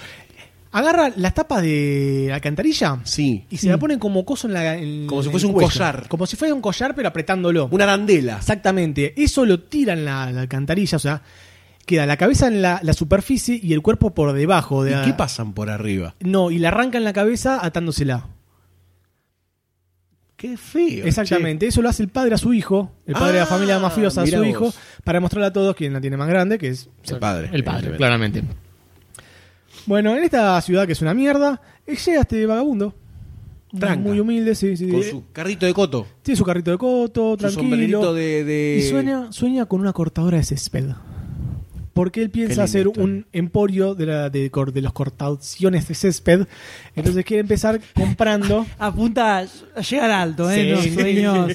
Speaker 1: Agarra las tapas de alcantarilla.
Speaker 2: Sí.
Speaker 1: Y se la ponen como coso en la. en-
Speaker 2: Como si
Speaker 1: en
Speaker 2: fuese
Speaker 1: el
Speaker 2: un
Speaker 1: cuello.
Speaker 2: collar.
Speaker 1: Como si fuese un collar, pero apretándolo.
Speaker 2: Una arandela.
Speaker 1: Exactamente. Eso lo tiran la, la alcantarilla, o sea, queda la cabeza en la, la superficie y el cuerpo por debajo. De
Speaker 2: ¿Y
Speaker 1: la-
Speaker 2: qué pasan por arriba?
Speaker 1: No, y le arrancan la cabeza atándosela.
Speaker 2: Qué feo.
Speaker 1: Exactamente. Eso lo hace el padre a su hijo, el padre de la
Speaker 2: Ah,
Speaker 1: familia mafiosa a
Speaker 2: mirá
Speaker 1: su
Speaker 2: vos.
Speaker 1: hijo, para mostrarle a todos quién la tiene más grande, que es
Speaker 2: che. El padre.
Speaker 1: El padre,
Speaker 2: evidentemente.
Speaker 1: claramente. Bueno, en esta ciudad que es una mierda, eh, llega este vagabundo.
Speaker 2: Tranca.
Speaker 1: Muy humilde, sí, sí.
Speaker 2: Con
Speaker 1: Eh,
Speaker 2: su carrito de coto.
Speaker 1: Tiene su carrito de coto,
Speaker 2: Su sombrerito
Speaker 1: tranquilo.
Speaker 2: de, de-
Speaker 1: Y sueña, sueña con una cortadora de césped. Porque él
Speaker 2: Qué
Speaker 1: piensa
Speaker 2: linda
Speaker 1: hacer
Speaker 2: historia.
Speaker 1: un emporio de, la, de, cor- de los cortaciones de césped. Entonces quiere empezar comprando.
Speaker 3: Apunta a llegar alto, ¿eh?
Speaker 1: Sí.
Speaker 3: Los sueños.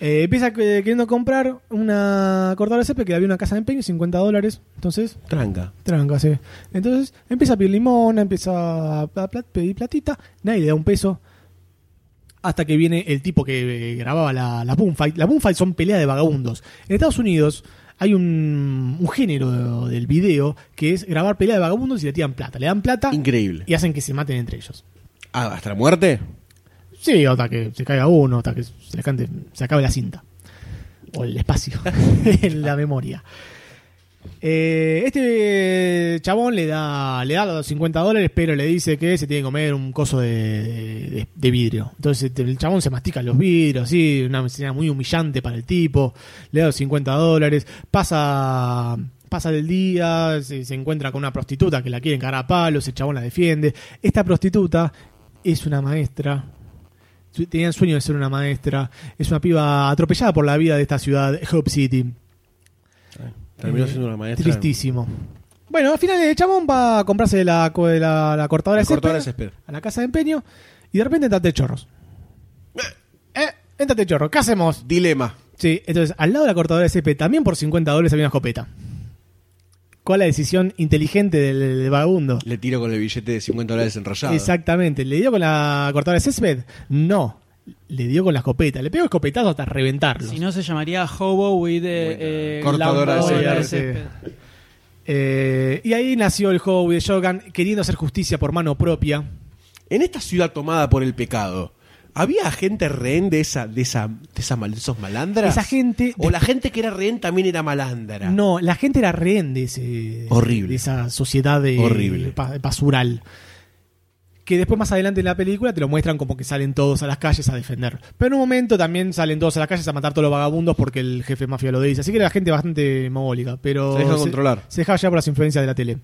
Speaker 1: Eh, empieza eh, queriendo comprar una cortadora de césped que había una casa de empeño, 50 dólares. Entonces,
Speaker 2: Tranca.
Speaker 1: tranca, sí. Entonces empieza a pedir limón, empieza a pla- pla- pedir platita. Nadie le da un peso. Hasta que viene el tipo que eh, grababa la, la Boomfight. La Boomfight son peleas de vagabundos. En Estados Unidos hay un, un género del video que es grabar peleas de vagabundos y le tiran plata. Le dan plata
Speaker 2: Increíble.
Speaker 1: y hacen que se maten entre ellos.
Speaker 2: Ah, ¿Hasta la muerte?
Speaker 1: Sí, hasta que se caiga uno, hasta que se, le cante, se acabe la cinta. O el espacio en la memoria. Eh, este chabón le da, le da los 50 dólares, pero le dice que se tiene que comer un coso de, de- de vidrio. Entonces este, el chabón se mastica los vidrios, así, una escena muy humillante para el tipo. Le da los 50 dólares, pasa, pasa el día, se, se encuentra con una prostituta que la quiere encarar a palos, el chabón la defiende. Esta prostituta es una maestra. Su- Tenía el sueño de ser una maestra. Es una piba atropellada por la vida de esta ciudad, Hope City.
Speaker 2: Terminó
Speaker 1: Eh,
Speaker 2: siendo una maestra.
Speaker 1: Tristísimo. Bueno, al final el chamón va a comprarse la, co- la, la cortadora,
Speaker 2: La
Speaker 1: de césped
Speaker 2: cortadora de césped.
Speaker 1: a la casa de empeño y de repente entrate chorros. Eh, entrate chorros, ¿qué hacemos?
Speaker 2: Dilema.
Speaker 1: Sí, entonces al lado de la cortadora de césped también por 50 dólares había una escopeta. ¿Cuál es la decisión inteligente del, del vagabundo?
Speaker 2: Le tiro con el billete de 50 dólares enrollado.
Speaker 1: Exactamente. ¿Le dio con la cortadora de césped? No. Le dio con la escopeta. Le pegó escopetazo hasta reventarlo.
Speaker 3: Si no, se llamaría Hobo with. eh, eh,
Speaker 2: Cortadora de
Speaker 3: lavadora
Speaker 1: césped.
Speaker 3: césped.
Speaker 1: Eh, y ahí nació el Howie de Shogun queriendo hacer justicia por mano propia.
Speaker 2: En esta ciudad tomada por el pecado, ¿había gente rehén de esa, de esa, de esa mal- de esos malandras?
Speaker 1: Esa gente-
Speaker 2: O la gente que era rehén también era malandra.
Speaker 1: No, la gente era rehén de, ese,
Speaker 2: Horrible.
Speaker 1: de esa sociedad de,
Speaker 2: Horrible.
Speaker 1: pa- basural. Que después más adelante en la película te lo muestran como que salen todos a las calles a defender. Pero en un momento también salen todos a las calles a matar todos los vagabundos porque el jefe mafia lo dice. Así que era gente bastante mogólica, pero...
Speaker 2: Se deja controlar.
Speaker 1: Se dejaba llevar por las influencias de la tele.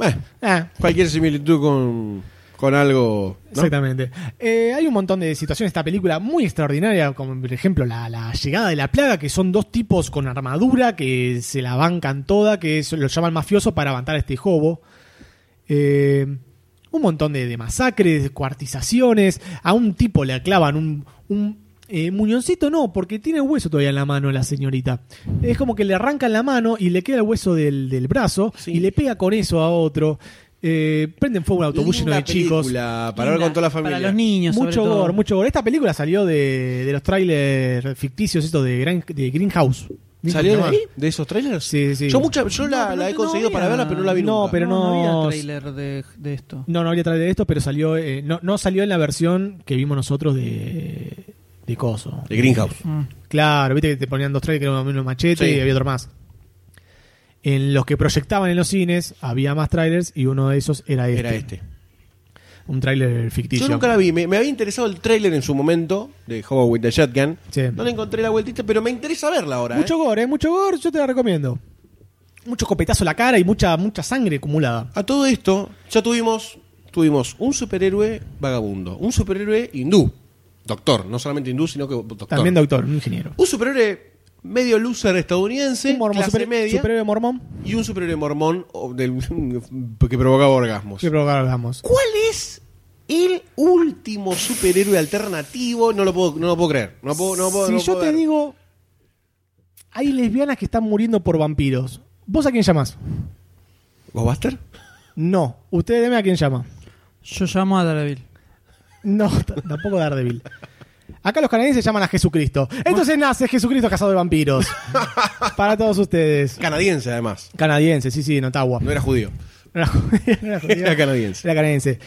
Speaker 2: Eh,
Speaker 1: Ah,
Speaker 2: cualquier similitud con, con algo. ¿no?
Speaker 1: Exactamente. Eh, hay un montón de situaciones en esta película muy extraordinaria, como por ejemplo la, la llegada de la plaga, que son dos tipos con armadura que se la bancan toda, que es- lo llaman mafioso para levantar a este jobo. Eh, un montón de, de masacres, cuartizaciones. A un tipo le clavan un, un, eh, muñoncito, no, porque tiene el hueso todavía en la mano la señorita. Es como que le arrancan la mano y le queda el hueso del, del brazo
Speaker 2: Sí.
Speaker 1: y le pega con eso a otro. Eh, prenden fuego a un autobús lleno
Speaker 2: Linda
Speaker 1: de chicos.
Speaker 2: película Para ver
Speaker 3: Linda,
Speaker 2: con toda la familia.
Speaker 3: Para los niños. sobre
Speaker 1: Mucho
Speaker 3: todo.
Speaker 1: gore, mucho gore. Esta película salió de, de los trailers ficticios, esto de, Gran, de Greenhouse.
Speaker 2: ¿Salió de
Speaker 1: ¿Cómo se
Speaker 2: ahí?
Speaker 1: llama?
Speaker 2: ¿De esos trailers?
Speaker 1: Sí, sí.
Speaker 2: Yo, mucha, yo la,
Speaker 3: pero
Speaker 2: la he
Speaker 3: no
Speaker 2: conseguido para
Speaker 3: había-
Speaker 2: verla, pero no la vi
Speaker 1: No,
Speaker 2: nunca.
Speaker 1: pero
Speaker 3: No,
Speaker 1: no-
Speaker 3: había trailer de, de esto.
Speaker 1: No, no habría trailer de esto, pero salió. eh, no, no salió en la versión que vimos nosotros de. de Coso.
Speaker 2: De Greenhouse.
Speaker 3: Mm.
Speaker 1: Claro, viste que te ponían dos trailers, que era uno machete
Speaker 2: Sí.
Speaker 1: y había otro más. En los que proyectaban en los cines había más trailers y uno de esos era este.
Speaker 2: Era este.
Speaker 1: Un trailer ficticio.
Speaker 2: Yo nunca la vi. Me, me había interesado el tráiler en su momento de Hobo with the Shotgun.
Speaker 1: Sí.
Speaker 2: No le encontré la vueltita, pero me interesa verla ahora.
Speaker 1: Mucho
Speaker 2: ¿eh?
Speaker 1: gore, ¿eh? mucho gore, yo te la recomiendo. Mucho copetazo a la cara y mucha, mucha sangre acumulada.
Speaker 2: A todo esto, ya tuvimos, tuvimos un superhéroe vagabundo, un superhéroe hindú, Doctor, no solamente hindú, sino que doctor.
Speaker 1: También doctor, un ingeniero.
Speaker 2: Un superhéroe medio loser estadounidense,
Speaker 1: Un mormón,
Speaker 2: clase
Speaker 1: super-
Speaker 2: media,
Speaker 1: superhéroe mormón.
Speaker 2: y un superhéroe mormón o del- que provocaba orgasmos.
Speaker 1: Que probamos.
Speaker 2: ¿Cuál es el último superhéroe alternativo? No lo puedo, no lo puedo creer. No puedo, no puedo,
Speaker 1: si
Speaker 2: no
Speaker 1: yo
Speaker 2: puedo
Speaker 1: te
Speaker 2: ver.
Speaker 1: digo, hay lesbianas que están muriendo por vampiros. ¿Vos a quién llamás?
Speaker 2: ¿Ghostbuster?
Speaker 1: No. Usted deme a quién llama.
Speaker 3: Yo llamo a Daredevil.
Speaker 1: No, t- tampoco Daredevil. Acá los canadienses llaman a Jesucristo. Entonces nace Jesucristo casado de vampiros. Para todos ustedes.
Speaker 2: Canadiense, además.
Speaker 1: Canadiense, sí, sí, en Ottawa.
Speaker 2: No era judío.
Speaker 1: Era judía, era judía.
Speaker 2: Era canadiense.
Speaker 1: Era canadiense.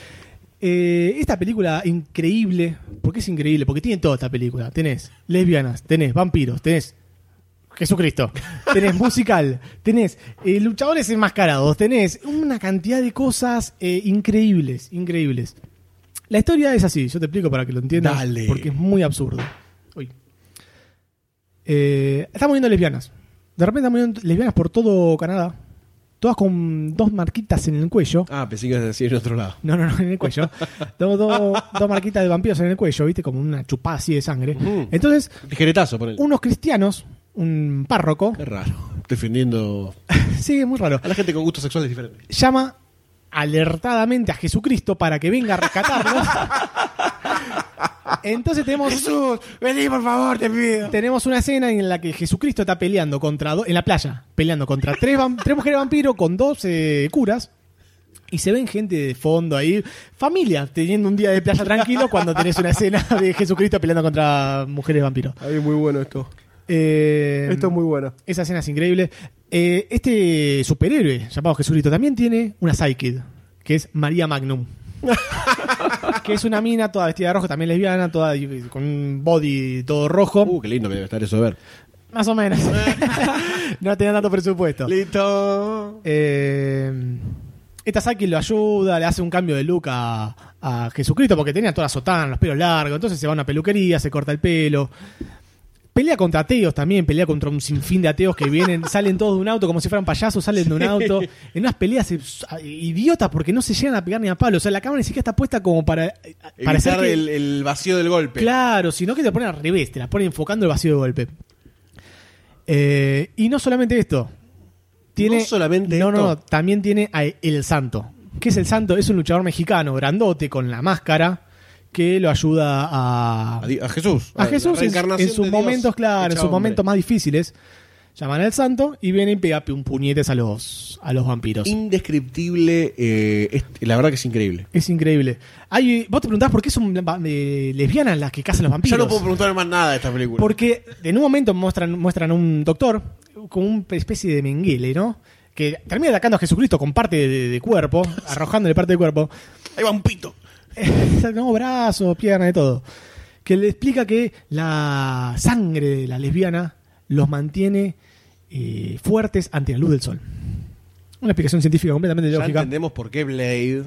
Speaker 1: Eh, esta película increíble, ¿por qué es increíble? Porque tiene toda esta película. Tenés lesbianas, tenés vampiros, tenés Jesucristo, tenés musical, tenés eh, luchadores enmascarados, tenés una cantidad de cosas eh, increíbles, increíbles. La historia es así, yo te explico para que lo entiendas,
Speaker 2: Dale.
Speaker 1: porque es muy absurdo. Uy. Eh, están muriendo lesbianas. De repente están muriendo lesbianas por todo Canadá, todas con dos marquitas en el cuello.
Speaker 2: Ah, pensé que ibas a decir en otro lado.
Speaker 1: No, no, no, en el cuello. Dos dos- dos marquitas de vampiros en el cuello, ¿viste? Como una chupada así de sangre.
Speaker 2: Ujú.
Speaker 1: Entonces,
Speaker 2: Tijeretazo, ponele.
Speaker 1: unos cristianos, un párroco,
Speaker 2: Es raro. Defendiendo
Speaker 1: sí, es muy raro,
Speaker 2: a la gente con gustos sexuales diferentes.
Speaker 1: llama alertadamente a Jesucristo para que venga a rescatarlos. Entonces tenemos...
Speaker 2: Jesús, vení por favor, te pido.
Speaker 1: Tenemos una escena en la que Jesucristo está peleando contra do- en la playa, peleando contra tres, vam- tres mujeres vampiro con dos eh, curas. Y se ven gente de fondo ahí, familia, teniendo un día de playa tranquilo cuando tenés una escena de Jesucristo peleando contra mujeres vampiro.
Speaker 2: Ay, muy bueno esto.
Speaker 1: Eh,
Speaker 2: bueno.
Speaker 1: Esa escena es increíble. Eh, este superhéroe llamado Jesucristo también tiene una sidekick, que es María Magnum. que es una mina toda vestida de rojo, también lesbiana, toda eh, con un body todo rojo.
Speaker 2: Uh, qué lindo que debe estar eso de ver.
Speaker 1: Más o menos. no tenía tanto presupuesto.
Speaker 2: Listo.
Speaker 1: Eh, esta Saki lo ayuda, le hace un cambio de look a, a Jesucristo porque tenía toda la sotana, los pelos largos. Entonces se va a una peluquería, se corta el pelo. Pelea contra ateos también, pelea contra un sinfín de ateos que vienen, salen todos de un auto como si fueran payasos, salen de un auto. En unas peleas eh, idiotas porque no se llegan a pegar ni a palo. O sea, la cámara ni siquiera está puesta como para
Speaker 2: Evitar
Speaker 1: parecer que-
Speaker 2: el, el vacío del golpe.
Speaker 1: Claro, sino que te ponen al revés, te la ponen enfocando el vacío de golpe. Eh, y no solamente esto. Tiene,
Speaker 2: No solamente
Speaker 1: no, No, no,
Speaker 2: esto.
Speaker 1: también tiene a El Santo. ¿Qué es El Santo? Es un luchador mexicano, grandote, con la máscara, que lo ayuda a...
Speaker 2: A, di- a Jesús.
Speaker 1: A
Speaker 2: la
Speaker 1: Jesús en,
Speaker 2: reencarnación
Speaker 1: en sus
Speaker 2: de Dios
Speaker 1: momentos, claro,
Speaker 2: hecha
Speaker 1: en sus
Speaker 2: hombre.
Speaker 1: momentos más difíciles. Llaman al santo y viene y pega un puñetes a los, a los vampiros.
Speaker 2: Indescriptible. eh, es- la verdad que es increíble.
Speaker 1: es increíble. Hay, vos te preguntás por qué son eh, lesbianas las que cazan los vampiros.
Speaker 2: Yo no puedo preguntar más nada de esta película.
Speaker 1: Porque en un momento muestran, muestran un doctor con una especie de menguele, ¿no? Que termina atacando a Jesucristo con parte de, de cuerpo, arrojándole parte del cuerpo.
Speaker 2: Ahí va un pito.
Speaker 1: no, brazos, piernas, de todo. Que le explica que la sangre de la lesbiana los mantiene eh, fuertes ante la luz del sol. Una explicación científica completamente
Speaker 2: Ya
Speaker 1: lógica.
Speaker 2: entendemos por qué Blade.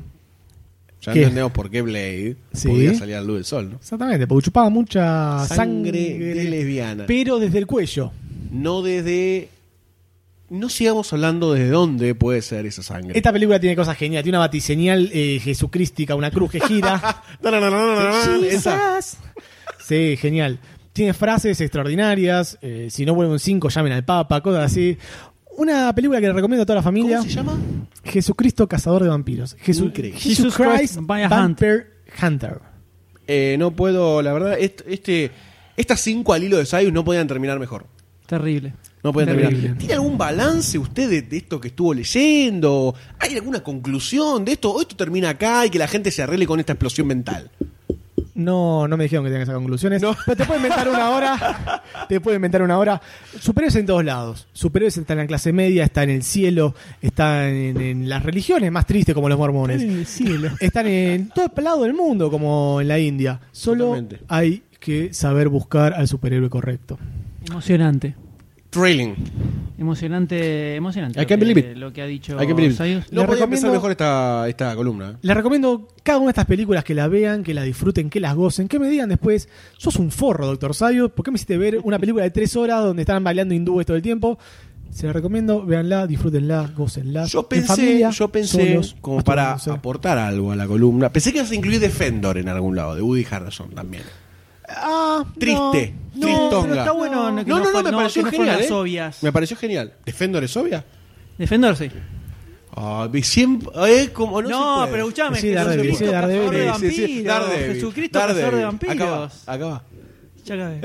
Speaker 2: Ya
Speaker 1: ¿Qué?
Speaker 2: entendemos por qué Blade
Speaker 1: Sí.
Speaker 2: podía salir a la luz del sol, ¿no?
Speaker 1: Exactamente, porque chupaba mucha
Speaker 2: Sangre
Speaker 1: sangre,
Speaker 2: de lesbiana.
Speaker 1: Pero desde el cuello.
Speaker 2: No desde. No sigamos hablando desde dónde puede ser esa sangre.
Speaker 1: Esta película tiene cosas geniales. Tiene una batiseñal eh, jesucrística, una cruz que gira.
Speaker 2: Esa.
Speaker 1: sí, genial. Tiene frases extraordinarias. eh, si no vuelven cinco, llamen al Papa, cosas así. Una película que le recomiendo a toda la familia.
Speaker 2: ¿Cómo se llama?
Speaker 1: Jesucristo Cazador de Vampiros. Jesu-
Speaker 2: Increíble.
Speaker 1: Jesus
Speaker 3: Jesus
Speaker 1: Christ
Speaker 3: Christ Vampire
Speaker 1: Vampire Hunter.
Speaker 2: Eh, no puedo, la verdad, est- este, estas cinco al hilo de Sayus no podían terminar mejor.
Speaker 3: Terrible.
Speaker 2: No podían terminar.
Speaker 1: Terrible.
Speaker 2: ¿Tiene algún balance usted de, de esto que estuvo leyendo? ¿Hay alguna conclusión de esto? ¿O esto termina acá y que la gente se arregle con esta explosión mental?
Speaker 1: No, no me dijeron que tenía que sacar conclusiones. Pero te puedo inventar una hora. te puedo inventar una hora. Superhéroes en todos lados. Superhéroes está en la clase media, está en el cielo, está en, en las religiones más tristes como los mormones. Están en todo el lado del mundo, como en la India. Solo
Speaker 2: Totalmente.
Speaker 1: hay que saber buscar al superhéroe correcto.
Speaker 3: Emocionante.
Speaker 2: Trailing.
Speaker 3: Emocionante, emocionante.
Speaker 2: I
Speaker 3: lo
Speaker 2: can't
Speaker 3: que-
Speaker 2: believe it.
Speaker 3: Lo que ha dicho
Speaker 2: Hay que pedir-
Speaker 3: Sayus.
Speaker 2: No
Speaker 1: Le
Speaker 2: podía empezar
Speaker 1: recomiendo-
Speaker 2: mejor esta, esta columna. ¿eh?
Speaker 1: Les recomiendo cada una de estas películas que la vean, que la disfruten, que las gocen, que me digan después, sos un forro, doctor Sayo, ¿por qué me hiciste ver una película de tres horas donde están bailando hindúes todo el tiempo? Se la recomiendo, véanla, disfrútenla, gócenla.
Speaker 2: Yo
Speaker 1: En
Speaker 2: pensé,
Speaker 1: familia,
Speaker 2: yo pensé
Speaker 1: solos,
Speaker 2: como para
Speaker 1: masturbándose.
Speaker 2: aportar algo a la columna. Pensé que ibas a incluir Defender en algún lado, de Woody Harrison también.
Speaker 1: Ah, no.
Speaker 2: Triste,
Speaker 1: No,
Speaker 2: tristonga.
Speaker 3: pero está bueno que no,
Speaker 2: No, no, no,
Speaker 3: fue-
Speaker 2: me
Speaker 3: no,
Speaker 2: pareció
Speaker 3: que no fueron
Speaker 2: genial.
Speaker 3: las
Speaker 2: eh.
Speaker 3: obvias.
Speaker 2: Me pareció genial. ¿Defender es obvia?
Speaker 3: Defender, sí.
Speaker 2: Ah, vi- siempre, eh, como, no, se
Speaker 3: No,
Speaker 2: puede.
Speaker 3: pero escuchame.
Speaker 1: Sí,
Speaker 3: Jesucristo,
Speaker 1: Daredevil, sí,
Speaker 3: cazador
Speaker 1: Daredevil.
Speaker 3: de
Speaker 2: Sí, sí, sí,
Speaker 3: vampiros,
Speaker 2: Daredevil,
Speaker 3: Jesucristo, cazador de
Speaker 2: Daredevil.
Speaker 3: vampiros.
Speaker 2: Acá va. acá va.
Speaker 3: Ya acabé.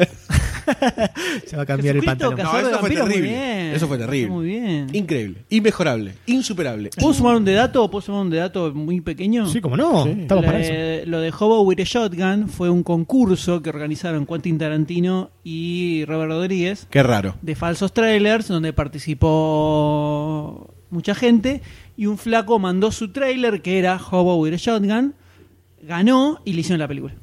Speaker 1: Se va a cambiar el
Speaker 3: Jesucristo,
Speaker 2: No,
Speaker 1: pantalón.
Speaker 3: cazador de
Speaker 2: eso fue
Speaker 3: vampiros, muy
Speaker 2: terrible.
Speaker 3: bien.
Speaker 2: Eso fue terrible.
Speaker 3: Muy bien.
Speaker 2: Increíble, inmejorable, insuperable.
Speaker 3: ¿Puedo sumar un de dato? ¿Puedo sumar un de dato muy pequeño?
Speaker 1: Sí, como no. Estamos
Speaker 3: La-
Speaker 1: para eso.
Speaker 3: Lo de Hobo with a Shotgun fue un concurso que organizaron Quentin Tarantino y Robert Rodríguez
Speaker 2: Qué raro.
Speaker 3: de falsos trailers donde participó mucha gente y un flaco mandó su trailer que era Hobo with a Shotgun, ganó y le hicieron la película.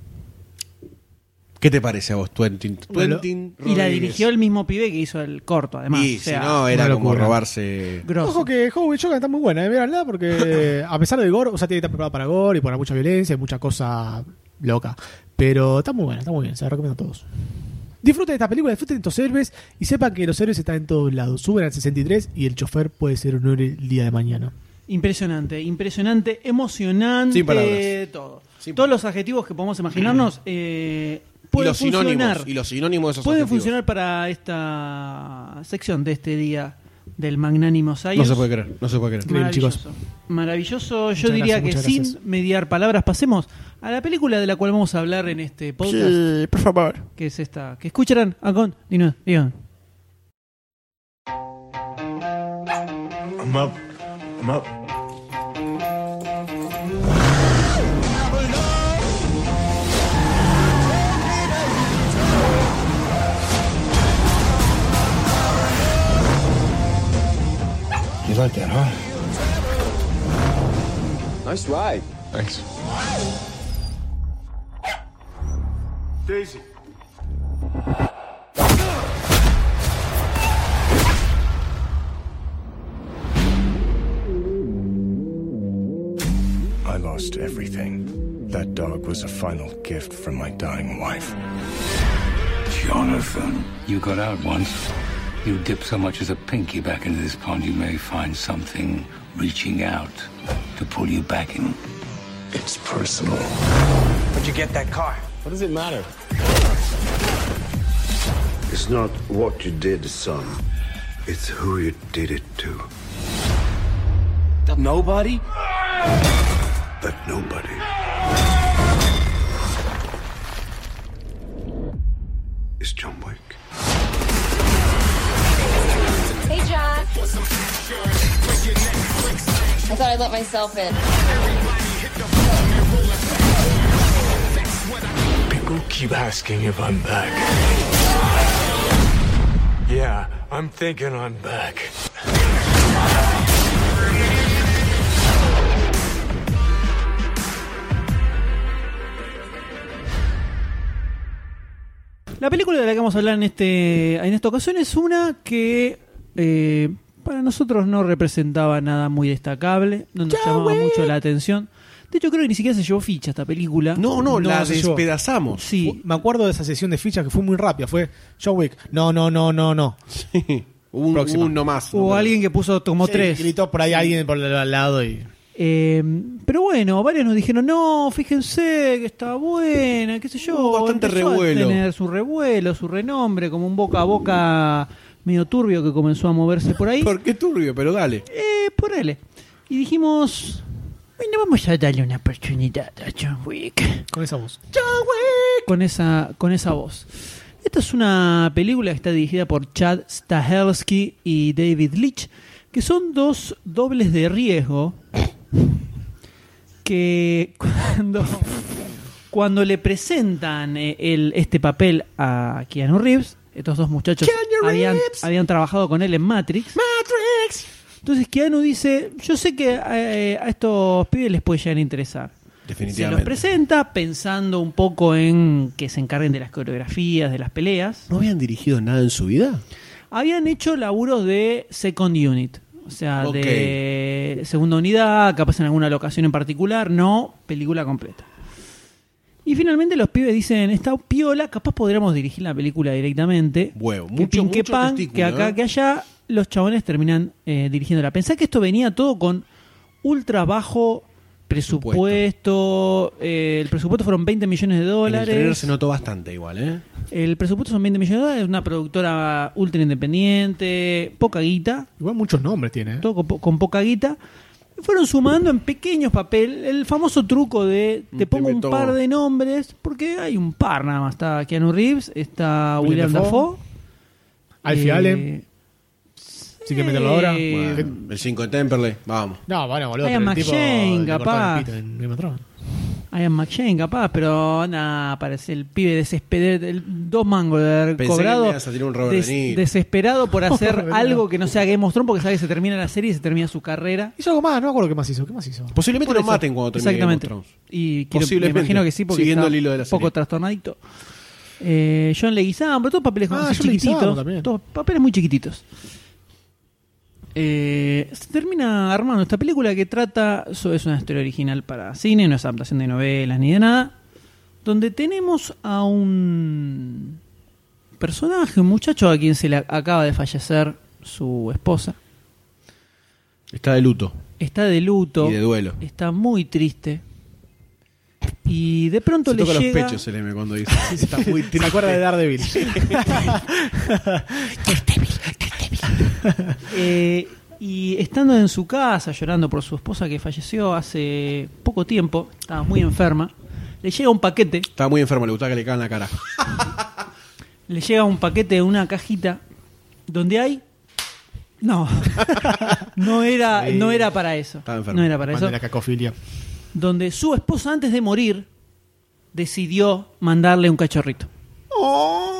Speaker 2: ¿Qué te parece a vos, Twentin?
Speaker 1: Bueno,
Speaker 2: Twentin
Speaker 3: Y la
Speaker 2: Rodríguez?
Speaker 3: dirigió el mismo pibe que hizo el corto, además.
Speaker 2: Y
Speaker 3: o sea,
Speaker 2: si no, era
Speaker 1: una
Speaker 2: como
Speaker 1: locura.
Speaker 2: robarse.
Speaker 3: grosso.
Speaker 1: Ojo que Howie Shogun está muy buena, ¿eh? Veanla, porque a pesar del gore, o sea, tiene que estar preparada para gore y para mucha violencia y mucha cosa loca. Pero está muy buena, está muy bien, se la recomiendo a todos. Disfruten de esta película, disfruten de estos héroes y sepan que los héroes están en todos lados. Suben al 63 y el chofer puede ser un héroe el día de mañana.
Speaker 3: Impresionante, impresionante, emocionante,
Speaker 2: Sin palabras.
Speaker 3: todo.
Speaker 2: Sin
Speaker 3: Todos los adjetivos que podemos imaginarnos eh,
Speaker 2: Y
Speaker 3: pueden
Speaker 2: los
Speaker 3: funcionar.
Speaker 2: sinónimos. Y los sinónimos de esos
Speaker 3: pueden
Speaker 2: adjetivos.
Speaker 3: funcionar para esta sección de este día del magnánimo Sayos.
Speaker 2: No se puede creer, no se puede creer.
Speaker 1: Increíble,
Speaker 3: Maravilloso.
Speaker 1: chicos.
Speaker 3: Maravilloso. Yo
Speaker 1: Muchas
Speaker 3: diría
Speaker 1: gracias,
Speaker 3: que
Speaker 1: muchas
Speaker 3: sin
Speaker 1: gracias.
Speaker 3: mediar palabras pasemos a la película de la cual vamos a hablar en este podcast,
Speaker 1: por favor.
Speaker 3: que es esta, que escucharán a con Dino, Dino.
Speaker 6: I'm up. I'm up. You like that, huh?
Speaker 10: Nice ride.
Speaker 6: Thanks.
Speaker 7: Daisy.
Speaker 6: I lost everything. That dog was a final gift from my dying wife.
Speaker 11: Jonathan, you got out once. You dip so much as a pinky back into this pond, you may find something reaching out to pull you back in.
Speaker 6: It's personal.
Speaker 10: Where'd you get that car? What does it matter?
Speaker 11: It's not what you did, son. It's who you did it to.
Speaker 10: Nobody?
Speaker 11: But nobody is John Wick.
Speaker 9: Hey, John. I thought I let myself in.
Speaker 6: People keep asking if I'm back. Yeah, I'm thinking I'm back.
Speaker 3: La película de la que vamos a hablar en este en esta ocasión es una que eh, para nosotros no representaba nada muy destacable, no nos llamaba mucho la atención. De hecho, creo que ni siquiera se llevó ficha esta película.
Speaker 2: No, no, la
Speaker 1: sé yo.
Speaker 2: despedazamos.
Speaker 3: Sí,
Speaker 1: Me acuerdo de esa sesión de fichas que fue muy rápida, fue John Wick. No, no, no, no, no.
Speaker 2: Un,
Speaker 1: Próxima.
Speaker 2: uno más.
Speaker 3: hubo
Speaker 2: No,
Speaker 3: alguien que puso como
Speaker 1: Sí,
Speaker 3: tres.
Speaker 1: Gritó por ahí alguien por el al lado y.
Speaker 3: Eh, pero bueno, varios nos dijeron, no, fíjense que está buena, qué sé yo.
Speaker 2: Hubo bastante
Speaker 3: Empezó a
Speaker 2: revuelo.
Speaker 3: tener su revuelo, su renombre, como un boca a boca medio turbio que comenzó a moverse por ahí.
Speaker 2: ¿Por qué turbio? Pero dale.
Speaker 3: Eh, ponele. Y dijimos, bueno, vamos a darle una oportunidad a John Wick.
Speaker 1: Con esa voz.
Speaker 3: John Wick. Con esa, con esa voz. Esta es una película que está dirigida por Chad Stahelski y David Leitch, que son dos dobles de riesgo que cuando, cuando le presentan eh, el, este papel a Keanu Reeves, estos dos muchachos
Speaker 2: Keanu
Speaker 3: habían,
Speaker 2: Reeves.
Speaker 3: habían trabajado con él en Matrix.
Speaker 2: ¡Matrix!
Speaker 3: Entonces Keanu dice, yo sé que eh, a estos pibes les puede llegar a interesar. Se los
Speaker 2: Definitivamente.
Speaker 3: presenta pensando un poco en que se encarguen de las coreografías, de las peleas.
Speaker 2: ¿No habían dirigido nada en su vida?
Speaker 3: Habían hecho laburos de second unit, o sea,
Speaker 2: Ok.
Speaker 3: de segunda unidad, capaz en alguna locación en particular, no, película completa. Y finalmente los pibes dicen, esta piola, capaz podríamos dirigir la película directamente.
Speaker 2: Huevo,
Speaker 3: Que
Speaker 2: mucho-
Speaker 3: pin, que
Speaker 2: mucho
Speaker 3: pan,
Speaker 2: testículo,
Speaker 3: que acá,
Speaker 2: ¿eh?
Speaker 3: que allá, los chabones terminan eh, dirigiéndola. Pensá que esto venía todo con ultra bajo presupuesto. eh, el presupuesto fueron 20 millones de
Speaker 2: En el trailer
Speaker 3: dólares.
Speaker 2: se notó bastante igual, ¿eh?
Speaker 3: El presupuesto son 20 millones de dólares, una productora ultra independiente, poca guita.
Speaker 1: Igual muchos nombres tiene. ¿eh?
Speaker 3: Todo con, po- con poca guita. Fueron sumando en pequeños papeles el famoso truco de te pongo un
Speaker 2: meto-
Speaker 3: par de nombres, porque hay un par nada más. Está Keanu Reeves, está
Speaker 1: Willem
Speaker 3: William
Speaker 1: Dafoe.
Speaker 3: Dafoe.
Speaker 1: Alfie
Speaker 3: Eh,
Speaker 1: Allen. Sí que meterlo ahora.
Speaker 3: Eh,
Speaker 1: Bueno.
Speaker 2: El 5 de Temperley, vamos.
Speaker 1: No, bueno, boludo.
Speaker 3: Ian
Speaker 1: pero el tipo
Speaker 3: McShane,
Speaker 1: le cortaron el
Speaker 3: capaz.
Speaker 1: pito en Game of Thrones.
Speaker 3: Ian McShane, capaz, pero nada, parece el pibe desesperado, el- dos mangos de haber
Speaker 2: Pensé que
Speaker 3: cobrado,
Speaker 2: me ibas a tirar un Robert
Speaker 3: des-
Speaker 2: De Niro.
Speaker 3: desesperado por hacer
Speaker 1: Robert De Niro.
Speaker 3: algo que no sea Game of Thrones, porque sabe que se termina la serie y se termina su carrera.
Speaker 1: Hizo algo más, no me acuerdo qué más hizo. ¿Qué más hizo?
Speaker 2: Posiblemente
Speaker 3: Por
Speaker 2: lo
Speaker 3: eso.
Speaker 2: maten cuando termine
Speaker 3: Exactamente.
Speaker 2: Game of Thrones.
Speaker 3: Y quiero-
Speaker 2: Posiblemente,
Speaker 3: me imagino que sí, porque
Speaker 2: siguiendo
Speaker 3: está
Speaker 2: el hilo de la
Speaker 3: un poco
Speaker 2: serie.
Speaker 3: trastornadito. Eh, John Leguizamo, pero todos papeles
Speaker 1: Ah,
Speaker 3: como así
Speaker 1: John Leguizamo
Speaker 3: chiquititos,
Speaker 1: también.
Speaker 3: todos papeles muy chiquititos. Eh, se termina armando esta película que trata, eso es una historia original para cine, no es adaptación de novelas ni de nada, donde tenemos a un personaje, un muchacho a quien se le acaba de fallecer su esposa,
Speaker 2: Está de luto
Speaker 3: está de luto,
Speaker 2: y de duelo.
Speaker 3: está muy triste y de pronto
Speaker 2: Se
Speaker 3: le
Speaker 2: toca los
Speaker 3: llega
Speaker 2: pechos el M cuando dice. Está muy triste.
Speaker 1: ¿Se acuerda de Daredevil?
Speaker 3: Eh, y estando en su casa llorando por su esposa que falleció hace poco tiempo, estaba muy enferma, le llega un paquete,
Speaker 2: Está muy enfermo, le gusta que le cagan la cara.
Speaker 3: le llega un paquete de una cajita donde hay no, no era,
Speaker 1: Sí.
Speaker 3: no era para eso,
Speaker 2: Estaba enfermo.
Speaker 3: no era para eso,
Speaker 1: Mande la cacofilia.
Speaker 3: donde su esposa antes de morir decidió mandarle un cachorrito.
Speaker 1: Oh.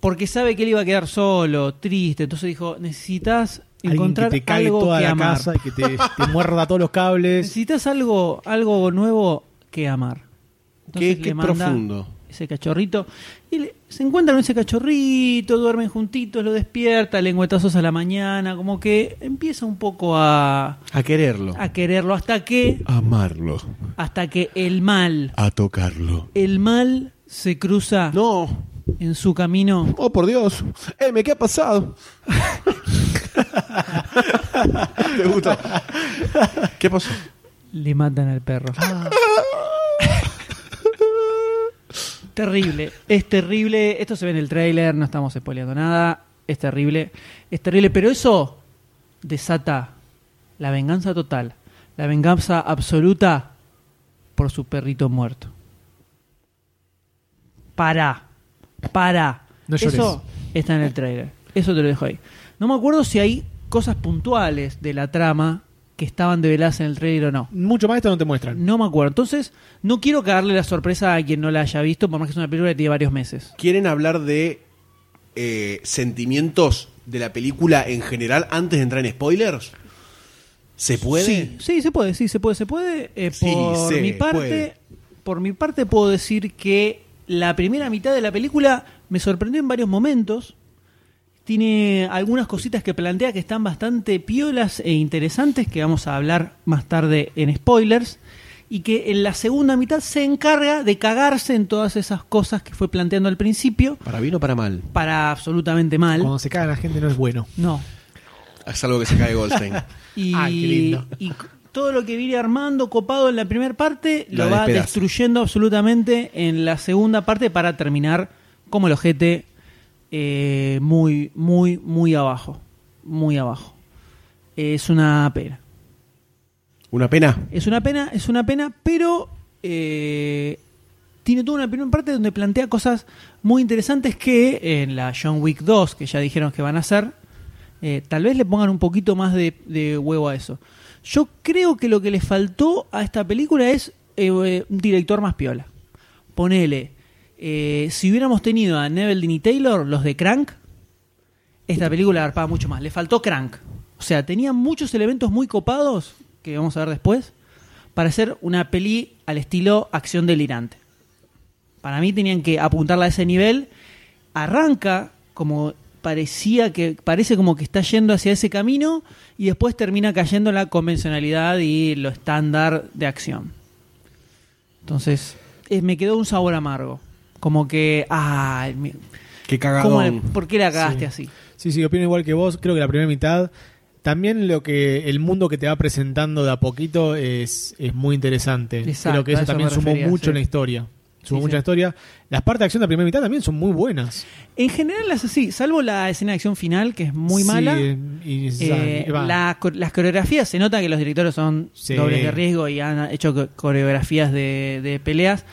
Speaker 3: Porque sabe que él iba a quedar solo, triste, entonces dijo, necesitas
Speaker 1: Alguien
Speaker 3: encontrar
Speaker 1: que te cague
Speaker 3: algo
Speaker 1: toda
Speaker 3: que
Speaker 1: la
Speaker 3: amar.
Speaker 1: casa y que te, te muerda todos los cables.
Speaker 3: Necesitas algo, algo nuevo que amar. Entonces
Speaker 2: Qué-
Speaker 3: le
Speaker 2: qué
Speaker 3: manda
Speaker 2: profundo.
Speaker 3: Ese cachorrito. Y le- se encuentran ese cachorrito, duermen juntitos, lo despierta, lengüetazos a la mañana, como que empieza un poco a,
Speaker 2: A quererlo.
Speaker 3: a quererlo hasta que,
Speaker 2: A amarlo.
Speaker 3: hasta que el mal,
Speaker 2: A tocarlo.
Speaker 3: el mal se cruza
Speaker 2: No.
Speaker 3: en su camino.
Speaker 2: Oh, por Dios. M, ¿qué ha pasado? Me gusta. ¿Qué pasó?
Speaker 3: Le matan al perro.
Speaker 1: Ah.
Speaker 3: terrible, es terrible. Esto se ve en el tráiler, no estamos spoileando nada. Es terrible, es terrible, pero eso desata la venganza total, la venganza absoluta por su perrito muerto. Para, para.
Speaker 1: No llores.
Speaker 3: eso está en el tráiler. Eso te lo dejo ahí. No me acuerdo si hay cosas puntuales de la trama que estaban develadas en el tráiler o no.
Speaker 1: Mucho más de esto no te muestran.
Speaker 3: No me acuerdo. Entonces, no quiero cagarle la sorpresa a quien no la haya visto, por más que es una película que tiene varios meses.
Speaker 2: ¿Quieren hablar de eh, sentimientos de la película en general antes de entrar en spoilers? ¿Se puede?
Speaker 3: Sí, sí, se puede, sí, se puede, se puede. Eh,
Speaker 2: Sí,
Speaker 3: por
Speaker 2: se
Speaker 3: mi parte,
Speaker 2: puede.
Speaker 3: por mi parte puedo decir que la primera mitad de la película me sorprendió en varios momentos. Tiene algunas cositas que plantea que están bastante piolas e interesantes que vamos a hablar más tarde en spoilers y que en la segunda mitad se encarga de cagarse en todas esas cosas que fue planteando al principio
Speaker 2: ¿Para bien o para mal?
Speaker 3: para absolutamente mal.
Speaker 1: Cuando se caga la gente no es bueno.
Speaker 3: No.
Speaker 2: Salvo que se cae Goldstein.
Speaker 3: Y,
Speaker 1: Ay, qué lindo.
Speaker 3: y c- todo lo que viene armando copado en la primera parte
Speaker 2: Lo
Speaker 3: lo, va
Speaker 2: despedaza.
Speaker 3: destruyendo absolutamente en la segunda parte para terminar como el ojete eh, muy, muy, muy abajo. Muy abajo. Es una pena.
Speaker 2: ¿Una pena?
Speaker 3: Es una pena, es una pena, pero eh, tiene toda una primera parte donde plantea cosas muy interesantes que en la John Wick 2, que ya dijeron que van a hacer, eh, tal vez le pongan un poquito más de, de huevo a eso. Yo creo que lo que le faltó a esta película es eh, eh, un director más piola. Ponele, eh, si hubiéramos tenido a Neville Dean y Taylor, los de Crank, esta película garpaba mucho más. Le faltó Crank. O sea, tenía muchos elementos muy copados, que vamos a ver después, para hacer una peli al estilo acción delirante. Para mí tenían que apuntarla a ese nivel. Arranca como parecía que parece como que está yendo hacia ese camino y después termina cayendo en la convencionalidad y lo estándar de acción. Entonces, eh, me quedó un sabor amargo. Como que, ay, me-
Speaker 2: ¿Qué
Speaker 3: ¿cómo le-
Speaker 2: cagadón?
Speaker 3: ¿por qué la cagaste
Speaker 1: Sí.
Speaker 3: así?
Speaker 1: Sí, sí, opino igual que vos. Creo que la primera mitad También lo que el mundo que te va presentando de a poquito es, es muy interesante.
Speaker 3: Exacto,
Speaker 1: Creo que eso
Speaker 3: a eso
Speaker 1: también
Speaker 3: me
Speaker 1: sumó
Speaker 3: refería,
Speaker 1: mucho
Speaker 3: sí.
Speaker 1: en la historia. Sumó
Speaker 3: Sí,
Speaker 1: mucha
Speaker 3: sí.
Speaker 1: historia. Las partes de acción de la primera mitad también son muy buenas.
Speaker 3: En general las así, salvo la escena de acción final, que es muy
Speaker 1: Sí,
Speaker 3: mala.
Speaker 1: y- ah,
Speaker 3: eh,
Speaker 1: va.
Speaker 3: la co- las coreografías, se nota que los directores son
Speaker 1: Sí.
Speaker 3: dobles de riesgo y han hecho co- coreografías de, de peleas.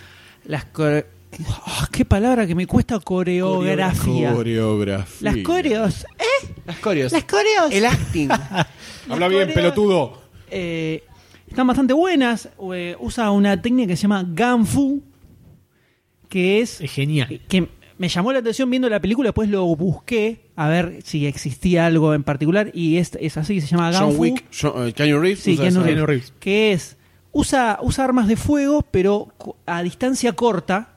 Speaker 3: Las core- Oh, qué palabra que me cuesta coreografía.
Speaker 2: Coreografía.
Speaker 3: Las coreos. ¿Eh?
Speaker 2: Las coreos.
Speaker 3: Las coreos.
Speaker 2: El acting. Habla bien,
Speaker 3: coreos.
Speaker 2: pelotudo.
Speaker 3: Eh, están bastante buenas. eh, usa una técnica que se llama Ganfu, que es...
Speaker 1: genial.
Speaker 3: Que me llamó la atención viendo la película, después lo busqué a ver si existía algo en particular y es, es así, se llama Ganfu.
Speaker 2: John Wick, John, eh, Keanu Reeves.
Speaker 3: Sí,
Speaker 2: usa
Speaker 3: Keanu
Speaker 2: esa-
Speaker 3: Reeves. Que es, usa, usa armas de fuego, pero cu- a distancia corta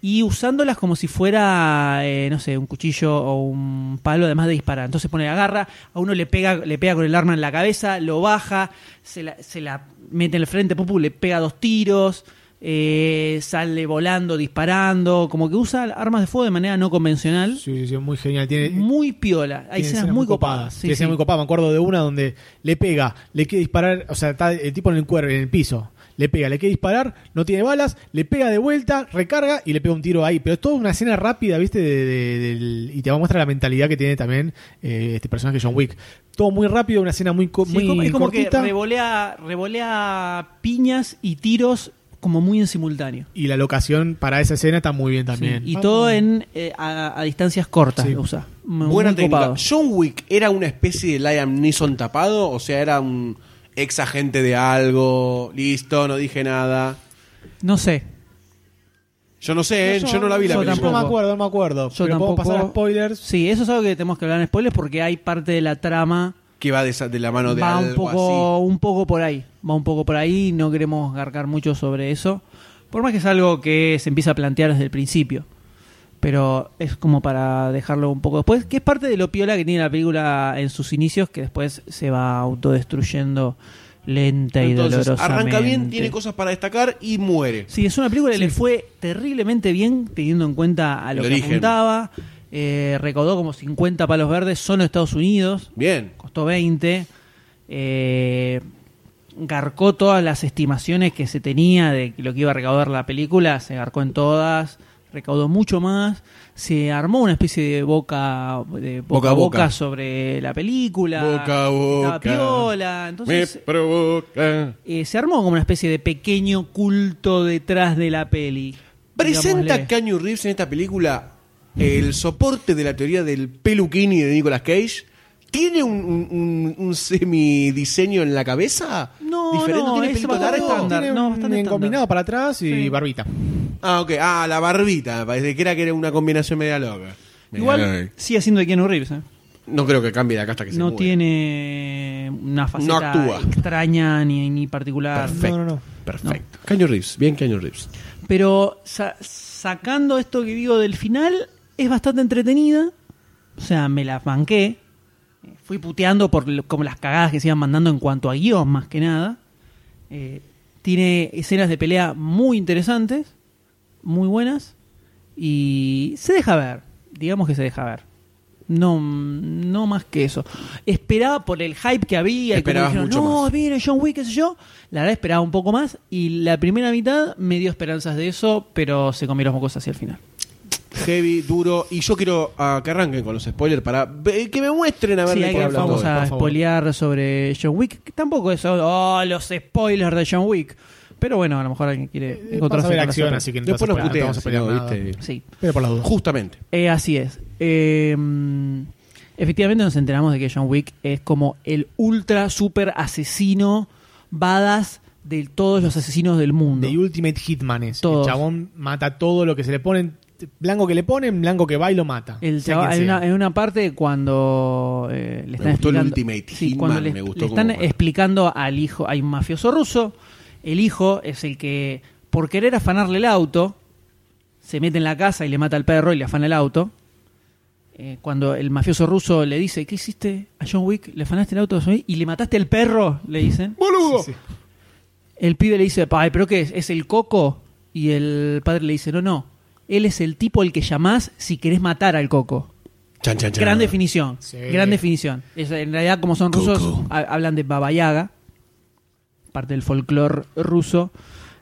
Speaker 3: y usándolas como si fuera, eh, no sé, un cuchillo o un palo, además de disparar. Entonces pone la garra, a uno le pega, le pega con el arma en la cabeza, lo baja, se la, se la mete en el frente, pupu, le pega dos tiros. eh, sale volando, disparando, como que usa armas de fuego de manera no convencional,
Speaker 1: Sí, sí, muy genial. Tiene,
Speaker 3: muy piola, hay
Speaker 1: Tiene
Speaker 3: escenas, muy copadas, Sí,
Speaker 1: Tiene escenas
Speaker 3: sí.
Speaker 1: muy copadas. Me acuerdo de una donde le pega, le quiere disparar, o sea, está el tipo en el cuerpo, en el piso. Le pega, le quiere disparar, no tiene balas, le pega de vuelta, recarga y le pega un tiro ahí. Pero es toda una escena rápida, ¿viste? De- de- del- y te muestra la mentalidad que tiene también eh, este personaje John Wick. Todo muy rápido, una escena muy, co-
Speaker 3: Sí,
Speaker 1: muy
Speaker 3: es como, es como
Speaker 1: cortita.
Speaker 3: que revolea, revolea piñas y tiros como muy en simultáneo.
Speaker 1: Y la locación para esa escena está muy bien también.
Speaker 3: Y todo en eh, a, a distancias cortas
Speaker 1: Ah. Sí.
Speaker 3: lo usa. M-
Speaker 2: Buena
Speaker 3: muy
Speaker 2: técnica.
Speaker 3: copado.
Speaker 2: John Wick era una especie de Liam Neeson tapado, o sea, era un ex agente de algo, listo, no dije nada.
Speaker 3: No sé.
Speaker 2: Yo no sé, ¿eh? yo, no la vi la
Speaker 1: yo
Speaker 2: película.
Speaker 1: No me acuerdo, no me acuerdo.
Speaker 3: Yo
Speaker 1: pero podemos
Speaker 3: tampoco.
Speaker 1: pasar a spoilers.
Speaker 3: Sí, eso es algo que tenemos que hablar en spoilers porque hay parte de la trama
Speaker 2: Que va de, esa- de la mano de
Speaker 3: va
Speaker 2: algo
Speaker 3: un poco un poco por ahí, va un poco por ahí, no queremos garcar mucho sobre eso. Por más que es algo que se empieza a plantear desde el principio. Pero es como para dejarlo un poco después, que es parte de lo piola que tiene la película en sus inicios, que después se va autodestruyendo lenta y
Speaker 2: así. Entonces,
Speaker 3: dolorosamente.
Speaker 2: arranca bien, tiene cosas para destacar y muere.
Speaker 3: Sí, es una película que le fue terriblemente bien, teniendo en cuenta a lo
Speaker 2: El
Speaker 3: que
Speaker 2: origen.
Speaker 3: apuntaba. Eh, recaudó como 50 palos verdes solo en Estados Unidos
Speaker 2: Bien.
Speaker 3: costó 20. Eh, garcó todas las estimaciones que se tenía de lo que iba a recaudar la película, se garcó en todas, recaudó mucho más, se armó una especie de boca de
Speaker 2: Boca
Speaker 3: boca,
Speaker 2: a
Speaker 3: a
Speaker 2: boca.
Speaker 3: boca, sobre la película,
Speaker 2: Boca a boca.
Speaker 3: estaba piola, entonces
Speaker 2: Me provoca.
Speaker 3: eh, se armó como una especie de pequeño culto detrás de la peli.
Speaker 2: Presenta
Speaker 3: digámosle.
Speaker 2: Keanu Reeves en esta película el soporte de la teoría del peluquini de Nicolas Cage. ¿Tiene un, un, un- un semidiseño en la cabeza?
Speaker 3: No,
Speaker 2: ¿Diferente?
Speaker 3: no,
Speaker 2: ¿Tiene
Speaker 3: es
Speaker 2: peluca
Speaker 3: bastante
Speaker 2: larga?
Speaker 3: estándar.
Speaker 1: Tiene
Speaker 3: No,
Speaker 1: un
Speaker 3: bastante estándar.
Speaker 1: engominado para atrás y
Speaker 3: Sí.
Speaker 1: barbita.
Speaker 2: Ah, ok. Ah, la barbita. Me parece que era que era una combinación media loca. Media
Speaker 3: Igual
Speaker 2: loca.
Speaker 3: sigue siendo de Keanu Reeves, ¿eh?
Speaker 2: No creo que cambie de acá hasta que se
Speaker 3: no
Speaker 2: muera.
Speaker 3: tiene una faceta
Speaker 2: actúa.
Speaker 3: extraña ni, ni particular.
Speaker 2: Perfecto.
Speaker 1: No, no, no.
Speaker 2: Perfecto. Keanu Reeves. Bien Keanu Reeves.
Speaker 3: Pero sa- sacando esto que digo del final, es bastante entretenida. O sea, me la banqué. Fui puteando por lo- como las cagadas que se iban mandando en cuanto a guión, más que nada. Eh, tiene escenas de pelea muy interesantes, muy buenas. Y se deja ver. Digamos que se deja ver. No, no más que eso. Esperaba por el hype que había. y como
Speaker 2: Esperabas
Speaker 3: dijeron,
Speaker 2: mucho
Speaker 3: no,
Speaker 2: más".
Speaker 3: viene John Wick, qué sé yo. La verdad esperaba un poco más. Y la primera mitad me dio esperanzas de eso, pero se comió los mocos hacia el final.
Speaker 2: Heavy, duro. Y yo quiero ah, que arranquen con los spoilers para ve- que me muestren a ver
Speaker 3: Sí,
Speaker 2: de
Speaker 3: ahí
Speaker 2: qué hablan
Speaker 3: vamos
Speaker 2: todos.
Speaker 3: a
Speaker 1: por favor.
Speaker 3: spoilear sobre John Wick. que Tampoco eso, oh, los spoilers de John Wick. Pero bueno, a lo mejor alguien quiere
Speaker 1: Vas
Speaker 3: encontrarse
Speaker 1: Eh, a
Speaker 3: con
Speaker 1: ver
Speaker 3: la
Speaker 1: acción,
Speaker 3: sorpresa.
Speaker 1: así que no te
Speaker 2: Después
Speaker 1: vas
Speaker 2: nos
Speaker 1: a pelear,
Speaker 2: putean,
Speaker 1: no te vas a
Speaker 2: si no,
Speaker 1: pelear nada.
Speaker 2: ¿viste?
Speaker 3: Sí.
Speaker 1: Pero por la duda.
Speaker 2: Justamente.
Speaker 3: Eh, así es. Eh, efectivamente nos enteramos de que John Wick es como el ultra super asesino badas de todos los asesinos del mundo.
Speaker 1: The Ultimate Hitman es.
Speaker 3: Todos.
Speaker 1: El chabón mata todo lo que se le pone. Blanco que le ponen, blanco que va y lo mata.
Speaker 3: El
Speaker 1: Sea
Speaker 3: chava-
Speaker 1: quien
Speaker 3: hay,
Speaker 1: sea.
Speaker 3: una, hay una parte cuando eh, le están
Speaker 2: gustó el
Speaker 3: explicando-
Speaker 2: Ultimate
Speaker 3: Sí,
Speaker 2: Hitman,
Speaker 3: cuando le,
Speaker 2: me gustó
Speaker 3: le
Speaker 2: cómo
Speaker 3: están
Speaker 2: fue.
Speaker 3: explicando al hijo, hay un mafioso ruso, el hijo es el que por querer afanarle el auto se mete en la casa y le mata al perro y le afana el auto. Eh, cuando el mafioso ruso le dice, ¿qué hiciste a John Wick? ¿Le afanaste el auto a John Wick? ¿Y le mataste al perro? Le dicen.
Speaker 2: ¡Boludo!
Speaker 3: El pibe le dice, ay, ¿pero qué es? ¿Es el coco? Y el padre le dice, no, no. Él es el tipo al que llamás si querés matar al coco.
Speaker 2: Chan, chan, chan.
Speaker 3: Gran definición.
Speaker 1: Sí.
Speaker 3: Gran definición. Es, en realidad, como son rusos,
Speaker 2: Cucú.
Speaker 3: ha- hablan de Baba Yaga, parte del folclore ruso.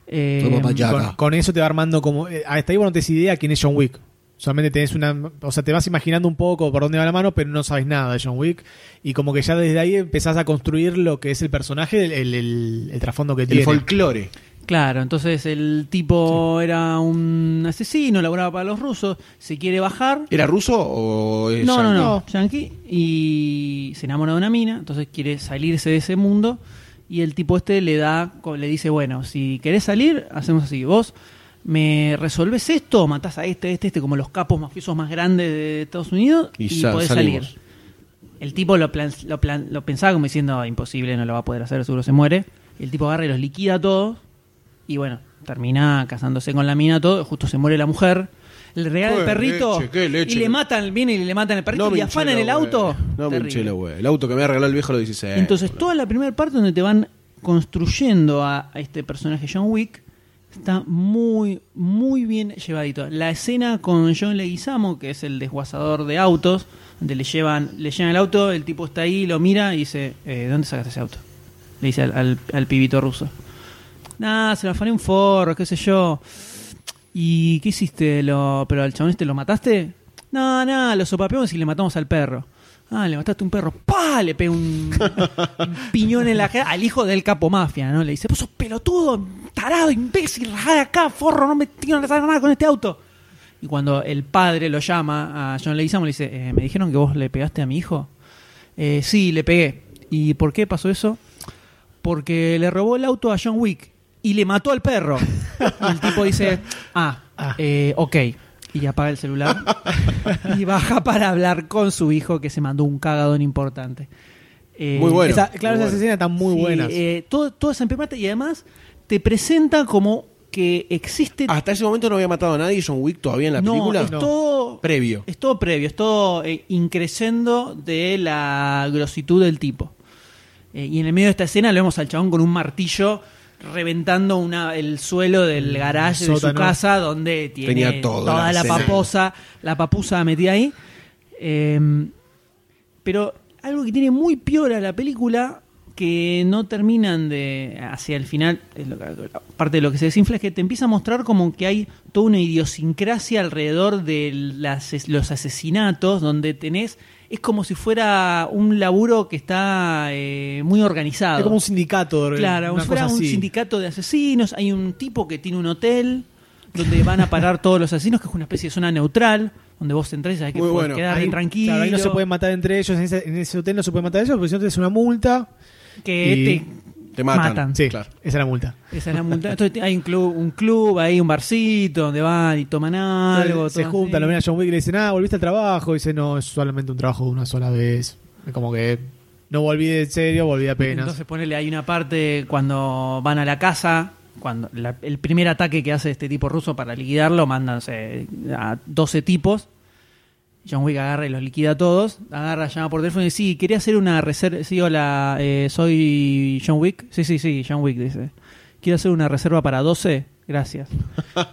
Speaker 3: Eh,
Speaker 1: Con- Con, eso te va armando como. eh, hasta ahí vos no tenés idea quién es John Wick. Solamente tenés una. O sea, te vas imaginando un poco por dónde va la mano, pero no sabes nada de John Wick. Y como que ya desde ahí empezás a construir lo que es el personaje, el, el- el- el trasfondo que tiene.
Speaker 2: folclore.
Speaker 3: Claro, entonces el tipo era un asesino, laboraba para los rusos, se quiere bajar.
Speaker 2: ¿Era ruso o es
Speaker 3: No, no,
Speaker 2: yankee?
Speaker 3: no, yankee. Y se enamora de una mina, entonces quiere salirse de ese mundo. Y el tipo este le da, co- le dice, bueno, si querés salir, hacemos así. Vos me resolvés esto, matás a este, este, este, como los capos mafiosos más grandes de Estados Unidos
Speaker 2: Y
Speaker 3: y,
Speaker 2: sa-
Speaker 3: podés
Speaker 2: salimos.
Speaker 3: salir. El tipo lo, plan- lo, plan- lo pensaba como diciendo, imposible, no lo va a poder hacer, seguro se muere. Y el tipo agarra y los liquida a todos. Y bueno, termina casándose con la mina, todo. Justo se muere la mujer. Le regala el
Speaker 2: Qué
Speaker 3: perrito.
Speaker 2: leche, qué leche.
Speaker 3: Y le matan, viene y le matan el perrito
Speaker 2: No me
Speaker 3: y
Speaker 2: hinché
Speaker 3: afanan
Speaker 2: la
Speaker 3: el
Speaker 2: hueva.
Speaker 3: auto.
Speaker 2: No me
Speaker 3: Terrible.
Speaker 2: hinché la hueva. El auto que me regaló el viejo lo 16.
Speaker 3: Entonces, toda la primera parte donde te van construyendo a, a este personaje John Wick está muy, muy bien llevadito. La escena con John Leguizamo, que es el desguazador de autos, donde le llevan, le llevan el auto, el tipo está ahí, lo mira y dice, eh, ¿de ¿dónde sacaste ese auto? Le dice al, al- al pibito ruso. Nah, se lo afané un forro, qué sé yo. ¿Y qué hiciste? Lo, ¿Pero al chabón este lo mataste? No, no, lo sopapeamos y le matamos al perro. Ah, le mataste un perro. ¡Pah! Le pega un, un piñón en la cara al hijo del capo mafia, ¿no? Le dice, vos sos pelotudo, tarado, imbécil, rajá de acá, forro, no me tiran a nada con este auto. Y cuando el padre lo llama a John Leguizamo, le dice, "Eh, me dijeron que vos le pegaste a mi hijo. Eh, sí, le pegué. ¿Y por qué pasó eso? Porque le robó el auto a John Wick y le mató al perro. Y el tipo dice, ah, eh, ok. Y apaga el celular y baja para hablar con su hijo que se mandó un cagadón importante. Eh,
Speaker 2: Muy bueno.
Speaker 1: Esa- claro,
Speaker 2: Muy
Speaker 1: esas
Speaker 2: bueno.
Speaker 1: escenas están muy
Speaker 3: sí,
Speaker 1: buenas.
Speaker 3: eh, todo, todo esa primera parte, y además te presenta como que existe...
Speaker 2: Hasta ese momento no había matado a nadie. John Wick todavía en la
Speaker 3: no,
Speaker 2: película.
Speaker 3: es todo...
Speaker 2: Previo.
Speaker 3: Es todo previo, es todo eh, increciendo de la grositud del tipo. Eh, y en el medio de esta escena lo vemos al chabón con un martillo reventando una, el suelo del garage de su
Speaker 1: sótano.
Speaker 3: casa donde tiene
Speaker 2: Tenía toda la
Speaker 3: toda la,
Speaker 2: escena.
Speaker 3: paposa, la papusa metida ahí. Eh, pero algo que tiene muy piora la película que no terminan de hacia el final es lo que- parte de lo que se desinfla es que te empieza a mostrar como que hay toda una idiosincrasia alrededor de las- los asesinatos donde tenés es como si fuera un laburo que está eh, muy organizado
Speaker 1: Es como un sindicato.
Speaker 3: Claro,
Speaker 1: una
Speaker 3: como si fuera
Speaker 1: cosa
Speaker 3: un
Speaker 1: así.
Speaker 3: sindicato de asesinos. Hay un tipo que tiene un hotel donde van a parar todos los asesinos, que es una especie de zona neutral, donde vos entrás y sabés que
Speaker 2: Muy
Speaker 3: podés
Speaker 2: bueno.
Speaker 3: quedar bien tranquilo.
Speaker 1: Claro, ahí no se pueden matar entre ellos. En ese, en ese hotel no se pueden matar ellos porque si no te es una multa.
Speaker 3: que
Speaker 1: y-
Speaker 2: Te matan.
Speaker 3: matan.
Speaker 1: Sí,
Speaker 2: Claro.
Speaker 1: esa es la multa.
Speaker 3: te- esa es la multa. Entonces te- hay un club, un club, ahí un barcito donde van y toman algo.
Speaker 1: se
Speaker 3: todo
Speaker 1: juntan,
Speaker 3: así.
Speaker 1: lo ven a John Wick y le dicen, ah, volviste al trabajo. Y dice, no, es solamente un trabajo de una sola vez. Es como que no volví en serio, volví apenas.
Speaker 3: Entonces ponele, hay una parte cuando van a la casa, cuando la- el primer ataque que hace este tipo ruso para liquidarlo, mandanse a 12 tipos. John Wick agarra y los liquida a todos. Agarra, llama por teléfono y dice, sí, quería hacer una reserva. Sí, hola, eh, soy John Wick. Sí, sí, sí, John Wick, dice. Quiero hacer una reserva para 12. Gracias.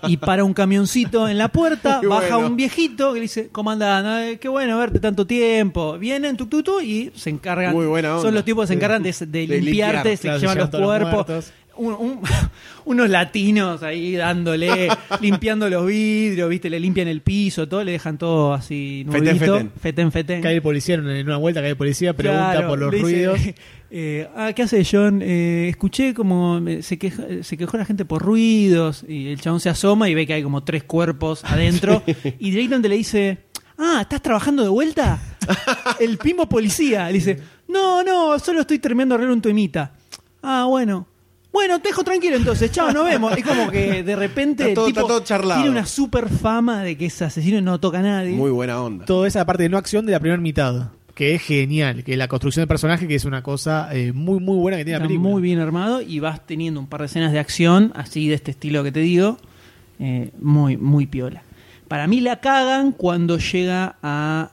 Speaker 3: Y para un camioncito en la puerta,
Speaker 2: Muy
Speaker 3: baja
Speaker 2: bueno.
Speaker 3: un viejito que le dice, comandante, qué bueno verte tanto tiempo. Vienen, tu, tu, tu, y se encargan.
Speaker 2: Muy buena onda.
Speaker 3: Son los tipos que se encargan de, de
Speaker 2: De
Speaker 3: limpiarte,
Speaker 2: limpiar,
Speaker 3: se
Speaker 1: claro, se
Speaker 3: llevan
Speaker 1: llevan
Speaker 3: los
Speaker 1: todos los
Speaker 3: cuerpos.
Speaker 1: muertos.
Speaker 3: Un- un- unos latinos ahí dándole, limpiando los vidrios, viste, le limpian el piso, todo, le dejan todo así
Speaker 2: Fetén,
Speaker 3: nudito.
Speaker 2: fetén.
Speaker 3: Fetén, fetén.
Speaker 1: Cae el policía en una vuelta, cae el policía, pregunta
Speaker 3: Claro,
Speaker 1: por los
Speaker 3: le dice,
Speaker 1: ruidos.
Speaker 3: eh, ah, ¿qué hace John? Eh, escuché como me- se, queja- eh, se quejó la gente por ruidos y el chabón se asoma y ve que hay como tres cuerpos adentro y directamente le dice, ah, ¿estás trabajando de vuelta? el pimbo policía le dice, no, no, solo estoy terminando de arreglar un temita. Ah, bueno. Bueno, te dejo tranquilo entonces, chao, nos vemos. Es como que de repente
Speaker 2: Está todo-
Speaker 3: el tipo
Speaker 2: está todo charlado.
Speaker 3: tiene una super fama de que es asesino y no toca a nadie.
Speaker 2: Muy buena onda.
Speaker 1: Toda esa parte de no acción de la primera mitad, que es genial, que es la construcción del personaje, que es una cosa eh, muy, muy buena que tiene la
Speaker 3: Está
Speaker 1: película.
Speaker 3: muy bien armado y vas teniendo un par de escenas de acción, así de este estilo que te digo, eh, muy, muy piola. Para mí la cagan cuando llega a...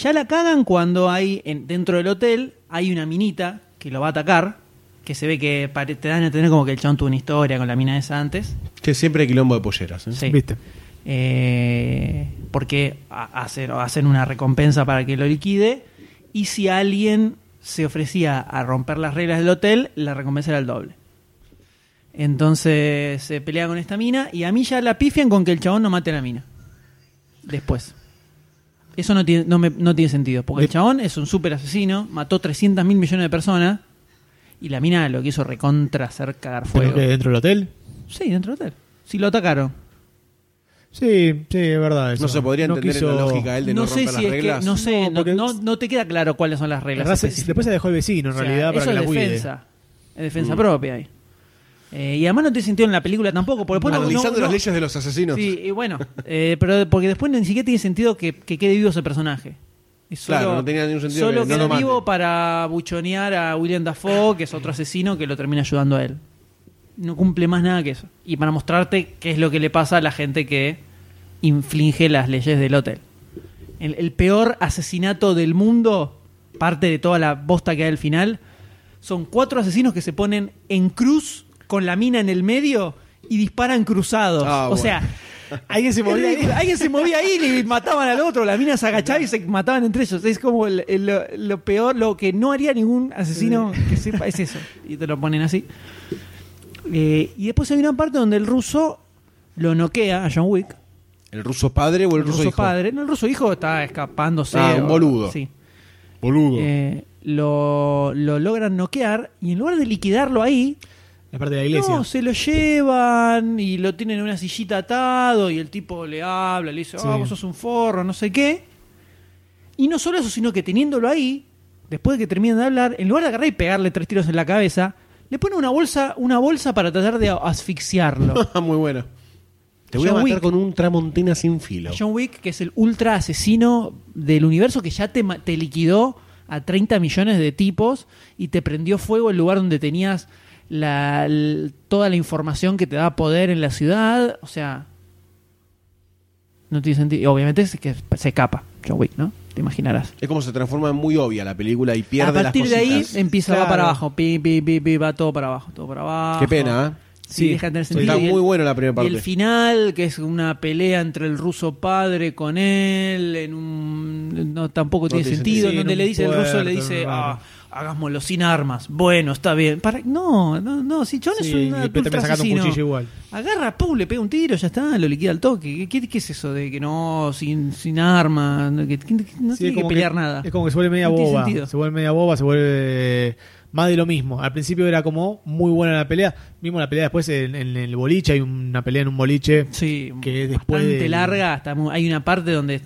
Speaker 3: Ya la cagan cuando hay, en- dentro del hotel, hay una minita que lo va a atacar, que se ve que pare- te dan a tener como que el chabón tuvo una historia con la mina esa antes.
Speaker 2: Que siempre hay quilombo de polleras. ¿eh?
Speaker 3: Sí.
Speaker 1: ¿Viste?
Speaker 3: eh, porque ha- hacer, hacen una recompensa para que lo liquide. Y si alguien se ofrecía a romper las reglas del hotel, la recompensa era el doble. Entonces se pelea con esta mina y a mí ya la pifian con que el chabón no mate a la mina. Después. Eso no tiene, no me- no tiene sentido, porque el chabón es un super asesino, mató 300 mil millones de personas y la mina lo que hizo recontra hacer cagar fuego.
Speaker 1: ¿Pero qué, dentro del hotel?
Speaker 3: Sí, dentro del hotel. Si lo atacaron.
Speaker 1: Sí, sí, es verdad. eso.
Speaker 2: No se podría entender en la lógica él de no, romper
Speaker 3: sé
Speaker 2: las
Speaker 3: si es que-
Speaker 2: reglas.
Speaker 3: no sé, no, no- no te queda claro cuáles son las
Speaker 1: La
Speaker 3: reglas.
Speaker 1: verdad, se-
Speaker 3: específicas.
Speaker 1: después se dejó el vecino, en
Speaker 3: O sea,
Speaker 1: realidad, para
Speaker 3: eso
Speaker 1: que la
Speaker 3: es
Speaker 1: cuide.
Speaker 3: defensa. Es defensa
Speaker 1: Mm.
Speaker 3: propia ahí. Eh, y además no te sentido en la película tampoco. Porque después no-
Speaker 2: Analizando
Speaker 3: no- no-
Speaker 2: las leyes de los asesinos.
Speaker 3: Sí, y bueno, eh, pero porque después ni siquiera tiene sentido que, que quede vivo ese personaje. Es solo-
Speaker 2: Claro, no tenía ningún sentido
Speaker 3: Solo
Speaker 2: que no
Speaker 3: queda
Speaker 2: lo mate.
Speaker 3: vivo para buchonear a William Dafoe, que es otro asesino que lo termina ayudando a él. No cumple más nada que eso. Y para mostrarte qué es lo que le pasa a la gente que inflige las leyes del hotel. El, el peor asesinato del mundo, parte de toda la bosta que hay al final, son cuatro asesinos que se ponen en cruz con la mina en el medio y disparan cruzados.
Speaker 1: Ah,
Speaker 3: o
Speaker 1: bueno.
Speaker 3: sea,
Speaker 1: Alguien se movía ahí.
Speaker 3: Alguien se movía ahí y mataban al otro. Las minas se agachaban y se mataban entre ellos. Es como el- el- lo, lo peor, lo que no haría ningún asesino que sepa, es eso. Y te lo ponen así. Eh, y después hay una parte donde el ruso lo noquea a John Wick.
Speaker 2: ¿El ruso padre o el,
Speaker 3: El ruso,
Speaker 2: hijo?
Speaker 3: padre. No, el ruso hijo está escapándose.
Speaker 2: Ah, un
Speaker 3: o-
Speaker 2: boludo.
Speaker 3: Sí.
Speaker 2: Boludo.
Speaker 3: Eh, lo, lo logran noquear y en lugar de liquidarlo ahí,
Speaker 1: La parte de la iglesia.
Speaker 3: no, se lo llevan y lo tienen en una sillita atado y el tipo le habla, le dice, ah,
Speaker 1: Sí.
Speaker 3: vos sos un forro, no sé qué. Y no solo eso, sino que teniéndolo ahí, después de que terminen de hablar, en lugar de agarrar y pegarle tres tiros en la cabeza, le ponen una bolsa, una bolsa para tratar de asfixiarlo.
Speaker 2: Muy bueno. Te voy a
Speaker 3: John
Speaker 2: matar
Speaker 3: Wick.
Speaker 2: con un tramontina sin filo.
Speaker 3: John Wick, que es el ultra asesino del universo que ya te, ma- te liquidó a 30 millones de tipos y te prendió fuego el lugar donde tenías la, l- toda la información que te daba poder en la ciudad. O sea, no tiene sentido. Y obviamente es que se escapa John Wick, ¿no? Te imaginarás.
Speaker 2: Es como se transforma en muy obvia la película y pierde
Speaker 3: a partir
Speaker 2: las
Speaker 3: de ahí
Speaker 2: cositas.
Speaker 3: empieza, va
Speaker 2: Claro.
Speaker 3: para abajo. Pi, pi, pi, pi, va todo para abajo, todo para abajo.
Speaker 2: Qué pena, ¿eh?
Speaker 3: Sí, deja de tener sentido.
Speaker 2: Está
Speaker 3: Y el-
Speaker 2: muy bueno la primera
Speaker 3: y el
Speaker 2: parte.
Speaker 3: final, que es una pelea entre el ruso padre con él, en un, no, tampoco tiene,
Speaker 1: tiene
Speaker 3: sentido,
Speaker 1: sentido.
Speaker 3: en donde
Speaker 1: En
Speaker 3: le
Speaker 1: un
Speaker 3: dice, el ruso le
Speaker 1: puerto,
Speaker 3: dice,
Speaker 1: raro.
Speaker 3: "Ah, hagámoslo sin armas, bueno, está bien. Para, no, no, no, si John
Speaker 1: Sí,
Speaker 3: es un
Speaker 1: y después termina sacando un
Speaker 3: ultraasesino.
Speaker 1: cuchillo igual.
Speaker 3: Agarra, pum, le pega un tiro, ya está, lo liquida al toque. ¿Qué, qué- qué es eso de que no, sin, sin armas, no, que- que- que no
Speaker 1: Sí, es
Speaker 3: tiene que
Speaker 1: como
Speaker 3: pelear nada?
Speaker 1: Es como que se vuelve media
Speaker 3: No tiene
Speaker 1: boba.
Speaker 3: sentido.
Speaker 1: Se vuelve media boba, se vuelve más de lo mismo. Al principio era como muy buena la pelea. Vimos la pelea después en, en el boliche. Hay una pelea en un boliche que es después
Speaker 3: bastante
Speaker 1: del-
Speaker 3: larga. Hasta mu- hay una parte donde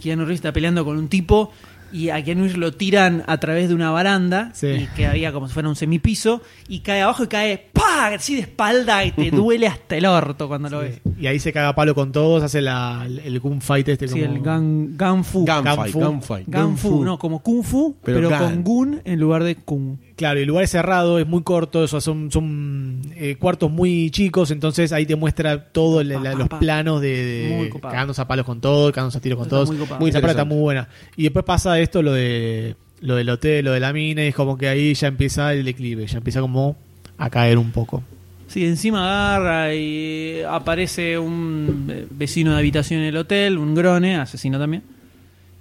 Speaker 3: Keanu Reeves está peleando con un tipo y a Keanu Reeves lo tiran a través de una baranda
Speaker 1: Sí.
Speaker 3: y que había como si fuera un semipiso y cae abajo y cae ¡pah! así de espalda y te duele hasta el orto cuando lo ves.
Speaker 1: Eh, Y ahí se caga a palo con todos. Hace la, el, el gunfight este.
Speaker 3: Sí,
Speaker 1: como-
Speaker 3: el gan, ganfu.
Speaker 1: Gunfight,
Speaker 3: Ganfu.
Speaker 1: gunfight.
Speaker 3: Ganfu,
Speaker 1: Gunfu.
Speaker 3: no, como kung fu,
Speaker 1: Pero
Speaker 3: pero,
Speaker 1: gan.
Speaker 3: con gun en lugar de kung.
Speaker 1: Claro, el lugar es cerrado, es muy corto, o sea, son, son eh, cuartos muy chicos, entonces ahí te muestra todos los planos de, de
Speaker 3: Ah, Muy copado.
Speaker 1: cagándose a palos con todo, cagándose a tiros con
Speaker 3: Está
Speaker 1: todos.
Speaker 3: muy copado.
Speaker 1: Esa parte está
Speaker 2: interesante.
Speaker 1: muy buena. Y después pasa esto, lo de lo del hotel, lo de la mina, y es como que ahí ya empieza el declive, ya empieza como a caer un poco.
Speaker 3: Sí, encima agarra y aparece un eh, vecino de habitación en el hotel, un grone, asesino también.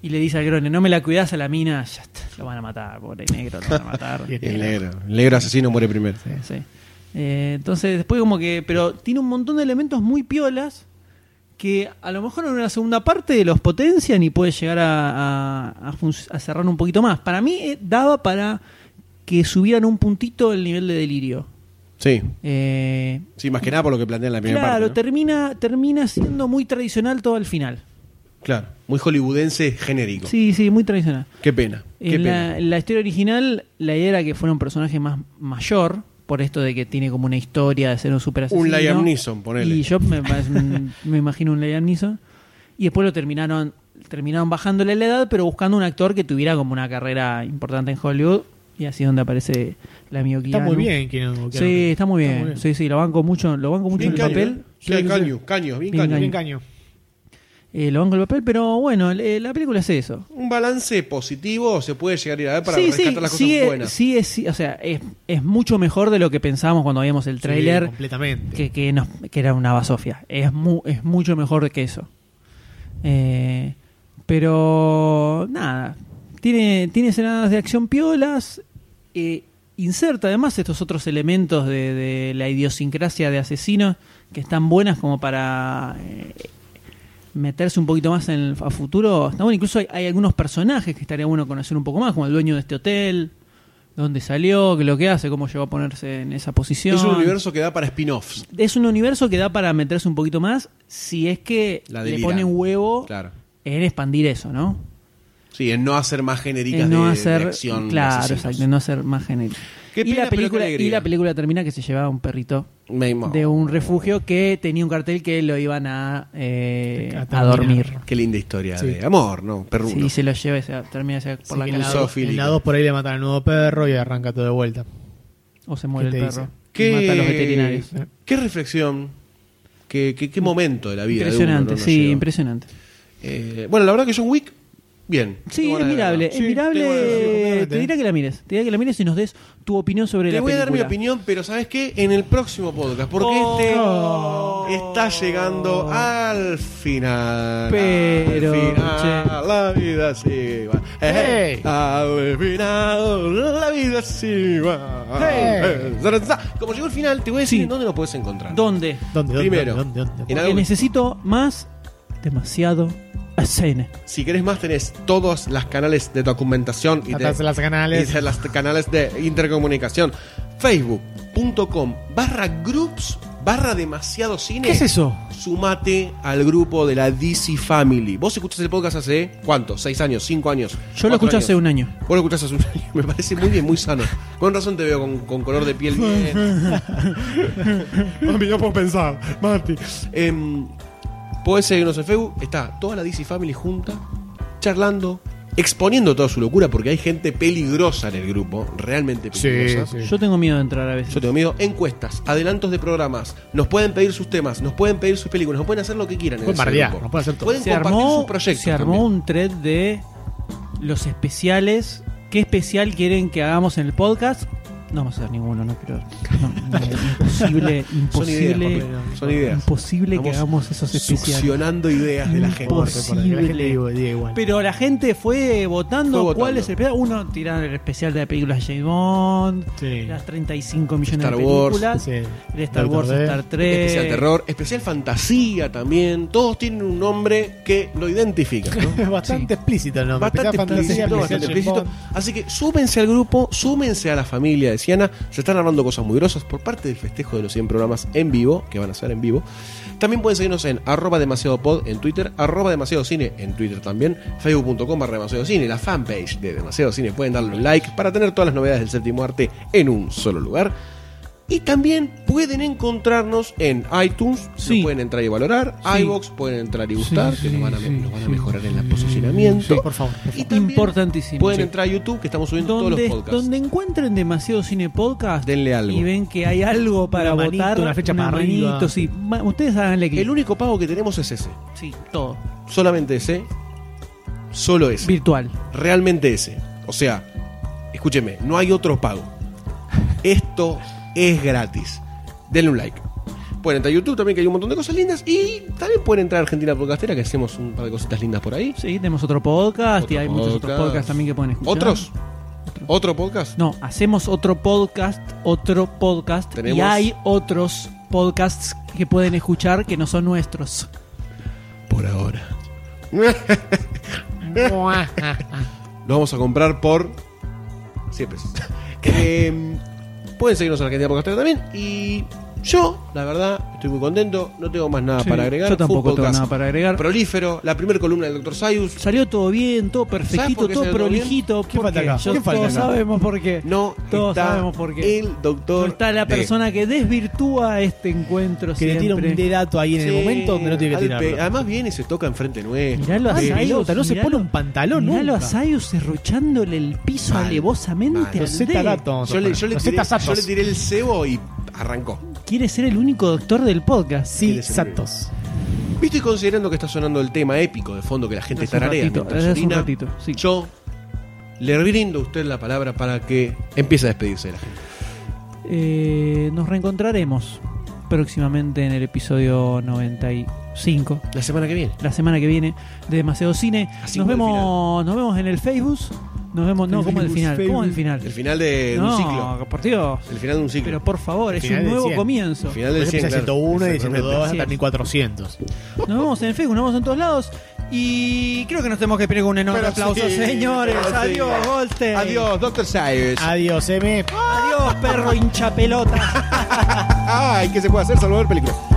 Speaker 3: Y le dice al grone, no me la cuidás a la mina, ya está, lo van a matar, pobre negro, lo van a matar.
Speaker 2: El negro. El negro asesino muere primero.
Speaker 3: Sí. Eh, entonces después como que, pero tiene un montón de elementos muy piolas que a lo mejor en una segunda parte los potencian y puede llegar a, a- a fun- a cerrar un poquito más. Para mí eh, daba para que subieran un puntito el nivel de delirio.
Speaker 2: Sí.
Speaker 3: Eh,
Speaker 2: Sí, más que nada por lo que plantea en la primera
Speaker 3: Claro,
Speaker 2: parte.
Speaker 3: termina, termina siendo muy tradicional todo al final.
Speaker 2: ¿no? Claro. Muy hollywoodense genérico.
Speaker 3: Sí, sí, muy tradicional.
Speaker 2: Qué pena. Qué
Speaker 3: En
Speaker 2: pena.
Speaker 3: la, en la historia original, la idea era que fuera un personaje más mayor, por esto de que tiene como una historia de ser un super asesino.
Speaker 2: Un Liam Neeson, ponele.
Speaker 3: Y yo me, pa- me imagino un Liam Neeson. Y después lo terminaron, terminaron bajándole la edad, pero buscando un actor que tuviera como una carrera importante en Hollywood. Y así es donde aparece la amigo
Speaker 1: Está
Speaker 3: Keanu.
Speaker 1: muy bien, Keanu- Keanu
Speaker 3: Sí,
Speaker 1: Reeves.
Speaker 3: está muy bien.
Speaker 1: Está muy bien.
Speaker 3: Sí, sí, lo banco mucho, lo banco mucho
Speaker 1: Bien
Speaker 3: en el
Speaker 1: caño,
Speaker 3: papel.
Speaker 1: ¿eh? Sí,
Speaker 3: Sí, sí, sí.
Speaker 2: caño, bien
Speaker 1: Bien
Speaker 2: caño.
Speaker 1: caño.
Speaker 3: eh, lo van con el papel, pero bueno, el- eh, la película es eso.
Speaker 2: Un balance positivo se puede llegar a ir a ver para
Speaker 3: sí,
Speaker 2: rescatar
Speaker 3: sí,
Speaker 2: las cosas
Speaker 3: sí, es-
Speaker 2: buenas.
Speaker 3: sí, es, sí, o sea, es, es mucho mejor de lo que pensamos cuando veíamos el tráiler
Speaker 1: completamente.
Speaker 3: que, que, nos- que era una basofia. Es, mu- es mucho mejor que eso. Eh, pero nada, tiene, tiene escenas de acción piolas, eh, inserta además estos otros elementos de, de la idiosincrasia de asesinos que están buenas como para eh, meterse un poquito más en el, a futuro. Está bueno, incluso hay, hay algunos personajes que estaría bueno conocer un poco más, como el dueño de este hotel, dónde salió, qué es lo que hace, cómo llegó a ponerse en esa posición.
Speaker 2: Es un universo que da para spin-offs.
Speaker 3: Es un universo que da para meterse un poquito más si es que
Speaker 2: La
Speaker 3: le
Speaker 2: deliran.
Speaker 3: ponen huevo
Speaker 2: Claro.
Speaker 3: en expandir eso, ¿no?
Speaker 2: Sí, en no hacer más genéricas
Speaker 3: En no
Speaker 2: de, de
Speaker 3: hacer,
Speaker 2: acción. de
Speaker 3: claro,
Speaker 2: asesinos.
Speaker 3: exacto, en no hacer más genérico.
Speaker 2: Qué
Speaker 3: y,
Speaker 2: pena,
Speaker 3: la
Speaker 2: pero qué
Speaker 3: película,
Speaker 2: alegría.
Speaker 3: y la película termina que se llevaba un perrito
Speaker 2: Me imo-
Speaker 3: de un refugio que tenía un cartel que lo iban a, eh,
Speaker 2: A
Speaker 3: a
Speaker 2: terminar.
Speaker 3: dormir.
Speaker 2: Qué linda historia
Speaker 1: Sí.
Speaker 2: de amor, ¿no?
Speaker 3: Sí,
Speaker 2: Perruno.
Speaker 3: y se lo lleva y se termina se- por la
Speaker 1: que
Speaker 3: cara.
Speaker 1: en la dos- en la 2 por ahí le matan al nuevo perro y arranca todo de vuelta.
Speaker 3: O se muere el
Speaker 1: ¿Qué te
Speaker 3: perro.
Speaker 1: dice?
Speaker 3: y mata a los veterinarios.
Speaker 2: Qué reflexión. Qué, qué- qué momento de la vida. de uno,
Speaker 3: Impresionante,
Speaker 2: ¿no? Nos
Speaker 3: sí,
Speaker 2: lleva.
Speaker 3: impresionante.
Speaker 2: Eh, bueno, la verdad que John Wick, bien.
Speaker 3: Sí, es
Speaker 2: Tengo ganas de verla.
Speaker 3: mirable. Es
Speaker 2: Sí, tengo ganas de verla.
Speaker 3: mirable. Te diría que la mires. Te diría que la mires y nos des tu opinión sobre
Speaker 2: Te
Speaker 3: la
Speaker 2: voy a
Speaker 3: película.
Speaker 2: dar mi opinión, pero ¿sabes qué? En el próximo podcast, porque este está llegando al final.
Speaker 3: Pero,
Speaker 2: Al final, la vida sigue igual. Eh,
Speaker 4: Hey.
Speaker 2: Al final, la vida sigue igual.
Speaker 4: Hey.
Speaker 2: Zara, zara. Como llegó el final, te voy a decir en dónde lo puedes encontrar.
Speaker 3: ¿Dónde?
Speaker 1: ¿Dónde, dónde,
Speaker 2: Primero,
Speaker 1: dónde, dónde, dónde?
Speaker 2: en
Speaker 3: Porque
Speaker 2: algo-
Speaker 3: necesito más demasiado escena.
Speaker 2: Si querés más, tenés todos los canales de documentación y
Speaker 1: Atrás de las canales.
Speaker 2: y de las canales de intercomunicación. Facebook.com barra groups barra demasiado cine.
Speaker 3: ¿Qué es eso?
Speaker 2: Sumate al grupo de la DC Family. Vos escuchás el podcast hace, ¿cuánto? ¿Seis años? ¿Cinco años?
Speaker 3: Yo lo escuché hace un año.
Speaker 2: Vos lo escuchás hace un año. Me parece muy bien, muy sano. Con razón te veo con, con color de piel bien.
Speaker 1: Mami, no puedo pensar. Mati.
Speaker 2: Em, podés seguirnos en Facebook. Está toda la DC Family junta, charlando, exponiendo toda su locura, porque hay gente peligrosa en el grupo, realmente peligrosa.
Speaker 3: Yo tengo miedo de entrar a veces.
Speaker 2: Yo tengo miedo. Encuestas, adelantos de programas. Nos pueden pedir sus temas, nos pueden pedir sus películas, nos pueden hacer lo que quieran. en
Speaker 1: Pueden
Speaker 2: ese
Speaker 1: bardear,
Speaker 2: grupo.
Speaker 1: nos pueden hacer todo.
Speaker 2: Pueden
Speaker 3: se
Speaker 2: compartir
Speaker 3: armó,
Speaker 2: sus proyectos.
Speaker 3: se armó
Speaker 2: también.
Speaker 3: un thread de los especiales. ¿Qué especial quieren que hagamos en el podcast? No vamos a hacer ninguno, no quiero. no, no, imposible,
Speaker 2: Son ideas,
Speaker 3: imposible.
Speaker 2: papi, son ideas.
Speaker 3: Imposible que
Speaker 2: Estamos
Speaker 3: hagamos esos especiales.
Speaker 2: Succionando ideas de la gente.
Speaker 1: Que la gente
Speaker 3: Imposible.
Speaker 1: diga- diga igual.
Speaker 3: Pero la gente fue votando,
Speaker 2: Fue votando.
Speaker 3: cuál es el especial. Uno tiraba el especial de la película James Bond,
Speaker 1: Sí.
Speaker 3: las 35 millones
Speaker 2: Eh, Star
Speaker 3: de
Speaker 2: Wars.
Speaker 3: películas,
Speaker 1: Sí.
Speaker 3: de Star
Speaker 1: Doctor
Speaker 3: Wars,
Speaker 1: D.
Speaker 3: Star Trek.
Speaker 2: Especial terror, especial fantasía también. Todos tienen un nombre que lo identifica. ¿no?
Speaker 1: Es bastante explícito el nombre.
Speaker 2: bastante
Speaker 1: Especial fantasía,
Speaker 2: explícito,
Speaker 1: especial
Speaker 2: bastante
Speaker 1: James
Speaker 2: explícito. Así que súmense al grupo, súmense a la familia de Siana. Se están armando cosas muy grosas por parte del festejo de los 100 programas en vivo, que van a ser en vivo. También pueden seguirnos en arroba demasiado pod en Twitter, arroba demasiado cine en Twitter también, facebook.com barra demasiado cine, la fanpage de demasiado cine. Pueden darle un like para tener todas las novedades del séptimo arte en un solo lugar. Y también pueden encontrarnos en iTunes,
Speaker 3: Sí.
Speaker 2: lo pueden entrar y valorar,
Speaker 3: Sí.
Speaker 2: iBox pueden entrar y gustar,
Speaker 3: Sí,
Speaker 2: que nos
Speaker 3: sí,
Speaker 2: van a,
Speaker 3: sí,
Speaker 2: nos van a
Speaker 3: sí,
Speaker 2: mejorar en el posicionamiento.
Speaker 1: Bond. Por favor.
Speaker 2: Y también
Speaker 3: Importantísimo.
Speaker 2: Pueden
Speaker 3: sí.
Speaker 2: entrar a YouTube, que estamos subiendo todos los
Speaker 3: Donde,
Speaker 2: podcasts.
Speaker 3: donde encuentren demasiado cine podcast
Speaker 2: Denle algo.
Speaker 3: y ven que hay algo para
Speaker 1: Una manito,
Speaker 3: votar,
Speaker 1: una fecha para arriba.
Speaker 3: sí. Ma- Ustedes háganle clic.
Speaker 2: El único pago que tenemos es ese.
Speaker 3: Sí, todo.
Speaker 2: Solamente ese. Solo ese.
Speaker 3: Virtual.
Speaker 2: Realmente ese. O sea, escúcheme, no hay otro pago. Esto es gratis. Denle un like. Pueden entrar a YouTube también, que hay un montón de cosas lindas. Y también pueden entrar a Argentina Podcastera, que hacemos un par de cositas lindas por ahí.
Speaker 3: Sí, tenemos otro podcast y
Speaker 2: Otro
Speaker 3: hay muchos otros
Speaker 2: podcast.
Speaker 3: podcasts también que pueden escuchar.
Speaker 2: ¿Otros? ¿Otro, podcast?
Speaker 3: No, hacemos otro podcast, otro podcast y
Speaker 2: Tenemos-
Speaker 3: hay otros podcasts que pueden escuchar que no son nuestros.
Speaker 2: Por ahora.
Speaker 3: ah,
Speaker 2: Lo vamos a comprar por 100 pesos. Eh, pueden seguirnos en Argentina Podcastera también. Y yo, la verdad, estoy muy contento. No tengo más nada
Speaker 3: Sí,
Speaker 2: para agregar.
Speaker 3: yo tampoco
Speaker 2: Fue un
Speaker 3: tengo
Speaker 2: podcast
Speaker 3: nada para agregar.
Speaker 2: Prolífero, la primera columna del Dr. Sayus.
Speaker 3: Salió todo bien, todo
Speaker 2: ¿Sabes
Speaker 3: perfectito,
Speaker 2: por qué
Speaker 3: todo
Speaker 2: salió todo bien?
Speaker 3: prolijito.
Speaker 1: ¿Qué
Speaker 3: ¿por
Speaker 1: falta
Speaker 3: qué?
Speaker 1: acá?
Speaker 3: Yo-
Speaker 1: ¿Qué falta
Speaker 3: todos
Speaker 1: acá?
Speaker 3: sabemos por qué.
Speaker 2: No,
Speaker 3: Todos
Speaker 2: está
Speaker 3: sabemos por qué.
Speaker 2: El doctor.
Speaker 3: está la
Speaker 2: D.
Speaker 3: persona que desvirtúa este encuentro
Speaker 1: Que le tira
Speaker 3: siempre.
Speaker 1: un dedato ahí en el
Speaker 2: Sí,
Speaker 1: momento donde no tiene que
Speaker 2: al
Speaker 1: tirarlo.
Speaker 2: pe- Además, viene y se toca enfrente nuestro. Ah,
Speaker 3: Miralo a
Speaker 1: Ay,
Speaker 3: Sayus,
Speaker 1: pelota, no se
Speaker 3: miralo-
Speaker 1: pone un pantalón
Speaker 3: Miralo a
Speaker 1: nunca.
Speaker 3: Sayus serruchándole el piso
Speaker 2: Mal,
Speaker 3: alevosamente
Speaker 2: mal.
Speaker 3: al
Speaker 1: Los Z
Speaker 3: D.
Speaker 1: datos.
Speaker 2: Yo le, yo, le
Speaker 1: Los
Speaker 2: tiré,
Speaker 1: Z
Speaker 2: yo le
Speaker 1: datos.
Speaker 2: tiré el cebo y arrancó.
Speaker 3: Quiere ser el único doctor del podcast.
Speaker 1: Sí,
Speaker 2: Quiere ser
Speaker 1: Santos.
Speaker 2: Viste, y considerando que está sonando el tema épico de fondo que la gente
Speaker 3: Es un
Speaker 2: tararea
Speaker 3: ratito,
Speaker 2: mientras
Speaker 3: es un
Speaker 2: orina,
Speaker 3: ratito,
Speaker 2: yo le brindo a usted la palabra para que empiece a despedirse de la gente.
Speaker 3: Eh, nos reencontraremos próximamente en el episodio 95.
Speaker 2: La semana que viene.
Speaker 3: La semana que viene de Demasiado Cine. Nos
Speaker 2: como el
Speaker 3: vemos, nos vemos en el Facebook. Nos vemos, no,
Speaker 2: El
Speaker 3: como el
Speaker 2: Facebook,
Speaker 3: final. ¿Cómo el
Speaker 2: Facebook.
Speaker 3: final?
Speaker 2: El final de
Speaker 3: No,
Speaker 2: un ciclo.
Speaker 3: Por Dios.
Speaker 2: El final de un ciclo.
Speaker 3: Pero por favor,
Speaker 2: El
Speaker 3: es
Speaker 2: final
Speaker 3: un
Speaker 2: del
Speaker 3: nuevo
Speaker 2: 100.
Speaker 3: comienzo.
Speaker 2: El final del
Speaker 1: Por ejemplo,
Speaker 2: 100,
Speaker 1: empieza
Speaker 2: claro.
Speaker 1: 101 y
Speaker 2: Exactamente.
Speaker 1: 102 hasta
Speaker 2: Así es.
Speaker 1: 1400.
Speaker 3: Nos vemos en el Facebook, nos vemos en todos lados. Y creo que nos tenemos que pedir con un enorme
Speaker 1: Pero
Speaker 3: aplauso,
Speaker 1: sí,
Speaker 3: señores.
Speaker 1: pero sí.
Speaker 3: Adiós, Goldstein.
Speaker 2: Adiós, Dr. Cyrus.
Speaker 1: Adiós, M.
Speaker 3: Adiós, perro hinchapelota.
Speaker 2: Ay, ¿qué se puede hacer? Salvador película.